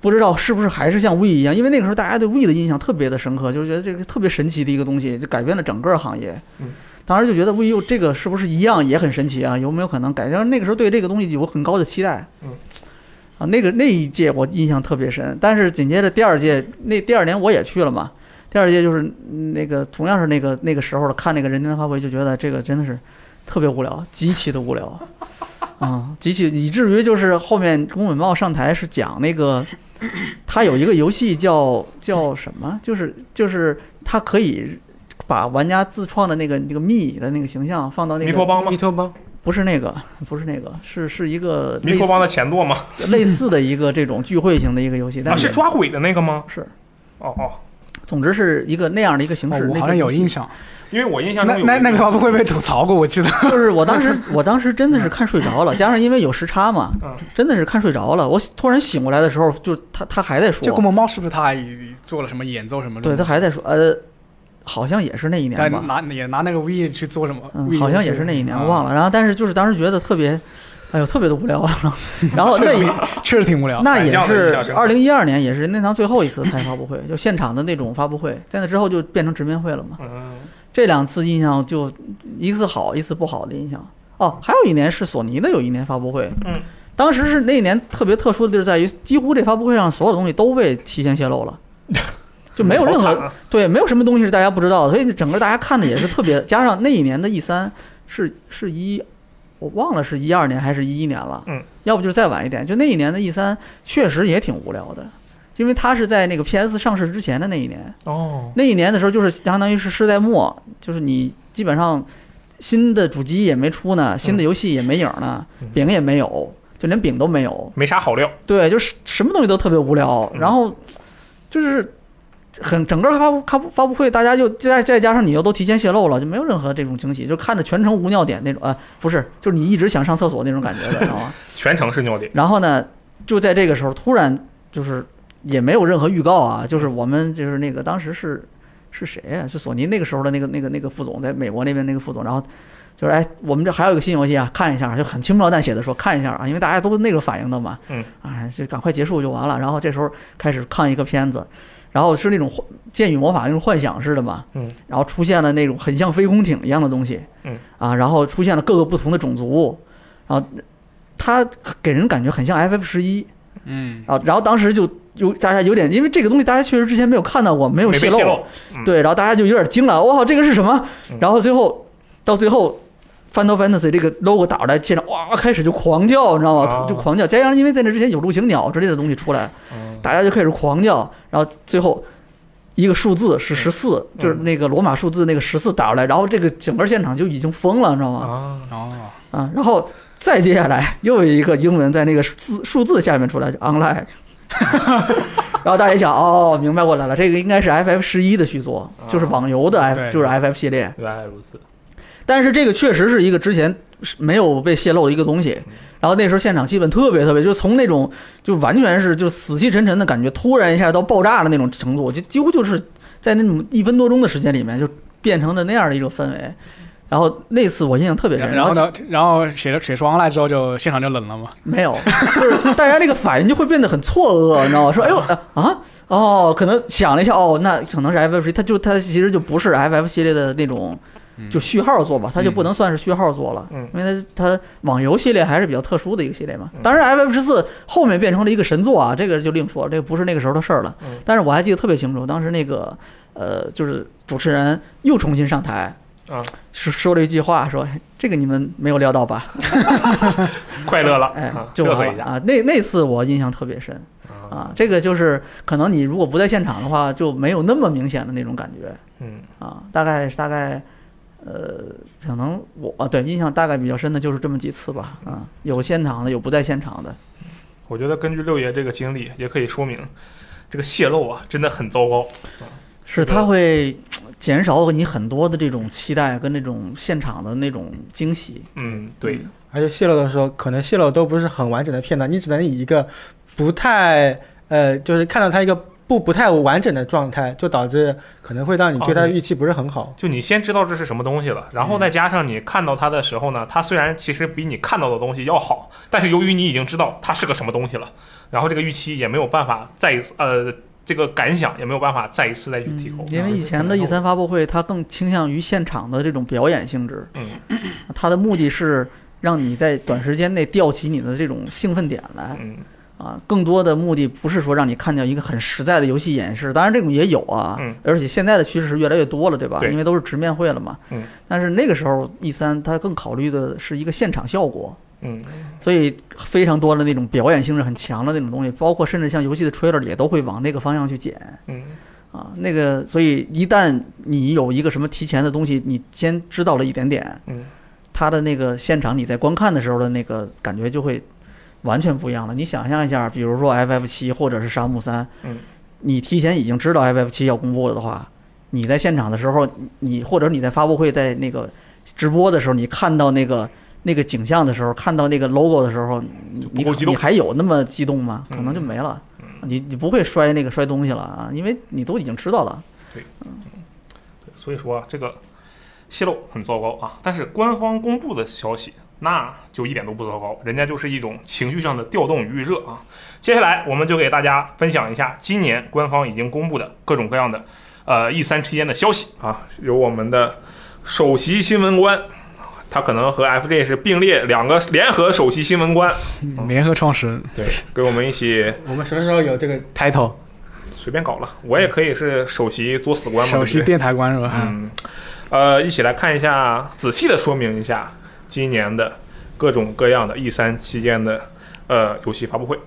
Speaker 4: 不知道是不是还是像 V 一样，因为那个时候大家对 V 的印象特别的深刻，就是觉得这个特别神奇的一个东西，就改变了整个行业。
Speaker 1: 嗯
Speaker 4: 当时就觉得 VU 这个是不是一样也很神奇啊？有没有可能改？但是那个时候对这个东西有很高的期待。
Speaker 1: 嗯。
Speaker 4: 啊，那个那一届我印象特别深，但是紧接着第二届，那第二年我也去了嘛。第二届就是嗯那个同样是那个那个时候的看那个人间发布会，就觉得这个真的是特别无聊，极其的无聊，啊、极其以至于就是后面宫本茂上台是讲那个，他有一个游戏叫叫什么，就是就是他可以把玩家自创的那个那个密的那个形象放到那
Speaker 1: 弥托
Speaker 4: 个
Speaker 1: 邦吗
Speaker 2: 密？托邦
Speaker 4: 不是那个不是那个是是一个
Speaker 1: 弥
Speaker 4: 类
Speaker 1: 托邦
Speaker 4: 似
Speaker 1: 的前作吗？
Speaker 4: 类似的一个这种聚会型的一个游
Speaker 3: 嗯
Speaker 4: 戏，
Speaker 1: 啊，
Speaker 4: 但
Speaker 1: 是抓鬼的那个吗？
Speaker 4: 是
Speaker 1: 哦哦，
Speaker 4: 总之是一个那样的一个形
Speaker 3: 哦
Speaker 4: 式。
Speaker 3: 我
Speaker 4: 那
Speaker 3: 好
Speaker 4: 个
Speaker 3: 像有
Speaker 4: 游戏
Speaker 3: 印象，
Speaker 1: 因为我印象
Speaker 3: 那
Speaker 1: 中有
Speaker 3: 那那
Speaker 1: 一
Speaker 3: 个发布会被吐槽过，我记得。
Speaker 4: 就是我当 时，我当时真的是看睡着了，加上因为有时差嘛
Speaker 1: 嗯，
Speaker 4: 真的是看睡着了。我突然醒过来的时候，就他他还在
Speaker 3: 就
Speaker 4: 说
Speaker 3: 宫，本茂是不是他也做了什么演奏什么的？
Speaker 4: 对他还在说，呃，好像也是那一年吧
Speaker 3: 但，拿也拿那个 V 啊去做什么？
Speaker 4: 嗯，好像也是那一年，我忘
Speaker 3: 了。
Speaker 4: 了。然后但是就是当时觉得特别，哎呦，特别的无聊。 然后那
Speaker 3: 确
Speaker 4: 一
Speaker 3: 实确实挺无聊。
Speaker 4: 那
Speaker 1: 反
Speaker 4: 也
Speaker 1: 向的
Speaker 4: 是
Speaker 1: 印象
Speaker 4: 二
Speaker 1: 深
Speaker 4: 零一二年，也是任天堂最后一次开发布会，就现场的那种发布会。在那之后就变成直面会了嘛。
Speaker 1: 嗯
Speaker 4: 这两次印象就一次好，一次不好的印象。哦，还有一年是索尼的有一年发布会，
Speaker 1: 嗯，
Speaker 4: 当时是那一年特别特殊的，就是在于几乎这发布会上所有东西都被提前泄 露了，就没有任
Speaker 1: 好
Speaker 4: 何
Speaker 1: 惨啊
Speaker 4: 对，没有什么东西是大家不知道的，所以整个大家看的也是特别，加上那一年的 E 三是是一，我忘了是一二年还是一一年了，
Speaker 1: 嗯，
Speaker 4: 要不就是再晚一点，就那一年的 E 三确实也挺无聊的，因为它是在那个 PS 上市之前的那一年，
Speaker 1: 哦，
Speaker 4: 那一年的时候就是相当于是世代末，就是你基本上新的主机也没出呢，新的游戏也没影儿呢
Speaker 1: 嗯，
Speaker 4: 饼也没有，就连饼都没有，
Speaker 1: 没啥好料，
Speaker 4: 对，就是什么东西都特别无聊，
Speaker 1: 嗯
Speaker 4: 然后就是很整个发布发布发布会，大家又再再加上你又都提前泄露了，就没有任何这种惊喜，就看着全程无尿点那种，呃，不是，就是你一直想上厕所那种感觉的，知道吗？
Speaker 1: 全程是尿点。
Speaker 4: 然后呢，就在这个时候突然就是也没有任何预告啊，就是我们就是那个当时是是谁呀、是索尼那个时候的那个那个那个副总，在美国那边那个副总，然后。就是哎，我们这还有一个新游戏啊，看一下，就很轻描淡写的说看一下啊，因为大家都那个反应的嘛，
Speaker 1: 嗯，
Speaker 4: 啊，就赶快结束就完了。然后这时候开始看一个片子，然后是那种幻剑与魔法那种幻想式的嘛，
Speaker 1: 嗯，
Speaker 4: 然后出现了那种很像飞空艇一样的东西，
Speaker 1: 嗯，
Speaker 4: 啊，然后出现了各个不同的种族，然后它给人感觉很像 FF 十一，啊
Speaker 3: 嗯，
Speaker 4: 然后然后当时就有大家有点，因为这个东西大家确实之前没有看到过，没有
Speaker 1: 没被
Speaker 4: 露，
Speaker 1: 泄露嗯
Speaker 4: 对，然后大家就有点惊了，哇，这个是什么
Speaker 1: 嗯？
Speaker 4: 然后最后到最后。Final Fantasy 这个 logo 打出来，现场哇开始就狂叫，你知道吗
Speaker 1: 啊？
Speaker 4: 就狂叫。再加上因为在那之前有陆行鸟之类的东西出来，
Speaker 1: 嗯
Speaker 4: 大家就开始狂叫，然后最后一个数字是十四、
Speaker 1: 嗯
Speaker 4: 就是那个罗马数字那个十四打出来，然后这个整个现场就已经疯了，你知道吗？
Speaker 1: 啊，
Speaker 3: 哦，
Speaker 4: 啊，然后再接下来又有一个英文在那个字数字下面出来就 online，然后大家一想哦，明白过来了，这个应该是 FF 十一的续作，就是网游的 F，、
Speaker 3: 啊对
Speaker 4: 就是 FF 系列。
Speaker 1: 原来如此。
Speaker 4: 但是这个确实是一个之前是没有被泄露的一个东西。
Speaker 3: 嗯
Speaker 4: 然后那时候现场气氛特别特别，就从那种就完全是就死气沉沉的感觉，突然一下到爆炸的那种程度，就几乎就是在那种一分多钟的时间里面就变成了那样的一种氛围。然后那次我印象特别深，
Speaker 3: 然后呢？然后写写出 online 之后，就现场就冷了嘛。
Speaker 4: 没有，就是大家那个反应就会变得很错愕，你知道吗？说哎呦呃啊哦，可能想了一下，哦，那可能是 FF 系，它就它其实就不是 FF 系列的那种
Speaker 3: 嗯
Speaker 4: 就序号做吧，它就不能算是序号做了，
Speaker 1: 嗯
Speaker 4: 因为它它网游系列还是比较特殊的一个系列嘛
Speaker 1: 嗯。
Speaker 4: 当然，FF 十四后面变成了一个神作啊，这个就另说，这个不是那个时候的事儿了
Speaker 1: 嗯。
Speaker 4: 但是我还记得特别清楚，当时那个呃，就是主持人又重新上台
Speaker 1: 啊，
Speaker 4: 说说了一句话，说这个你们没有料到吧？
Speaker 1: 快乐了，
Speaker 4: 哎
Speaker 1: 啊，
Speaker 4: 就
Speaker 1: 嘚
Speaker 4: 完
Speaker 1: 瑟一
Speaker 4: 了
Speaker 1: 下
Speaker 4: 啊。那那次我印象特别深
Speaker 1: 啊，
Speaker 4: 啊，这个就是可能你如果不在现场的话，就没有那么明显的那种感觉。
Speaker 1: 嗯
Speaker 4: 啊，大概大概，呃，可能我啊对印象大概比较深的就是这么几次吧，啊，有现场的，有不在现场的，
Speaker 1: 我觉得根据六爷这个经历，也可以说明这个泄露啊，真的很糟糕。
Speaker 4: 是它会减少你很多的这种期待跟那种现场的那种惊喜。
Speaker 1: 嗯，对，
Speaker 2: 而且泄露的时候，可能泄露都不是很完整的片段，你只能以一个不太呃，就是看到它一个不不太完整的状态，就导致可能会让你对它
Speaker 1: 哦
Speaker 2: 的
Speaker 1: 对
Speaker 2: 预期不是很好。
Speaker 1: 就你先知道这是什么东西了，然后再
Speaker 4: 嗯
Speaker 1: 加上你看到它的时候呢，它虽然其实比你看到的东西要好，但是由于你已经知道它是个什么东西了，然后这个预期也没有办法再一次呃，这个感想也没有办法再一次再去提
Speaker 4: 嗯
Speaker 1: 扣，，
Speaker 4: 因为以前的 E 三发布会，它更倾向于现场的这种表演性质，
Speaker 1: 嗯
Speaker 4: 它的目的是让你在短时间内吊起你的这种兴奋点来。
Speaker 1: 嗯
Speaker 4: 啊，更多的目的不是说让你看到一个很实在的游戏演示，当然这种也有啊，
Speaker 1: 嗯
Speaker 4: 而且现在的趋势是越来越多了，对吧？
Speaker 1: 对
Speaker 4: 因为都是直面会了嘛，
Speaker 1: 嗯。
Speaker 4: 但是那个时候 E 三它更考虑的是一个现场效果，
Speaker 1: 嗯
Speaker 4: 所以非常多的那种表演性质很强的那种东西，包括甚至像游戏的 trailer 也都会往那个方向去剪
Speaker 1: 嗯
Speaker 4: 啊。那个，所以一旦你有一个什么提前的东西，你先知道了一点点，
Speaker 1: 嗯，
Speaker 4: 它的那个现场你在观看的时候的那个感觉就会完全不一样了。你想象一下，比如说 FF 七或者是沙漠三，
Speaker 1: 嗯，
Speaker 4: 你提前已经知道 FF 七要公布了的话，你在现场的时候，你你或者你在发布会在那个直播的时候，你看到那个那个景象的时候，看到那个 logo 的时候，你
Speaker 1: 不
Speaker 4: 你
Speaker 1: 够激动
Speaker 4: 你还有那么激动吗？可能就
Speaker 1: 嗯
Speaker 4: 没了。
Speaker 1: 嗯
Speaker 4: 你你不会摔那个摔东西了啊，因为你都已经知道了。
Speaker 1: 对所以说啊这个泄露很糟糕啊，但是官方公布的消息那就一点都不糟糕，人家就是一种情绪上的调动与预热啊。接下来我们就给大家分享一下今年官方已经公布的各种各样的呃 E 三期间的消息啊，有我们的首席新闻官。他可能和 FJ 是并列两个联合首席新闻官，
Speaker 4: 嗯
Speaker 3: 联合创始人，
Speaker 1: 对，给我们一起
Speaker 2: 我们什么时候有这个 title？
Speaker 1: 随便搞了。我也可以是首席作死官嘛，对
Speaker 3: 首
Speaker 1: 不对
Speaker 3: 席电台官是吧？
Speaker 1: 嗯，呃，一起来看一下，仔细的说明一下今年的各种各样的 E 三期间的呃游戏发布会。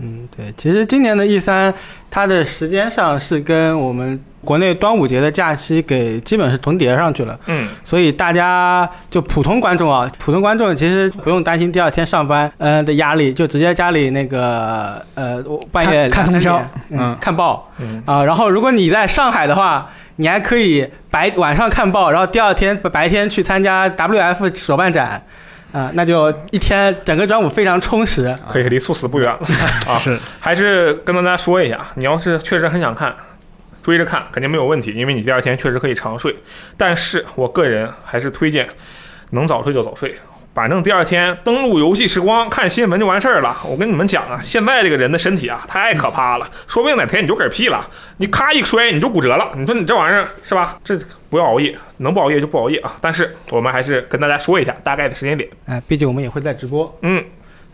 Speaker 2: 嗯，对，其实今年的 E 三，它的时间上是跟我们国内端午节的假期给基本是重叠上去了。
Speaker 1: 嗯，
Speaker 2: 所以大家就普通观众啊，普通观众其实不用担心第二天上班呃的压力，就直接家里那个呃我半夜
Speaker 3: 看看通宵
Speaker 2: 两三点
Speaker 3: 嗯
Speaker 2: 嗯，看报
Speaker 1: 嗯
Speaker 2: 啊、然后如果你在上海的话，你还可以白晚上看报，然后第二天白天去参加 WF 手办展。啊、那就一天整个端午非常充实。
Speaker 1: 可以离猝死不远了。啊
Speaker 3: 是
Speaker 1: 还是跟大家说一下，你要是确实很想看，追着看肯定没有问题，因为你第二天确实可以长睡。但是我个人还是推荐能早睡就早睡。反正第二天登录游戏时光看新闻就完事儿了。我跟你们讲啊，现在这个人的身体啊太可怕了，说不定哪天你就嗝屁了，你咔一摔你就骨折了。你说你这玩意儿是吧？这不要熬夜，能不熬夜就不熬夜啊。但是我们还是跟大家说一下大概的时间点。
Speaker 2: 哎、毕竟我们也会在直播。
Speaker 1: 嗯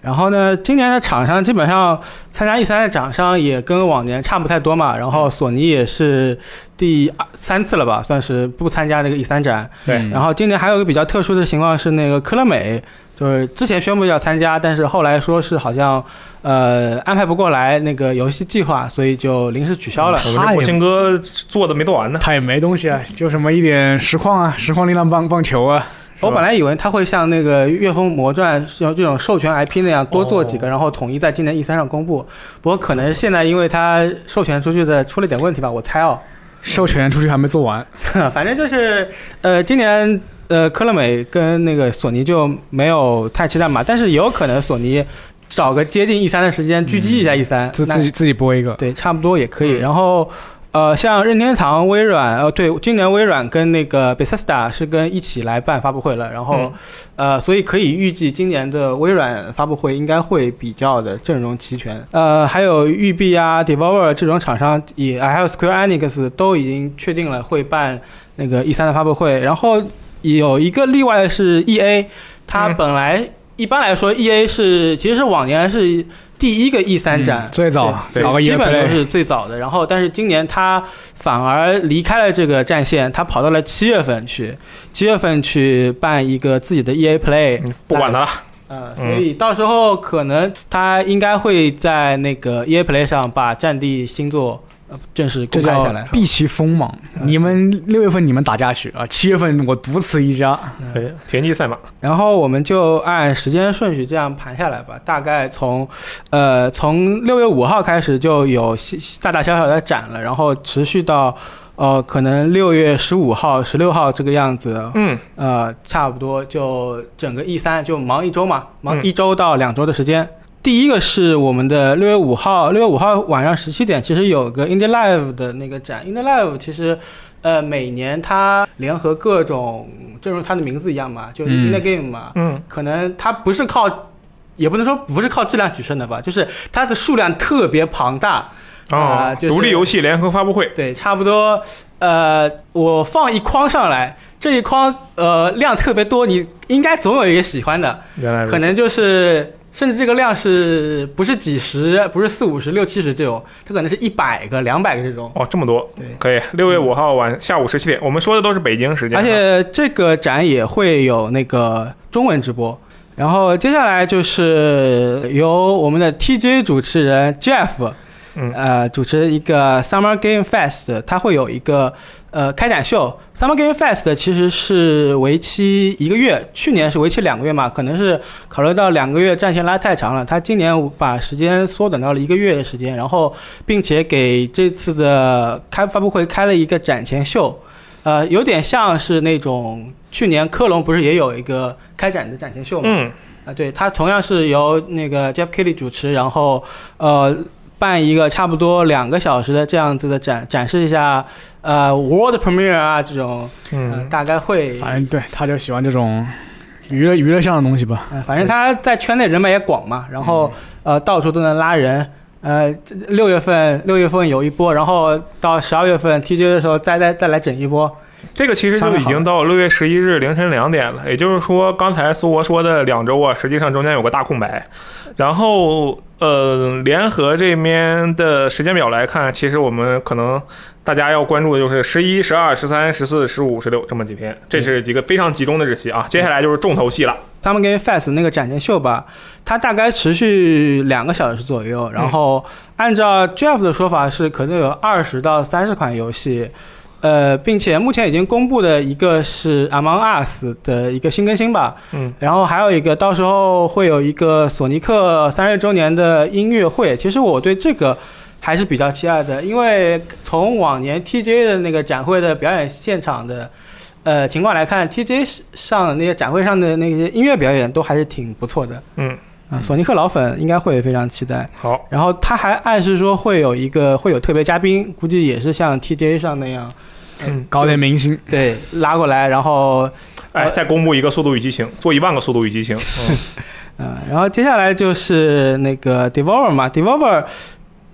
Speaker 2: 然后呢，今年的厂商基本上参加 E 三的厂商也跟往年差不太多嘛。然后索尼也是第二三次了吧，算是不参加这个 E 三展。
Speaker 1: 对
Speaker 3: 嗯
Speaker 2: 然后今年还有一个比较特殊的情况是，那个科乐美就是之前宣布要参加，但是后来说是好像呃安排不过来那个游戏计划，所以就临时取消
Speaker 3: 嗯
Speaker 2: 了。
Speaker 1: 我们这嗯国庆哥做的没做完呢。
Speaker 3: 他也没东西啊，就什么一点实况啊，实况力量棒棒球啊。
Speaker 2: 我本来以为他会像那个《月风魔传》像这种授权 IP 那样多做几个，然后统一在今年 E 三上公布。不过可能现在因为他授权出去的出了点问题吧，我猜哦。
Speaker 3: 授权出去还没做完，
Speaker 2: 反正就是，呃，今年呃科乐美跟那个索尼就没有太期待嘛，但是也有可能索尼找个接近 E 三的时间狙击一下 E 三、
Speaker 3: 嗯自
Speaker 2: 那
Speaker 3: 自己自己播一个。
Speaker 2: 对，差不多也可以。
Speaker 1: 嗯
Speaker 2: 然后。呃，像任天堂、微软，呃，对，今年微软跟那个 Bethesda 是跟一起来办发布会了，然后，
Speaker 1: 嗯
Speaker 2: 呃，所以可以预计今年的微软发布会应该会比较的阵容齐全。呃，还有育碧啊、Devolver 这种厂商也，还有 Square Enix 都已经确定了会办那个 E 三的发布会。然后有一个例外是 E A，它
Speaker 1: 嗯
Speaker 2: 本来、一般来说 E A 是其实是往年是第一个 E 三展。
Speaker 3: 嗯最早
Speaker 1: 对
Speaker 3: 搞个
Speaker 2: 基
Speaker 3: EA
Speaker 2: 本都
Speaker 3: Play，
Speaker 2: 是最早的，然后但是今年它反而离开了这个战线，它跑到了七月份去，七月份去办一个自己的 EA Play，
Speaker 1: 嗯不管他了，
Speaker 2: 呃，所
Speaker 1: 嗯
Speaker 2: 以到时候可能它应该会在那个 EA Play 上把《战地》星座呃正式
Speaker 3: 这
Speaker 2: 公开
Speaker 3: 叫
Speaker 2: 下来。
Speaker 3: 避其锋芒。
Speaker 2: 嗯
Speaker 3: 你们六月份你们打架去啊，七月份我独此一家。
Speaker 1: 哎，田忌赛马，
Speaker 2: 然后我们就按时间顺序这样盘下来吧，大概从，呃，从六月五号开始就有西大大小小的展了，然后持续到，呃，可能六月十五号、十六号这个样子，
Speaker 1: 嗯，
Speaker 2: 呃，差不多就整个 E 三就忙一周嘛，忙
Speaker 1: 嗯
Speaker 2: 一周到两周的时间。第一个是我们的六月五号，六月五号晚上十七点，其实有个 Indie Live 的那个展。Indie Live 其实，呃，每年它联合各种，正如它的名字一样嘛，就
Speaker 3: 嗯
Speaker 2: Indie Game 嘛，
Speaker 1: 嗯，
Speaker 2: 可能它不是靠，也不能说不是靠质量取胜的吧，就是它的数量特别庞大。
Speaker 1: 啊，
Speaker 2: 啊就是
Speaker 1: 独立游戏联合发布会，
Speaker 2: 对，差不多，呃，我放一筐上来，这一筐呃量特别多，你应该总有一个喜欢的，
Speaker 1: 原来如此
Speaker 2: 可能就是甚至这个量是不是几十，不是四五十、六七十这种，它可能是一百个、两百个这种。
Speaker 1: 哦，这么多
Speaker 2: 对，
Speaker 1: 可以。六月五号晚下午十七点，我们说的都是北京时间，啊
Speaker 2: 而且这个展也会有那个中文直播。然后接下来就是由我们的 TJ 主持人 Jeff，
Speaker 1: 嗯
Speaker 2: 呃，主持一个 Summer Game Fest，它会有一个呃开展秀。Summer Game Fest 其实是为期一个月，去年是为期两个月嘛，可能是考虑到两个月战线拉太长了，它今年把时间缩短到了一个月的时间，然后并且给这次的开发布会开了一个展前秀。呃，有点像是那种去年科隆不是也有一个开展的展前秀嘛？
Speaker 1: 嗯，
Speaker 2: 啊，对，它同样是由那个 Jeff Kelly 主持，然后呃办一个差不多两个小时的这样子的展，展示一下呃 World Premiere 啊这种，呃、
Speaker 1: 嗯，
Speaker 2: 大概会，
Speaker 3: 反正对他就喜欢这种娱乐娱乐向的东西吧。
Speaker 2: 呃反正他在圈内人脉也广嘛，然后呃到处都能拉人。呃，这六月份六月份有一波，然后到十二月份 TJ 的时候再再再来整一波。
Speaker 1: 这个其实
Speaker 3: 商
Speaker 1: 就
Speaker 3: 量
Speaker 1: 已
Speaker 3: 好
Speaker 1: 经到六月十一日凌晨两点了，也就是说，刚才苏博说的两周啊，实际上中间有个大空白。然后，呃，联合这边的时间表来看，其实我们可能大家要关注的就是十一、十二、十三、十四、十五、十六这么几天，这是几个非常集中的日期啊。接下来就是重头戏了。
Speaker 2: Summer Game Fest 那个展前秀吧，它大概持续两个小时左右，然后按照 Jeff 的说法是可能有二十到三十款游戏，呃，并且目前已经公布的一个是 Among Us 的一个新更新吧，
Speaker 1: 嗯，
Speaker 2: 然后还有一个到时候会有一个索尼克三十周年的音乐会，其实我对这个。还是比较期待的，因为从往年 TJ 的那个展会的表演现场的呃情况来看，TJ 上的那些展会上的那些音乐表演都还是挺不错的。
Speaker 1: 嗯，
Speaker 2: 啊，索尼克老粉应该会非常期待。
Speaker 1: 好，
Speaker 2: 然后他还暗示说会有一个会有特别嘉宾，估计也是像 TJ 上那样，
Speaker 1: 嗯，
Speaker 3: 搞点明星，
Speaker 2: 对，拉过来，然后
Speaker 1: 哎，再公布一个《速度与激情》，做一万个《速度与激情》。嗯。
Speaker 2: 嗯，然后接下来就是那个 Devolver 嘛，Devolver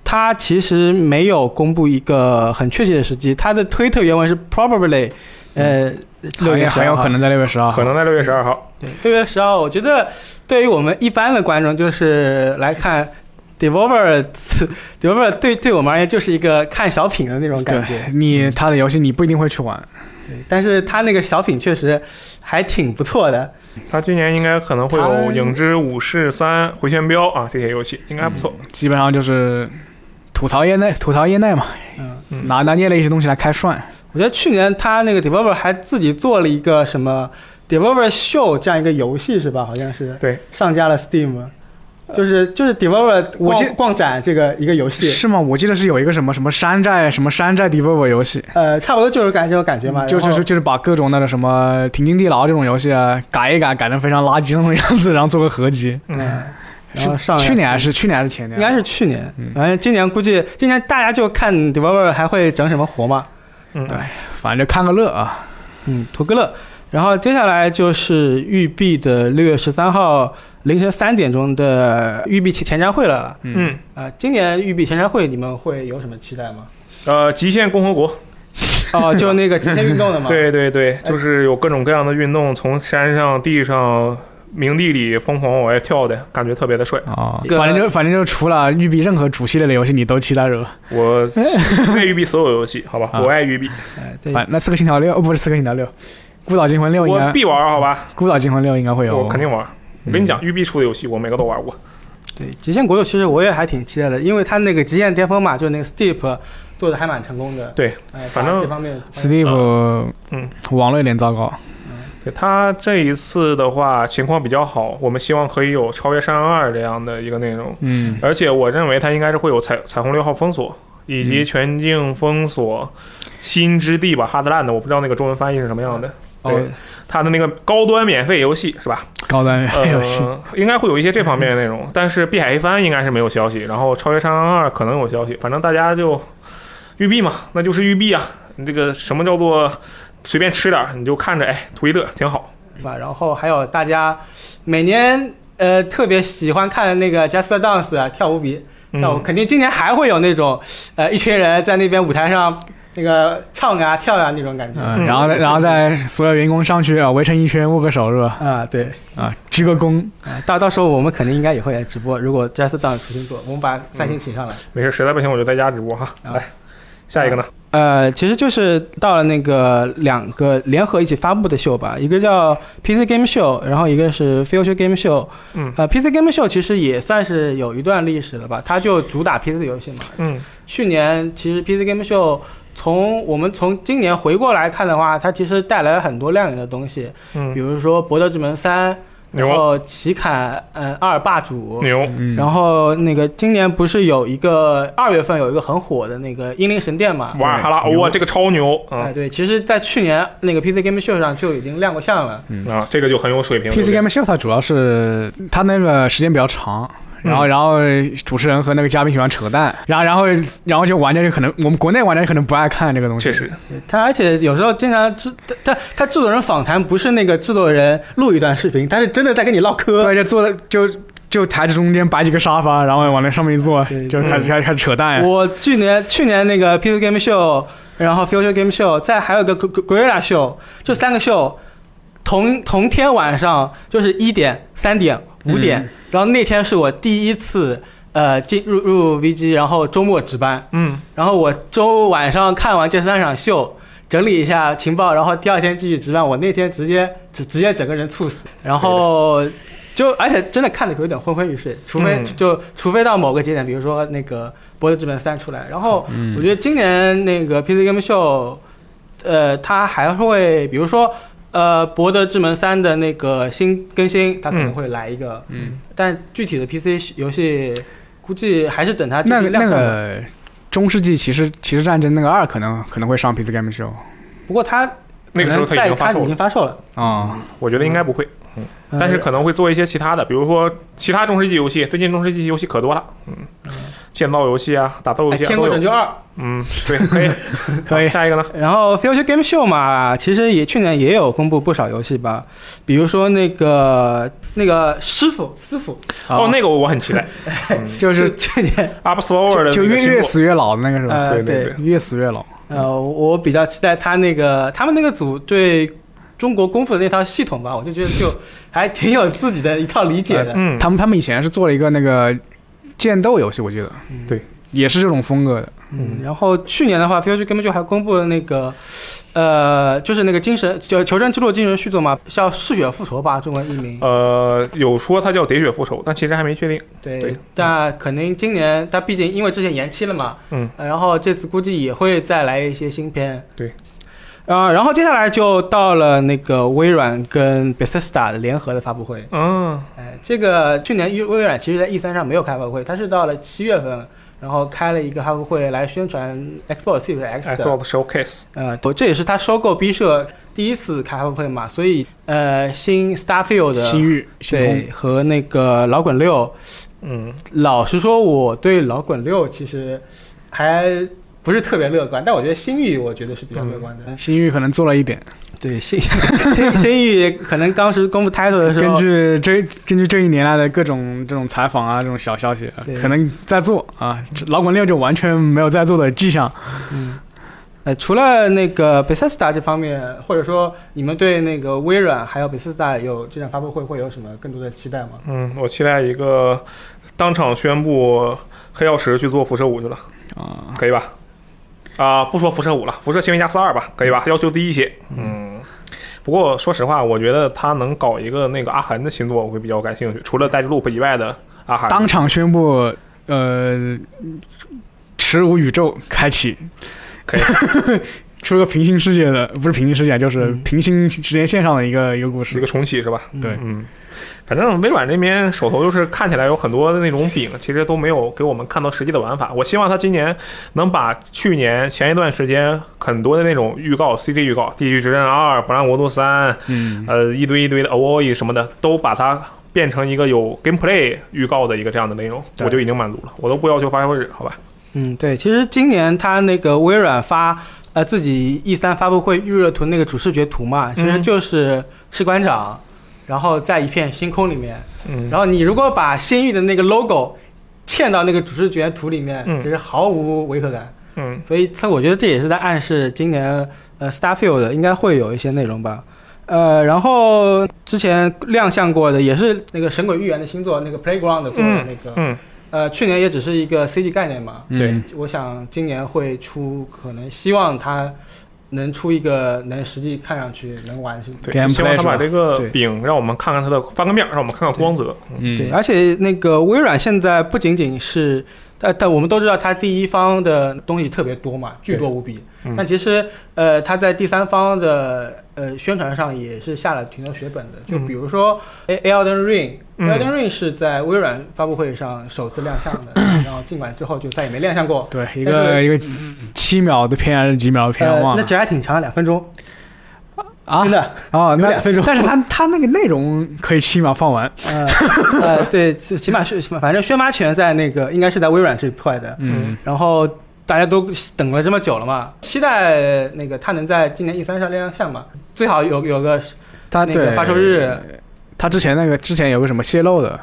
Speaker 2: 它其实没有公布一个很确切的时机，它的推特原文是 probably，呃，六
Speaker 3: 嗯还
Speaker 2: 月十
Speaker 3: 有很
Speaker 2: 二
Speaker 3: 有
Speaker 2: 号
Speaker 3: 可能在六月十二
Speaker 1: 可
Speaker 3: 号。
Speaker 1: 能在六月十二号。
Speaker 2: 对，六月十号，我觉得对于我们一般的观众，就是来看 Devolver 此 Devolver 对对我们而言就是一个看小品的那种感觉
Speaker 3: 对。你他的游戏你不一定会去玩，
Speaker 2: 对，但是他那个小品确实还挺不错的。
Speaker 1: 他今年应该可能会有《影之武士三》《回旋镖》啊这些游戏，应该不错。
Speaker 3: 基本上就是吐槽业内吐槽业内嘛，
Speaker 2: 嗯，
Speaker 1: 嗯
Speaker 3: 拿拿业内一些东西来开涮。
Speaker 2: 我觉得去年他那个 Devolver 还自己做了一个什么 Devolver Show 这样一个游戏是吧？好像是
Speaker 1: 对，
Speaker 2: 上架了 Steam，就是就是 Devolver
Speaker 3: 我记
Speaker 2: 逛逛展这个一个游戏。
Speaker 3: 是吗？我记得是有一个什么什么山寨什么山寨 Devolver 游戏，
Speaker 2: 呃，差不多就是感这种感觉嘛，
Speaker 3: 就
Speaker 2: 然
Speaker 3: 就
Speaker 2: 后
Speaker 3: 是就是把各种那个什么停经地牢这种游戏啊改一改，改成非常垃圾那种样子，然后做个合集。
Speaker 2: 嗯，然后上了
Speaker 3: 去
Speaker 2: Steam
Speaker 3: 年还是去年还是前年？
Speaker 2: 应该是去年
Speaker 3: 嗯，
Speaker 2: 反正今年估计今年大家就看 Devolver 还会整什么活嘛，
Speaker 1: 嗯，
Speaker 3: 对反正看个乐啊。
Speaker 2: 嗯，图个乐。然后接下来就是育碧的六月十三号凌晨三点钟的育碧前前瞻会了。
Speaker 3: 嗯，
Speaker 1: 嗯，
Speaker 2: 啊、今年育碧前瞻会你们会有什么期待吗？
Speaker 1: 呃，《极限共和国》
Speaker 2: 哦，就那个极限运动的嘛。，
Speaker 1: 对对对，就是有各种各样的运动，从山上、地上、明地里疯狂往外跳的感觉特别的帅。
Speaker 3: 啊
Speaker 2: 一个
Speaker 3: 反正就反正就除了育碧任何主系列的游戏，你都期待着。
Speaker 1: 我爱育碧所有游戏，好吧，
Speaker 3: 啊
Speaker 1: 我爱育碧，
Speaker 2: 哎，对，
Speaker 3: 反那刺客信条六，哦，不是刺客信条六，孤岛惊魂六应
Speaker 1: 我
Speaker 3: 该，
Speaker 1: 必玩，好吧，
Speaker 3: 孤岛惊魂六应该会有。
Speaker 1: 我肯定玩。我跟你讲，育碧出的游戏我每个都玩过。
Speaker 2: 对《极限国度》其实我也还挺期待的，因为它那个《极限巅峰》嘛，就那个 Steep 做的还蛮成功的。
Speaker 1: 对，
Speaker 2: 哎，
Speaker 1: 反正
Speaker 2: 把这方面
Speaker 3: Steve，
Speaker 1: 嗯，
Speaker 3: 网络有点糟糕。
Speaker 1: 对他这一次的话情况比较好，我们希望可以有超越山二这样的一个内容，
Speaker 3: 嗯，
Speaker 1: 而且我认为它应该是会有彩彩虹六号封锁。以及
Speaker 3: 嗯
Speaker 1: 全境封锁、新之地吧，哈德兰的，我不知道那个中文翻译是什么样
Speaker 3: 嗯
Speaker 1: 的。
Speaker 2: 哦，
Speaker 1: 它的那个高端免费游戏是吧？
Speaker 3: 高端游戏。
Speaker 1: 呃，应该会有一些这方面的内 容，但是《碧海黑帆》应该是没有消息，然后《超越山二》可能有消息，反正大家就育碧嘛，那就是育碧啊。你这个什么叫做随便吃点儿，你就看着哎图一乐挺好。
Speaker 2: 对吧？然后还有大家每年呃特别喜欢看的那个 Just Dance 啊跳舞比
Speaker 1: 嗯
Speaker 2: 跳舞，肯定今年还会有那种呃一群人在那边舞台上那个唱啊跳啊那种感觉。
Speaker 3: 嗯，然后再然后再所有员工上去啊，围成一圈，握个手是吧？
Speaker 2: 啊，对，
Speaker 3: 啊，鞠个躬。
Speaker 2: 啊到到时候我们肯定应该也会来直播。如果 Just Dance 重新做，我们把三星请上来。
Speaker 1: 没事，实在不行我就在家直播哈。
Speaker 2: 啊
Speaker 1: 来，下一个呢？
Speaker 2: 呃，其实就是到了那个两个联合一起发布的秀吧，一个叫 PC Game Show，然后一个是 Future Game Show。
Speaker 1: 嗯
Speaker 2: 呃，PC Game Show 其实也算是有一段历史了吧，它就主打 PC 游戏嘛。
Speaker 1: 嗯
Speaker 2: 去年其实 PC Game Show 从我们从今年回过来看的话，它其实带来了很多亮眼的东西，比
Speaker 1: 嗯，
Speaker 2: 如哦说《博德之门三》，然
Speaker 1: 牛
Speaker 2: 后《奇坎嗯二霸主》，
Speaker 1: 牛，
Speaker 3: 嗯，
Speaker 2: 然后那个今年不是有一个二月份有一个很火的那个《英灵神殿》嘛？
Speaker 1: 瓦尔哈拉，
Speaker 3: 牛
Speaker 1: 哇，这个超牛
Speaker 2: 哎，
Speaker 1: 啊
Speaker 2: 对，其实，在去年那个 PC Game Show 上就已经亮过相了。
Speaker 1: 啊，这个就很有水平。
Speaker 3: PC
Speaker 1: 对不
Speaker 3: Game Show 它主要是它那个时间比较长。
Speaker 1: 嗯
Speaker 3: 然后，然后主持人和那个嘉宾喜欢扯淡，然后，然后，然后就玩家就可能，我们国内玩家就可能不爱看这个东
Speaker 1: 对
Speaker 3: 西。
Speaker 1: 确实，
Speaker 2: 他而且有时候经常制他他他制作人访谈不是那个制作人录一段视频，他是真的在跟你唠嗑。
Speaker 3: 对，就坐在就就台子中间摆几个沙发，然后往那上面一坐
Speaker 2: 对，
Speaker 3: 就开始开始开始扯淡。
Speaker 2: 我去年去年那个 PC Game Show，然后 Future Game Show，再还有一个 Gor- Gor- Gorilla Show，就三个 show，同同天晚上就是一点、三点、五点，
Speaker 3: 嗯
Speaker 2: 然后那天是我第一次呃进入入 VG，然后周末值班。
Speaker 1: 嗯，
Speaker 2: 然后我周五晚上看完这三场秀，整理一下情报，然后第二天继续值班。我那天直接直直接整个人猝死，然后就而且真的看的有点昏昏欲睡，除非、
Speaker 1: 嗯
Speaker 2: 就除非到某个节点，比如说那个《博德之门三》出来。然后
Speaker 3: 嗯
Speaker 2: 我觉得今年那个 PC Game Show，呃，它还会比如说。呃，《博德之门三》的那个新更新，它可能
Speaker 1: 嗯
Speaker 2: 会来一个，
Speaker 3: 嗯，
Speaker 2: 但具体的 PC 游戏估计还是等它具
Speaker 3: 那
Speaker 2: 体
Speaker 3: 个
Speaker 2: 亮
Speaker 3: 那
Speaker 2: 相吧。
Speaker 3: 个中世纪骑士骑士战争那个二可能可能会上 PC Game Show
Speaker 2: 不过它
Speaker 1: 那个时候
Speaker 2: 可
Speaker 1: 他
Speaker 2: 能在
Speaker 1: 已经发
Speaker 2: 它已
Speaker 1: 售了
Speaker 2: 经，发售了，呃
Speaker 3: 啊，
Speaker 1: 我觉得应该不会。
Speaker 2: 哎
Speaker 1: 但是可能会做一些其他的，比如说其他中世纪游戏，最近中世纪游戏可多了，嗯，建造游戏啊，打斗游
Speaker 2: 哎
Speaker 1: 戏
Speaker 2: 《
Speaker 1: 啊
Speaker 2: 天
Speaker 1: 都
Speaker 2: 国拯
Speaker 1: 有，
Speaker 2: 救二
Speaker 1: 嗯，对，可以，
Speaker 3: 可以
Speaker 1: 好下一个呢？》，
Speaker 2: 然后 Future Game Show 嘛，其实也去年也有公布不少游戏吧，比如说那个那个师傅师傅
Speaker 1: 哦，
Speaker 3: 啊
Speaker 1: 那个我很期待
Speaker 3: 就是
Speaker 2: 去年
Speaker 1: ，Up Slower 的
Speaker 3: 就
Speaker 1: 那个
Speaker 3: 越
Speaker 1: 新
Speaker 3: 越
Speaker 1: 作
Speaker 3: 死越老的那个是吧？
Speaker 2: 呃
Speaker 1: 对对
Speaker 2: 对
Speaker 1: 对，
Speaker 3: 越死越老。
Speaker 2: 呃，我比较期待他那个他们那个组对中国功夫的那套系统吧，我就觉得就还挺有自己的一套理解的。
Speaker 1: 嗯，
Speaker 3: 他们他们以前是做了一个那个剑斗游戏，我记得，
Speaker 1: 对，
Speaker 3: 也是这种风格的。
Speaker 2: 嗯，然后去年的话，Future Game Show 还公布了那个，呃，就是那个精神求求生之路的精神续作嘛，叫《嗜血复仇》吧，中文译名。
Speaker 1: 呃，有说它叫《喋血复仇》，但其实还没确定。对
Speaker 2: 对，但肯定今年它毕竟因为之前延期了嘛，
Speaker 1: 嗯
Speaker 2: 呃，然后这次估计也会再来一些新片。
Speaker 1: 对，
Speaker 2: 啊、然后接下来就到了那个微软跟 Bethesda 的联合的发布会。
Speaker 1: 嗯，
Speaker 2: 哎，这个去年微微软其实在 E 3上没有开发布会，它是到了七月份，然后开了一个发布会来宣传 Xbox Series X
Speaker 1: 哎，
Speaker 2: 的。
Speaker 1: 做的 Showcase，
Speaker 2: 呃，这也是它收购 B 社第一次开发布会嘛，所以呃，新 Starfield
Speaker 1: 啊
Speaker 2: 的
Speaker 3: 新域、星空
Speaker 2: 对和那个老滚六
Speaker 1: 嗯，
Speaker 2: 老实说，我对老滚六其实还不是特别乐观，但我觉得新域我觉得是比较
Speaker 3: 嗯
Speaker 2: 乐观的。
Speaker 3: 新域可能做了一点。
Speaker 2: 对新新新域可能当时公布 title 的时候，
Speaker 3: 根
Speaker 1: 哦
Speaker 3: 据这根据这一年来的各种这种采访啊，这种小消息啊
Speaker 2: 对，
Speaker 3: 可能在做啊，老滚六就完全没有在做的迹象。
Speaker 2: 嗯，呃，除了那个 Bethesda 这方面，或者说你们对那个微软还有 Bethesda 有这场发布会会有什么更多的期待吗？
Speaker 1: 嗯，我期待一个当场宣布黑曜石去做辐射五去了，
Speaker 3: 啊，
Speaker 1: 可以吧？啊、不说辐射五了，辐射新玩家四二吧，可以吧？要求低一些。嗯，不过说实话，我觉得他能搞一个那个阿寒的新作，我会比较感兴趣。除了带着 loop 以外的阿寒，
Speaker 3: 当场宣布，呃，耻辱宇宙开启，
Speaker 1: 可以
Speaker 3: 出个平行世界的，不是平行世界，就是
Speaker 2: 嗯
Speaker 3: 平行时间线上的一个一个故
Speaker 1: 一
Speaker 3: 事
Speaker 1: 个。重启是吧？
Speaker 3: 对
Speaker 1: 嗯，反正微软这边手头就是看起来有很多的那种饼，其实都没有给我们看到实际的玩法。我希望他今年能把去年前一段时间很多的那种预告、CG 预告，《地狱之刃二》《不让国度三》
Speaker 3: 嗯，
Speaker 1: 呃一堆一堆的 OOE 什么的，都把它变成一个有 gameplay 预告的一个这样的内容，
Speaker 3: 对
Speaker 1: 我就已经满足了。我都不要求发售日，好吧？
Speaker 2: 嗯，对，其实今年它那个微软发呃自己 E 3发布会预热图那个主视觉图嘛，其实
Speaker 1: 嗯
Speaker 2: 就是士官长，然后在一片星空里面，
Speaker 1: 嗯，
Speaker 2: 然后你如果把新域的那个 logo 嵌到那个主视觉图里面，
Speaker 1: 嗯
Speaker 2: 其实毫无违和感。
Speaker 1: 嗯，
Speaker 2: 所以它我觉得这也是在暗示今年呃 Starfield 应该会有一些内容吧。呃，然后之前亮相过的也是那个《神鬼寓言》的新作，那个 Playground 做的那个，
Speaker 1: 嗯
Speaker 2: 呃，去年也只是一个 CG 概念嘛。
Speaker 3: 嗯
Speaker 1: 对
Speaker 2: 我想今年会出，可能希望它能出一个能实际看上去能玩是。
Speaker 1: 对，
Speaker 3: Gameplay
Speaker 1: 希望他把
Speaker 3: 是吧
Speaker 1: 这个
Speaker 2: 对
Speaker 1: 饼让我们看看它的翻个面，让我们看看光泽。嗯
Speaker 3: 嗯，
Speaker 2: 对，而且那个微软现在不仅仅是，但但我们都知道它第一方的东西特别多嘛，巨多无比
Speaker 1: 嗯。
Speaker 2: 但其实呃，它在第三方的呃宣传上也是下了挺多血本的。就
Speaker 1: 嗯
Speaker 2: 比如说《A- Elden Ring》，
Speaker 1: 嗯
Speaker 2: 《Elden Ring》是在微软发布会上首次亮相的，然后尽管之后就再也没亮相 过。
Speaker 3: 对，一
Speaker 2: 但嗯
Speaker 3: 个一个七秒的片还是几秒的片，
Speaker 2: 呃，
Speaker 3: 忘
Speaker 2: 那
Speaker 3: 了
Speaker 2: 只还挺长，两分钟，
Speaker 3: 啊
Speaker 2: 真的。
Speaker 3: 哦，
Speaker 2: 有
Speaker 3: 那
Speaker 2: 两分钟
Speaker 3: 但是他他那个内容可以七秒放完，
Speaker 2: 呃，呃，对，起码是反正宣发权在那个应该是在微软这一块的。
Speaker 1: 嗯
Speaker 3: 嗯，
Speaker 2: 然后大家都等了这么久了嘛，期待那个他能在今年 E 三上亮相嘛，最好有有个
Speaker 3: 他
Speaker 2: 那个
Speaker 3: 啊对
Speaker 2: 发售日，
Speaker 3: 他之前那个之前有个什么泄露的，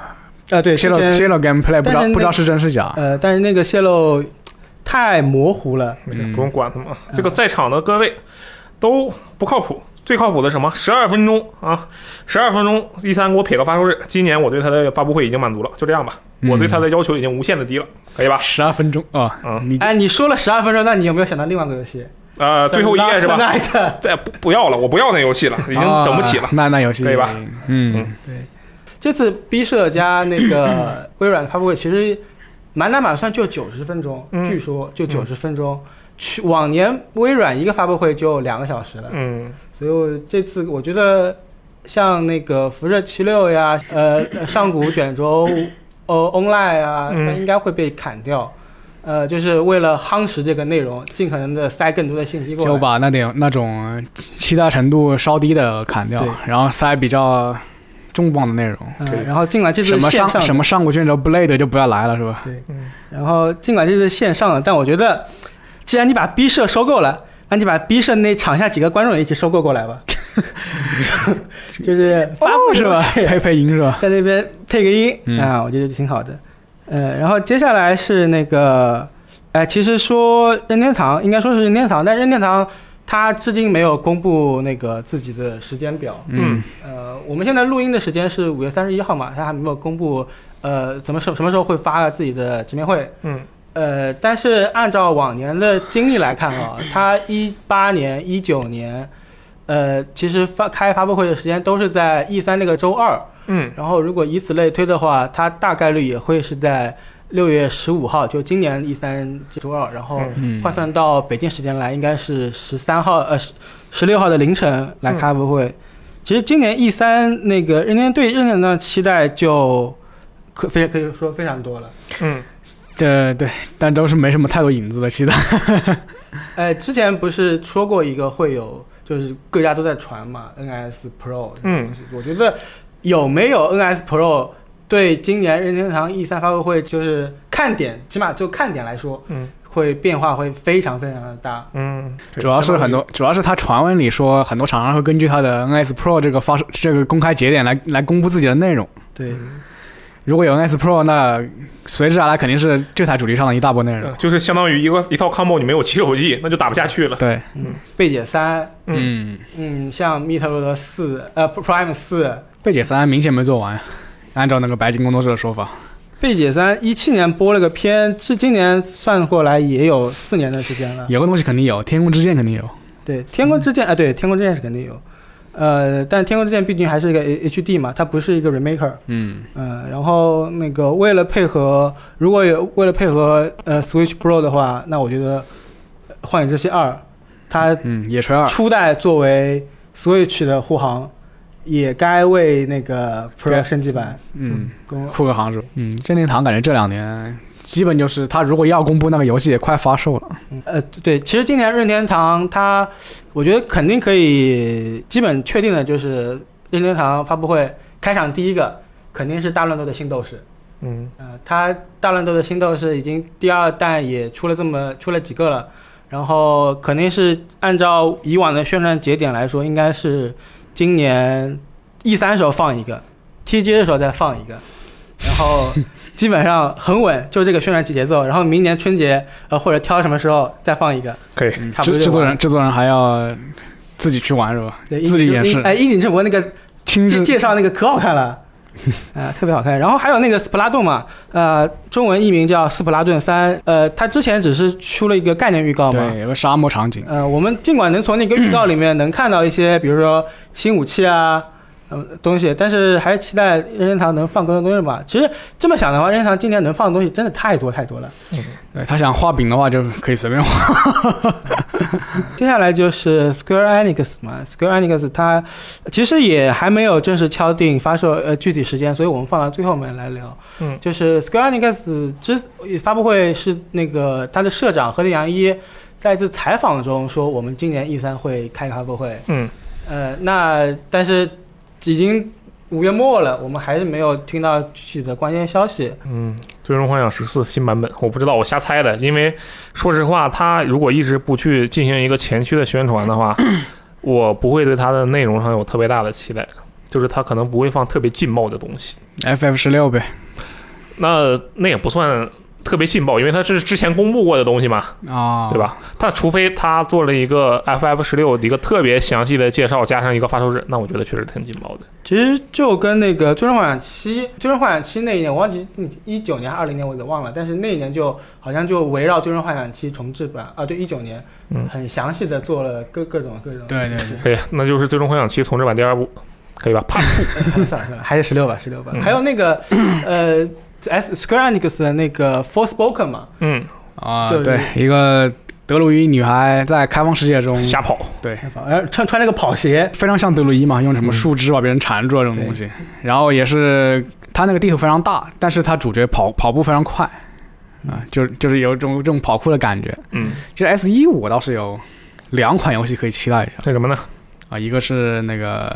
Speaker 2: 呃，对，
Speaker 3: 泄
Speaker 2: 之
Speaker 3: 露
Speaker 2: 前
Speaker 3: 泄露 gameplay 不知
Speaker 2: 但是
Speaker 3: 道
Speaker 2: 那
Speaker 3: 不知道是真是假，
Speaker 2: 呃，但是那个泄露太模糊了，
Speaker 1: 没事
Speaker 3: 嗯
Speaker 1: 不用管他们啊。这个在场的各位都不靠谱，最靠谱的什么？十二分钟啊，十二分钟，一三给我撇个发售日。今年我对它的发布会已经满足了，就这样吧。
Speaker 3: 嗯
Speaker 1: 我对它的要求已经无限的低了，可以吧？
Speaker 3: 十二分钟啊，
Speaker 1: 嗯
Speaker 3: 你
Speaker 2: 呃哎，你说了十二分钟，那你有没有想到另外一个游戏？
Speaker 1: 呃，最后一页是吧？
Speaker 2: ？Night，
Speaker 1: 再不不要了，我不要那游戏了，已
Speaker 3: 已
Speaker 1: 经等不起了。
Speaker 3: 啊那那游戏
Speaker 1: 可以吧？
Speaker 3: 嗯，
Speaker 2: 对，这次 B 社加那 个微软发布会其实满打满算就九十分钟，
Speaker 1: 嗯
Speaker 2: 据说就九十分钟。去往年微软一个发布会就两个小时了，
Speaker 1: 嗯，
Speaker 2: 所以我这次我觉得，像那个辐射七六呀，呃，上古卷轴，呃，online 啊，
Speaker 1: 嗯
Speaker 2: 它应该会被砍掉。呃，就是为了夯实这个内容，尽可能的塞更多的信息
Speaker 3: 就
Speaker 2: 过来。
Speaker 3: 把那点那种期待程度稍低的砍掉
Speaker 2: 对，
Speaker 3: 然后塞比较重磅的内容，
Speaker 1: 对
Speaker 2: 嗯，然后尽管这次
Speaker 3: 什么
Speaker 2: 线
Speaker 3: 上
Speaker 2: 上
Speaker 3: 什
Speaker 2: 么，
Speaker 3: 么上古卷轴不累的就不要来了，是吧？
Speaker 1: 嗯
Speaker 2: 然后尽管这次线上的，但我觉得，既然你把 B 社收购了，那你把 B 社那场下几个观众也一起收购过来吧。 就是发布
Speaker 3: 哦是吧？
Speaker 2: 哦对
Speaker 3: 配配音是吧？
Speaker 2: 在那边配个音、
Speaker 3: 嗯
Speaker 2: 啊，我觉得挺好的。呃，然后接下来是那个，呃，其实说任天堂应该说是任天堂，但任天堂它至今没有公布那个自己的时间表。
Speaker 1: 嗯
Speaker 2: 呃，我们现在录音的时间是五月三十一号嘛，它还没有公布，呃，怎么什什么时候会发自己的直面会？
Speaker 1: 嗯，
Speaker 2: 呃，但是按照往年的经历来看啊，它一八年、一九年，呃，其实发开发布会的时间都是在 E 三那个周二，
Speaker 1: 嗯，
Speaker 2: 然后如果以此类推的话，它大概率也会是在六月十五号，就今年 E 三周二，然后
Speaker 1: 嗯
Speaker 3: 嗯
Speaker 2: 换算到北京时间来，应该是十三号呃十十六号的凌晨来开发布会。其实今年 E 三那个任天对任天堂的期待就可非可以说非常多了。
Speaker 1: 嗯，
Speaker 3: 对对，但都是没什么太多影子的期待。
Speaker 2: 呃，之前不是说过一个会有，就是各家都在传嘛，NS Pro 这个东西，我觉得有没有 NS Pro 对今年任天堂 E 三发布会就是看点，起码就看点来说，
Speaker 1: 嗯，
Speaker 2: 会变化会非常非常的大。
Speaker 1: 嗯，
Speaker 3: 主要是很多，主要是他传闻里说，很多厂商会根据他的 NS Pro 这个发售这个公开节点来来公布自己的内容。
Speaker 2: 对
Speaker 1: 嗯
Speaker 3: 如果有 NS Pro，那随之而来肯定是这台主机上的一大波内容
Speaker 1: 嗯。就是相当于一个一套 combo，你没有起手技，那就打不下去了。
Speaker 3: 对，
Speaker 2: 贝姐三，
Speaker 3: 嗯，
Speaker 2: 嗯，像密特罗德四，呃，Prime 四，
Speaker 3: 贝姐三明显没做完，按照那个白金工作室的说法，
Speaker 2: 贝姐三一七年播了个片，至今年算过来也有四年的时间了。
Speaker 3: 有个东西肯定有，天空之剑肯定有。
Speaker 2: 对，天空之剑，啊，对，天空之剑是肯定有，呃，但天空之剑毕竟还是一个 H D 嘛，它不是一个 remaker，
Speaker 3: 嗯，
Speaker 2: 嗯，然后那个为了配合，如果有为了配合呃 Switch Pro 的话，那我觉得呃《幻影之息二》它
Speaker 3: 嗯，野炊二，
Speaker 2: 初代作为 Switch 的护航，也该为那个 Pro
Speaker 3: 对
Speaker 2: 升级版
Speaker 3: 嗯，
Speaker 2: 公
Speaker 3: 酷个行主，嗯，任天堂感觉这两年基本就是他如果要公布那个游戏也快发售了，
Speaker 2: 呃，对，其实今年任天堂它，我觉得肯定可以，基本确定的就是任天堂发布会开场第一个肯定是大乱斗的新斗士。
Speaker 1: 嗯，
Speaker 2: 呃，它大乱斗的新斗士已经第二代也出了这么出了几个了，然后肯定是按照以往的宣传节点来说，应该是今年 E 三时候放一个，TG 的时候再放一个，然后基本上很稳，就这个宣传节奏，然后明年春节呃或者挑什么时候再放一个，
Speaker 1: 可以。
Speaker 3: 嗯
Speaker 2: 差不多
Speaker 3: 制
Speaker 2: 就
Speaker 3: 制作
Speaker 2: 完
Speaker 3: 人制作人还要自己去玩是吧？
Speaker 2: 对，
Speaker 3: 自己演示
Speaker 2: 樱井哎，樱井正博那个
Speaker 3: 亲
Speaker 2: 介
Speaker 3: 自
Speaker 2: 介绍那个可好看了，啊、特别好看。然后还有那个斯普拉顿嘛，呃，中文译名叫《斯普拉顿三》，呃，它之前只是出了一个概念预告嘛。
Speaker 3: 对有个沙漠场景，
Speaker 2: 呃，我们尽管能从那个预告里面能看到一些，比如说新武器啊，呃，东西，但是还是期待任天堂能放更多东西吧。其实这么想的话，任天堂今年能放的东西真的太多太多了。
Speaker 1: 嗯
Speaker 3: 对他想画饼的话就可以随便画。
Speaker 2: 接下来就是 Square Enix 嘛，Square Enix 它其实也还没有正式敲定发售呃具体时间，所以我们放到最后面来聊。
Speaker 1: 嗯
Speaker 2: 就是 Square Enix 之发布会是那个它的社长河田洋一在一次采访中说，我们今年 E 三会开个发布会。
Speaker 1: 嗯，
Speaker 2: 呃，那但是已经五月末了，我们还是没有听到具体的关键消息。
Speaker 1: 嗯，《最终幻想十四》新版本，我不知道，我瞎猜的。因为说实话，他如果一直不去进行一个前期的宣传的话，我不会对它的内容上有特别大的期待，就是他可能不会放特别劲爆的东西。
Speaker 3: FF 十六呗，
Speaker 1: 那那也不算特别劲爆，因为它是之前公布过的东西嘛，
Speaker 3: 啊，
Speaker 1: 对？吧？但除非他做了一个 FF 十六一个特别详细的介绍，加上一个发售日，那我觉得确实挺劲爆的。
Speaker 2: 其实就跟那个《最终幻想七》，《最终幻想七》那一年，我忘记一九年还是二零年，我给忘了。但是那一年就好像就围绕《最终幻想七》重置版啊，对，一九年，
Speaker 1: 嗯
Speaker 2: 很详细的做了各各种各种。
Speaker 3: 对对对
Speaker 1: 可以，那就是《最终幻想七》重置版第二部，可以吧？啪，
Speaker 2: 对， 算了算了，还是十六吧，十六吧。
Speaker 1: 嗯
Speaker 2: 还有那个呃，S Square Enix 的那个《Forspoken》嘛，
Speaker 1: 嗯，
Speaker 3: 啊，
Speaker 2: 就是
Speaker 3: 对，一个德鲁伊女孩在开放世界中
Speaker 1: 瞎跑，
Speaker 2: 呃，穿穿那个跑鞋，
Speaker 3: 非常像德鲁伊嘛，用什么
Speaker 1: 嗯
Speaker 3: 树枝把别人缠住啊这种东西。然后也是他那个地图非常大，但是他主角跑跑步非常快，啊、就是就是有一种这种跑酷的感觉。
Speaker 1: 嗯，
Speaker 3: 其实 S 一我倒是有两款游戏可以期待一下
Speaker 1: 那什么呢？
Speaker 3: 啊，一个是那个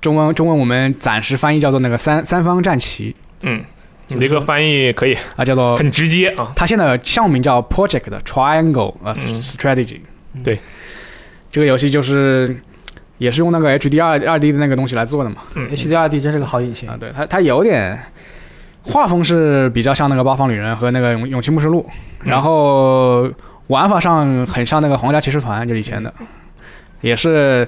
Speaker 3: 中文中文我们暂时翻译叫做那个三三方战旗
Speaker 1: 嗯，你这个翻译可以，
Speaker 3: 啊，叫做
Speaker 1: 很直接啊。
Speaker 3: 它现在的项目名叫 Project Triangle 呃、
Speaker 1: 嗯
Speaker 3: Strategy。
Speaker 1: 对，
Speaker 3: 这个游戏就是也是用那个 HD 二二 D 的那个东西来做的嘛。
Speaker 1: 嗯，
Speaker 2: HDR&D 真是个好引擎
Speaker 3: 啊，。对，它它有点画风是比较像那个《八方旅人》和那个《勇勇气牧师录》，然后玩法上很像那个《皇家骑士团》，就以前的，也是。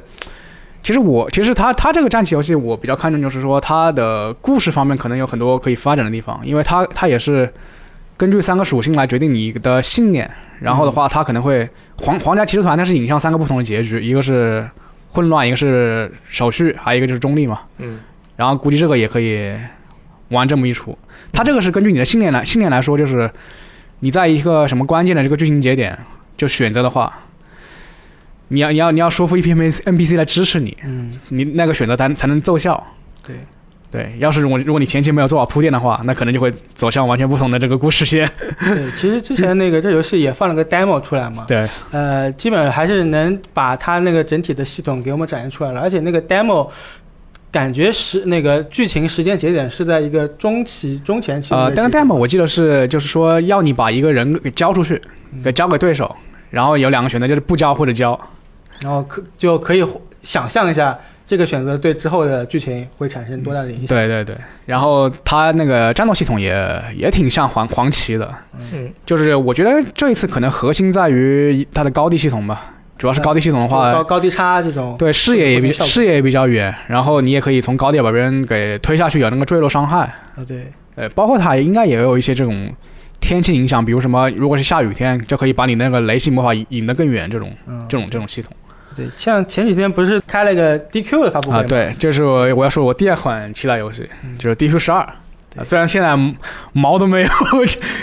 Speaker 3: 其实我其实它它这个战棋游戏我比较看重，就是说它的故事方面可能有很多可以发展的地方，因为它它也是根据三个属性来决定你的信念，然后的话它可能会皇皇家骑士团它是引向三个不同的结局，一个是混乱，一个是手续，还有一个就是中立嘛。
Speaker 1: 嗯
Speaker 3: 然后估计这个也可以玩这么一出。它这个是根据你的信念来信念来说，就是你在一个什么关键的这个剧情节点就选择的话，你要你要你要说服一批 NPC 来支持你，
Speaker 2: 嗯，
Speaker 3: 你那个选择才才能奏效。
Speaker 2: 对
Speaker 3: 对，要是如果如果你前期没有做好铺垫的话，那可能就会走向完全不同的这个故事线。
Speaker 2: 对，其实之前那个这游戏也放了个 demo 出来嘛，
Speaker 3: 对，
Speaker 2: 呃，基本上还是能把它那个整体的系统给我们展现出来了，而且那个 demo 感觉是那个剧情时间节点是在一个中期、中前期的
Speaker 3: 呃，
Speaker 2: 位置。
Speaker 3: 但是 demo 我记得是就是说要你把一个人给交出去，给交给对手，然后有两个选择，就是不交或者交。
Speaker 2: 然后可就可以想象一下这个选择对之后的剧情会产生多大的影响？
Speaker 3: 嗯对对对，然后它那个战斗系统也也挺像黄黄旗的，
Speaker 1: 嗯，
Speaker 3: 就是我觉得这一次可能核心在于它的高地系统吧，主要是高地系统的
Speaker 2: 高
Speaker 3: 话，
Speaker 2: 高低差这种，
Speaker 3: 对视野也比
Speaker 2: 效果
Speaker 3: 视野也比较远，然后你也可以从高地把别人给推下去，有那个坠落伤害，
Speaker 2: 啊对，
Speaker 3: 呃，包括它应该也有一些这种天气影响，比如什么如果是下雨天，就可以把你那个雷系魔法引引得更远，这种
Speaker 2: 嗯，
Speaker 3: 这种这种系统。
Speaker 2: 对，像前几天不是开了个 DQ 的发布会
Speaker 3: 啊，
Speaker 2: 吗，
Speaker 3: 对，这是我我要说我第二款期待游戏，
Speaker 2: 嗯
Speaker 3: 就是《DQ 十二》啊。
Speaker 2: 对
Speaker 3: 虽然现在毛都没有，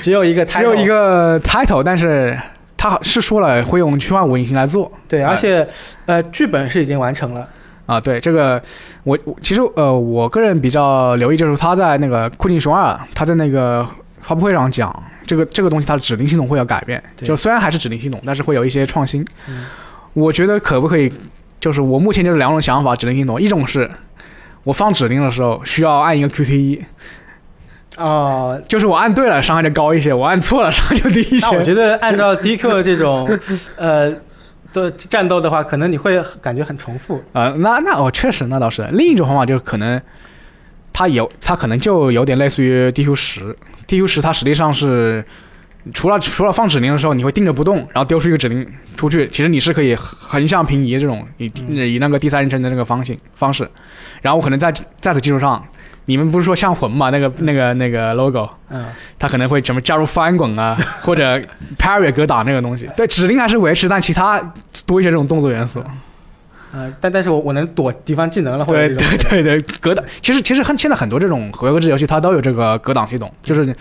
Speaker 2: 只有一个，
Speaker 3: 只有一，个 title，但是他是说了会用虚幻五引擎来做
Speaker 2: 对，
Speaker 3: 哎
Speaker 2: 而且呃，剧本是已经完成了，
Speaker 3: 啊。对这个，我我其实呃，我个人比较留意就是他在那个《酷劲熊二》，他在那个发布会上讲这个这个东西，它的指令系统会有改变，
Speaker 2: 对
Speaker 3: 就虽然还是指令系统，但是会有一些创新。
Speaker 2: 嗯
Speaker 3: 我觉得可不可以，就是我目前就是两种想法，指令系统，一种是我放指令的时候需要按一个 QTE。啊
Speaker 2: 哦，
Speaker 3: 就是我按对了，伤害就高一些；我按错了，伤害就低一些。
Speaker 2: 那我觉得按照 DQ 这 种呃的战斗的话，可能你会感觉很重复，
Speaker 3: 啊、那那哦，确实，那倒是另一种方法，就是可能它有，它可能就有点类似于 DQ 十，DQ 十它实际上是除了除了放指令的时候，你会定着不动，然后丢出一个指令出去，其实你是可以横向平移这种以以那个第三人称的那个方形方式，然后我可能在在此基础上。你们不是说像魂嘛？那个、那个、那个 logo，
Speaker 2: 嗯，
Speaker 3: 它可能会什么加入翻滚啊，或者 parry 格挡那个东西。对，指令还是维持，但其他多一些这种动作元素。
Speaker 2: 呃，但但是我我能躲敌方技能了，或者
Speaker 3: 对
Speaker 2: 这种
Speaker 3: 对对对，格挡其实其实很现在很多这种回合制游戏它都有这个格挡系统，就是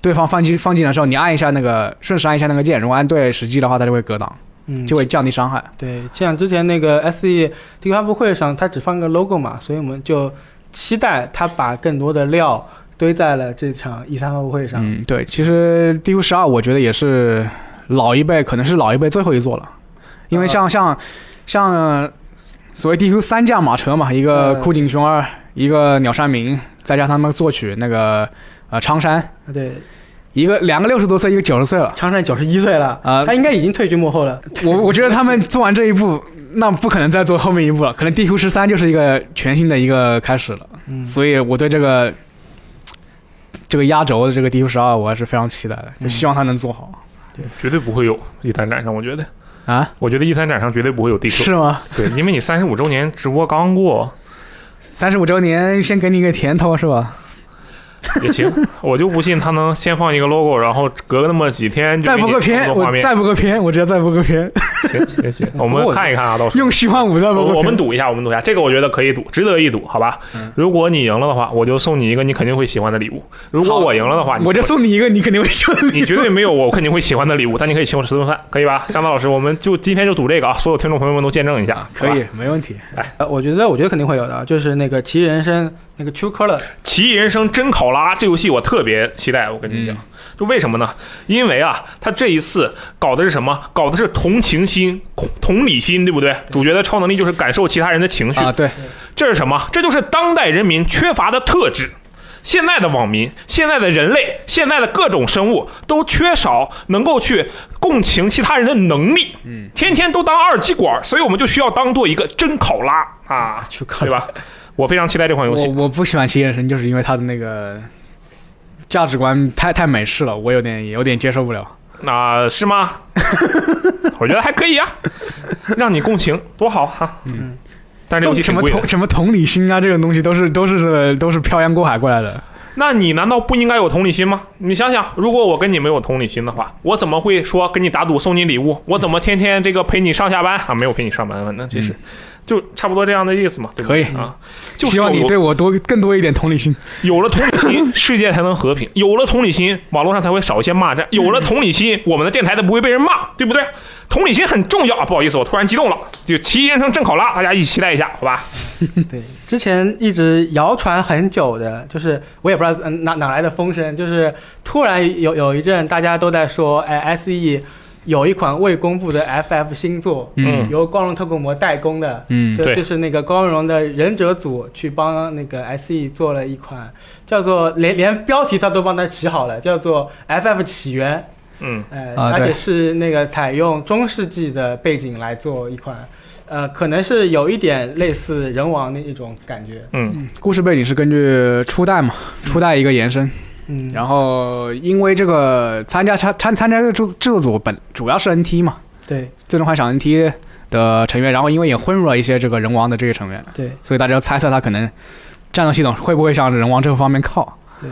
Speaker 3: 对方放技放技能的时候，你按一下那个顺势按一下那个键，如果按对时机的话，它就会格挡，
Speaker 2: 嗯，
Speaker 3: 就会降低伤害。
Speaker 2: 对，像之前那个 E SE 这个发布会上，它只放个 logo 嘛，所以我们就期待它把更多的料堆在了这场 E 三发布会上。
Speaker 3: 嗯，对，其实 DQ 十二我觉得也是老一辈，可能是老一辈最后一座了，因为像、像像所谓 DQ 三驾马车嘛，一个
Speaker 2: 呃
Speaker 3: 枯井雄二，一个鸟山明，再加上他们作曲那个呃苍山，
Speaker 2: 对，
Speaker 3: 一个两个六十多岁，一个九十岁了。
Speaker 2: 长山九十一岁了，
Speaker 3: 啊
Speaker 2: 他应该已经退居幕后了。
Speaker 3: 我我觉得他们做完这一步，那不可能再做后面一步了。可能 DQ 十三就是一个全新的一个开始了，
Speaker 2: 嗯
Speaker 3: 所以我对这个这个压轴的这个 DQ 十二，我还是非常期待的，
Speaker 1: 嗯
Speaker 3: 就希望他能做好、
Speaker 1: 绝对不会有一三展上，我觉得，
Speaker 3: 啊？
Speaker 1: 我觉得一三展上绝对不会有 DQ，
Speaker 3: 是吗？
Speaker 1: 对，因为你三十五周年直播刚过
Speaker 3: 三十五周年，先给你一个甜头是吧？
Speaker 1: 也 行，我就不信他能先放一个 logo，然后隔那么几天就
Speaker 3: 再
Speaker 1: 给
Speaker 3: 播
Speaker 1: 你
Speaker 3: 个
Speaker 1: 创
Speaker 3: 片，
Speaker 1: 作画
Speaker 3: 我
Speaker 1: 面，
Speaker 3: 再播个片，我直接再播 个片，
Speaker 1: 行行行，我
Speaker 2: 不
Speaker 1: 们
Speaker 2: 过
Speaker 1: 看一看啊，到时候
Speaker 3: 用虚幻五再播个
Speaker 1: 我
Speaker 3: 片。
Speaker 1: 我们赌一下，我们赌一下，这个我觉得可以赌，值得一赌，好吧？
Speaker 3: 嗯
Speaker 1: 如果你赢了的话，我就送你一个你肯定会喜欢的礼物；如果
Speaker 3: 好
Speaker 1: 我赢了的啊话，你
Speaker 3: 我就送你一个，你肯定会笑的。
Speaker 1: 你绝对没有我肯定会喜欢的礼物，但你可以请我吃顿饭， 可以吧？香道老师，我们就今天就赌这个啊！所有听众朋友们都见证一下，
Speaker 3: 可
Speaker 1: 好吧。
Speaker 3: 以，没问题。
Speaker 2: 呃，我觉得，我觉得肯定会有的，就是那个《奇异人生》那个 Q 科了，
Speaker 1: 奇异人生真考拉这游戏我特别期待，我跟你讲，
Speaker 3: 嗯
Speaker 1: 就为什么呢？因为啊，他这一次搞的是什么？搞的是同情心、同同理心，对不对？主角的超能力就是感受其他人的情绪，
Speaker 3: 啊，对，
Speaker 1: 这是什么？这就是当代人民缺乏的特质。现在的网民、现在的人类、现在的各种生物都缺少能够去共情其他人的能力，
Speaker 3: 嗯，
Speaker 1: 天天都当二极管儿，所以我们就需要当做一个真考拉啊，
Speaker 2: Q 科
Speaker 1: 对
Speaker 2: 了，
Speaker 1: 吧？我非常期待这款游
Speaker 3: 我
Speaker 1: 戏。
Speaker 3: 我不喜欢《奇异人生》，就是因为他的那个价值观太太美式了，我有点有点接受不了。
Speaker 1: 那、啊是 吗？我觉得还可以啊，让你共情多好哈、
Speaker 3: 嗯，
Speaker 1: 但是这游戏
Speaker 3: 什
Speaker 1: 挺
Speaker 3: 么
Speaker 1: 贵的
Speaker 3: 同。什么同理心啊，这种东西都是都是都是漂洋过海过来的。
Speaker 1: 那你难道不应该有同理心吗？你想想，如果我跟你没有同理心的话，我怎么会说跟你打赌送你礼物？我怎么天天这个陪你上下班啊？没有陪你上班，反正其实、就差不多这样的意思嘛，对不对
Speaker 3: 嗯可以
Speaker 1: 啊？就是
Speaker 3: 希望你
Speaker 1: 有
Speaker 3: 对我多更多一点同理心。
Speaker 1: 有了同理 心，世界才能和平；有了同理心，网络上才会少一些骂战；
Speaker 3: 嗯
Speaker 1: 有了同理心，我们的电台才不会被人骂，对不对？同理心很重要啊！不好意思，我突然激动了。就《奇异人生》正考拉，大家一起期待一下，好吧？
Speaker 2: 对，之前一直谣传很久的，就是我也不知道嗯哪哪来的风声，就是突然有有一阵大家都在说，哎，SE 有一款未公布的 FF 新作，
Speaker 1: 嗯
Speaker 2: 由光荣特库摩代工的，
Speaker 3: 嗯
Speaker 2: 所
Speaker 1: 对
Speaker 2: 以就是那个光荣的忍者组去帮那个 SE 做了一款叫做连连标题他都帮他起好了，叫做 FF 起源。
Speaker 1: 嗯
Speaker 2: 呃，
Speaker 3: 啊
Speaker 2: 而
Speaker 3: 对
Speaker 2: 且是那个采用中世纪的背景来做一款，呃，可能是有一点类似人王的一种感觉。
Speaker 1: 嗯
Speaker 3: 故事背景是根据初代嘛，初代一个延伸，
Speaker 2: 嗯，
Speaker 3: 然后因为这个参加参参参加这个制制作组本主要是 NT 嘛，
Speaker 2: 对
Speaker 3: 最终幻想 NT 的成员，然后因为也混入了一些这个人王的这些成员，
Speaker 2: 对
Speaker 3: 所以大家就猜测他可能战斗系统会不会向人王这方面靠。
Speaker 2: 对。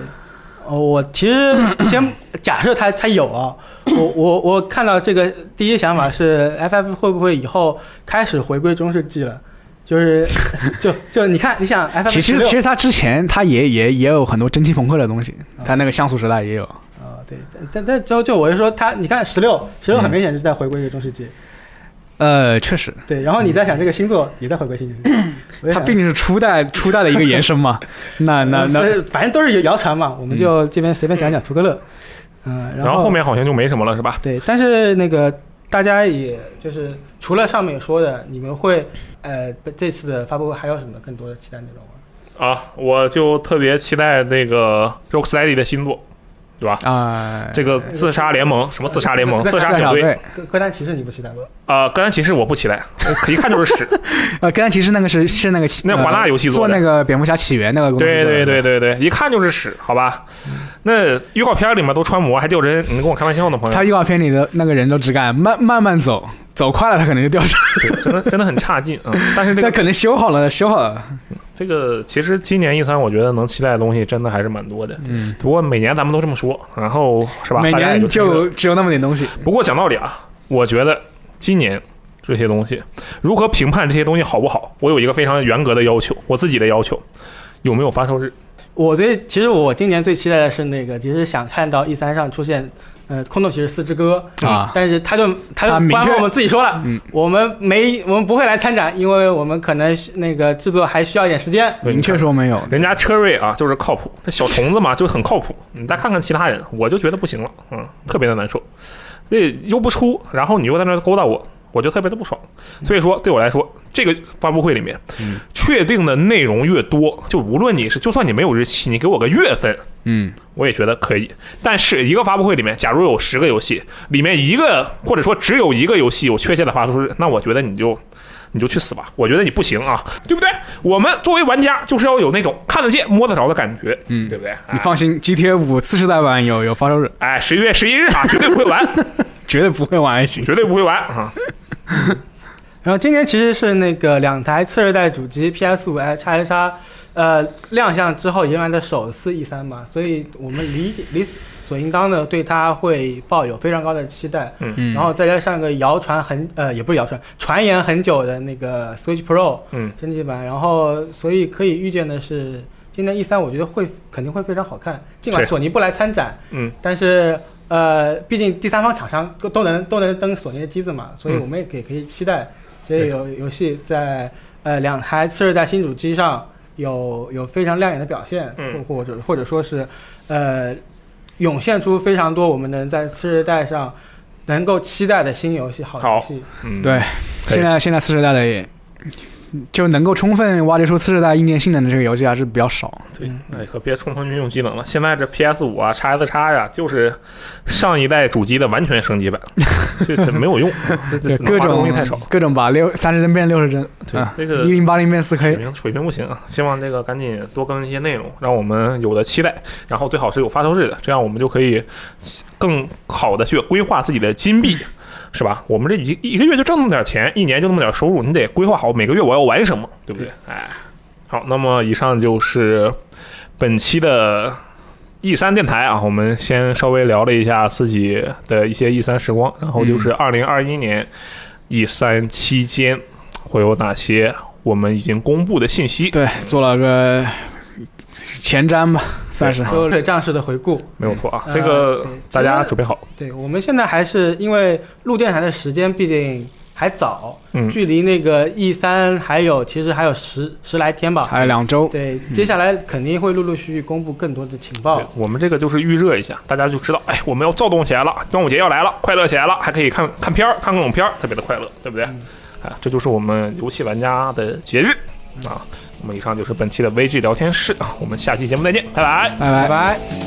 Speaker 2: 哦，我其实 先假设它它有啊，我我我看到这个第一想法是 FF 会不会以后开始回归中世纪了？就是就就你看，你 想 FF
Speaker 3: 其实
Speaker 2: 16
Speaker 3: 其实他之前他也也也有很多蒸汽朋克的东西，
Speaker 1: 嗯
Speaker 3: 他那个像素时代也有。
Speaker 2: 啊、对，但但但就就我是说他，你看十六，十
Speaker 3: 嗯
Speaker 2: 六很明显是在回归一个中世纪，
Speaker 3: 呃，确实，
Speaker 2: 对，然后你在想这个星座也在回归新世纪， 我也
Speaker 3: 它
Speaker 2: 想
Speaker 3: 毕竟是初代初代的一个延伸 嘛。那 那
Speaker 2: 嗯
Speaker 3: 那，嗯
Speaker 2: 所以反正都是谣传嘛，我们就这边随便讲讲图个乐，嗯，
Speaker 1: 然后后面好像就没什么了，是吧？
Speaker 2: 对，但是那个大家也就是除了上面说的，你们会呃这次的发布会还有什么更多的期待内容吗？
Speaker 1: 啊，我就特别期待那个 Rocksteady 的新作，对吧？
Speaker 3: 啊，
Speaker 1: 这个自杀联盟，什么自杀联盟、
Speaker 2: 自
Speaker 1: 自
Speaker 2: 杀
Speaker 1: 杀
Speaker 3: 小
Speaker 1: 小队
Speaker 3: 队，
Speaker 2: 歌歌单骑士你不期待吗？
Speaker 1: 啊，钢弹骑士我不期 待，一看就是屎。
Speaker 3: 呃，刚才其实那个是是那个
Speaker 1: 那
Speaker 3: 呃
Speaker 1: 华纳游戏做
Speaker 3: 做
Speaker 1: 的
Speaker 3: 那个蝙蝠侠起源那个公司做
Speaker 1: 对
Speaker 3: 的，
Speaker 1: 对对对对，一看就是屎，好吧？那预告片里面都穿模，还掉帧，你跟我开玩笑呢，朋友
Speaker 3: 他？预告片里的那个人都只敢慢慢慢走，走快了他可能就掉下来。
Speaker 1: 对真的真的很差劲 啊！嗯但是这
Speaker 3: 那
Speaker 1: 个
Speaker 3: 可能修好了，修好了。
Speaker 1: 这个，其实今年 E 三我觉得能期待的东西真的还是蛮多的。
Speaker 3: 嗯，
Speaker 1: 不过每年咱们都这么说，然后是吧？
Speaker 3: 每
Speaker 1: 大家也
Speaker 3: 年
Speaker 1: 就这个
Speaker 3: 就只有那么点东西。
Speaker 1: 不过讲道理啊，我觉得今年这些东西，如何评判这些东西好不好，我有一个非常严格的要求，我自己的要求，有没有发售日？
Speaker 2: 我最其实我今年最期待的是那个，其实想看到 E 三上出现。呃，空洞骑士四之歌
Speaker 3: 啊
Speaker 2: 但是他就他
Speaker 3: 他
Speaker 2: 就
Speaker 3: 明
Speaker 2: 官
Speaker 3: 确
Speaker 2: 方我们自己说了，
Speaker 3: 嗯
Speaker 2: 我们没我们不会来参展，因为我们可能是那个制作还需要一点时间。
Speaker 1: 对
Speaker 3: 明确。说没有，
Speaker 1: 人家车瑞啊，就是靠谱。这小虫子嘛，就很靠谱。你再看看其他人，我就觉得不行了，嗯，特别的难受。那又不出，然后你又在那儿勾搭我，我就特别的不爽。所以说，对我来说，这个发布会里面，
Speaker 3: 嗯
Speaker 1: 确定的内容越多，就无论你是，就算你没有日期，你给我个月份，
Speaker 3: 嗯，
Speaker 1: 我也觉得可以。但是一个发布会里面，假如有十个游戏，里面一个或者说只有一个游戏有确切的发出日，那我觉得你就你就去死吧，我觉得你不行啊，对不对？我们作为玩家就是要有那种看得见、摸得着的感觉，
Speaker 3: 嗯
Speaker 1: 对不对？
Speaker 3: 你放心，GTA 五次世代版有有发售日，
Speaker 1: 哎，十一月十一日啊，绝对不会玩，
Speaker 3: 绝对不会玩 A 型。
Speaker 1: 绝对不会玩啊！
Speaker 2: 然后今年其实是那个两台次世代主机 PS 五 H X X，呃，亮相之后迎来的首次 E 三嘛，所以我们理解理所应当的对它会抱有非常高的期待。
Speaker 3: 嗯，
Speaker 2: 然后再加上个谣传很呃也不是谣传，传言很久的那个 Switch Pro
Speaker 1: 嗯
Speaker 2: 升级版，然后所以可以预见的是，今年 E 三我觉得会肯定会非常好看，尽管
Speaker 1: 是
Speaker 2: 索尼不来参展，
Speaker 1: 嗯，
Speaker 2: 但是呃，毕竟第三方厂商都能都能登索尼的机子嘛，所以
Speaker 1: 嗯
Speaker 2: 我们也可以可以期待这些游游戏在呃两台次世代新主机上有有非常亮眼的表现，
Speaker 1: 嗯
Speaker 2: 或或者或者说是呃涌现出非常多我们能在次世代上能够期待的新游戏、好游戏。
Speaker 1: 嗯
Speaker 3: 对，现在现在次世代的也就能够充分挖掘出次世代硬件性能的这个游戏还是比较少。
Speaker 1: 对
Speaker 2: 嗯，
Speaker 1: 哎，可别充分运用技能了。现在这 PS 五啊、x S x 呀，就是上一代主机的完全升级版，这这没有用，这这
Speaker 3: 对， 各
Speaker 1: 能挖的东
Speaker 3: 种
Speaker 1: 西太少。
Speaker 3: 各种把六三十帧变六十帧，
Speaker 1: 对
Speaker 3: 啊，
Speaker 1: 这个
Speaker 3: 一零八零变四
Speaker 1: 水
Speaker 3: K，
Speaker 1: 平水平不行啊！希望这个赶紧多更新一些内容，让我们有的期待，然后最好是有发售日的，这样我们就可以更好的去规划自己的金币，是吧？我们这一一个月就挣那么点钱，一年就那么点收入，你得规划好每个月我要玩什么，对不对？哎，好，那么以上就是本期的 E 三电台啊，我们先稍微聊了一下自己的一些 E 三时光，然后
Speaker 3: 嗯
Speaker 1: 就是二零二一年 E 三期间会有哪些我们已经公布的信息。
Speaker 3: 对，做了个前瞻吧，算是。
Speaker 2: 所有的战士的回顾，
Speaker 1: 没有错啊，
Speaker 2: 嗯
Speaker 1: 这个
Speaker 2: 呃
Speaker 1: 大
Speaker 2: 其
Speaker 1: 家
Speaker 2: 实
Speaker 1: 准备好。
Speaker 2: 对我们现在还是因为录电台的时间毕竟还早，
Speaker 1: 嗯
Speaker 2: 距离那个 E 三还有其实还有十十来天吧，
Speaker 3: 还有两周，
Speaker 2: 对，接下来肯定会陆陆续续公布更多的情报
Speaker 1: 对。，我们这个就是预热一下，大家就知道，哎，我们要躁动起来了，端午节要来了，快乐起来了，还可以看看片儿，看各种片儿，特别的快乐，对不对？
Speaker 2: 嗯
Speaker 1: 啊，这就是我们游戏玩家的节日
Speaker 2: 嗯
Speaker 1: 啊。那么以上就是本期的 VG 聊天室啊，我们下期节目再见，拜拜。
Speaker 3: 拜拜
Speaker 2: 拜。拜。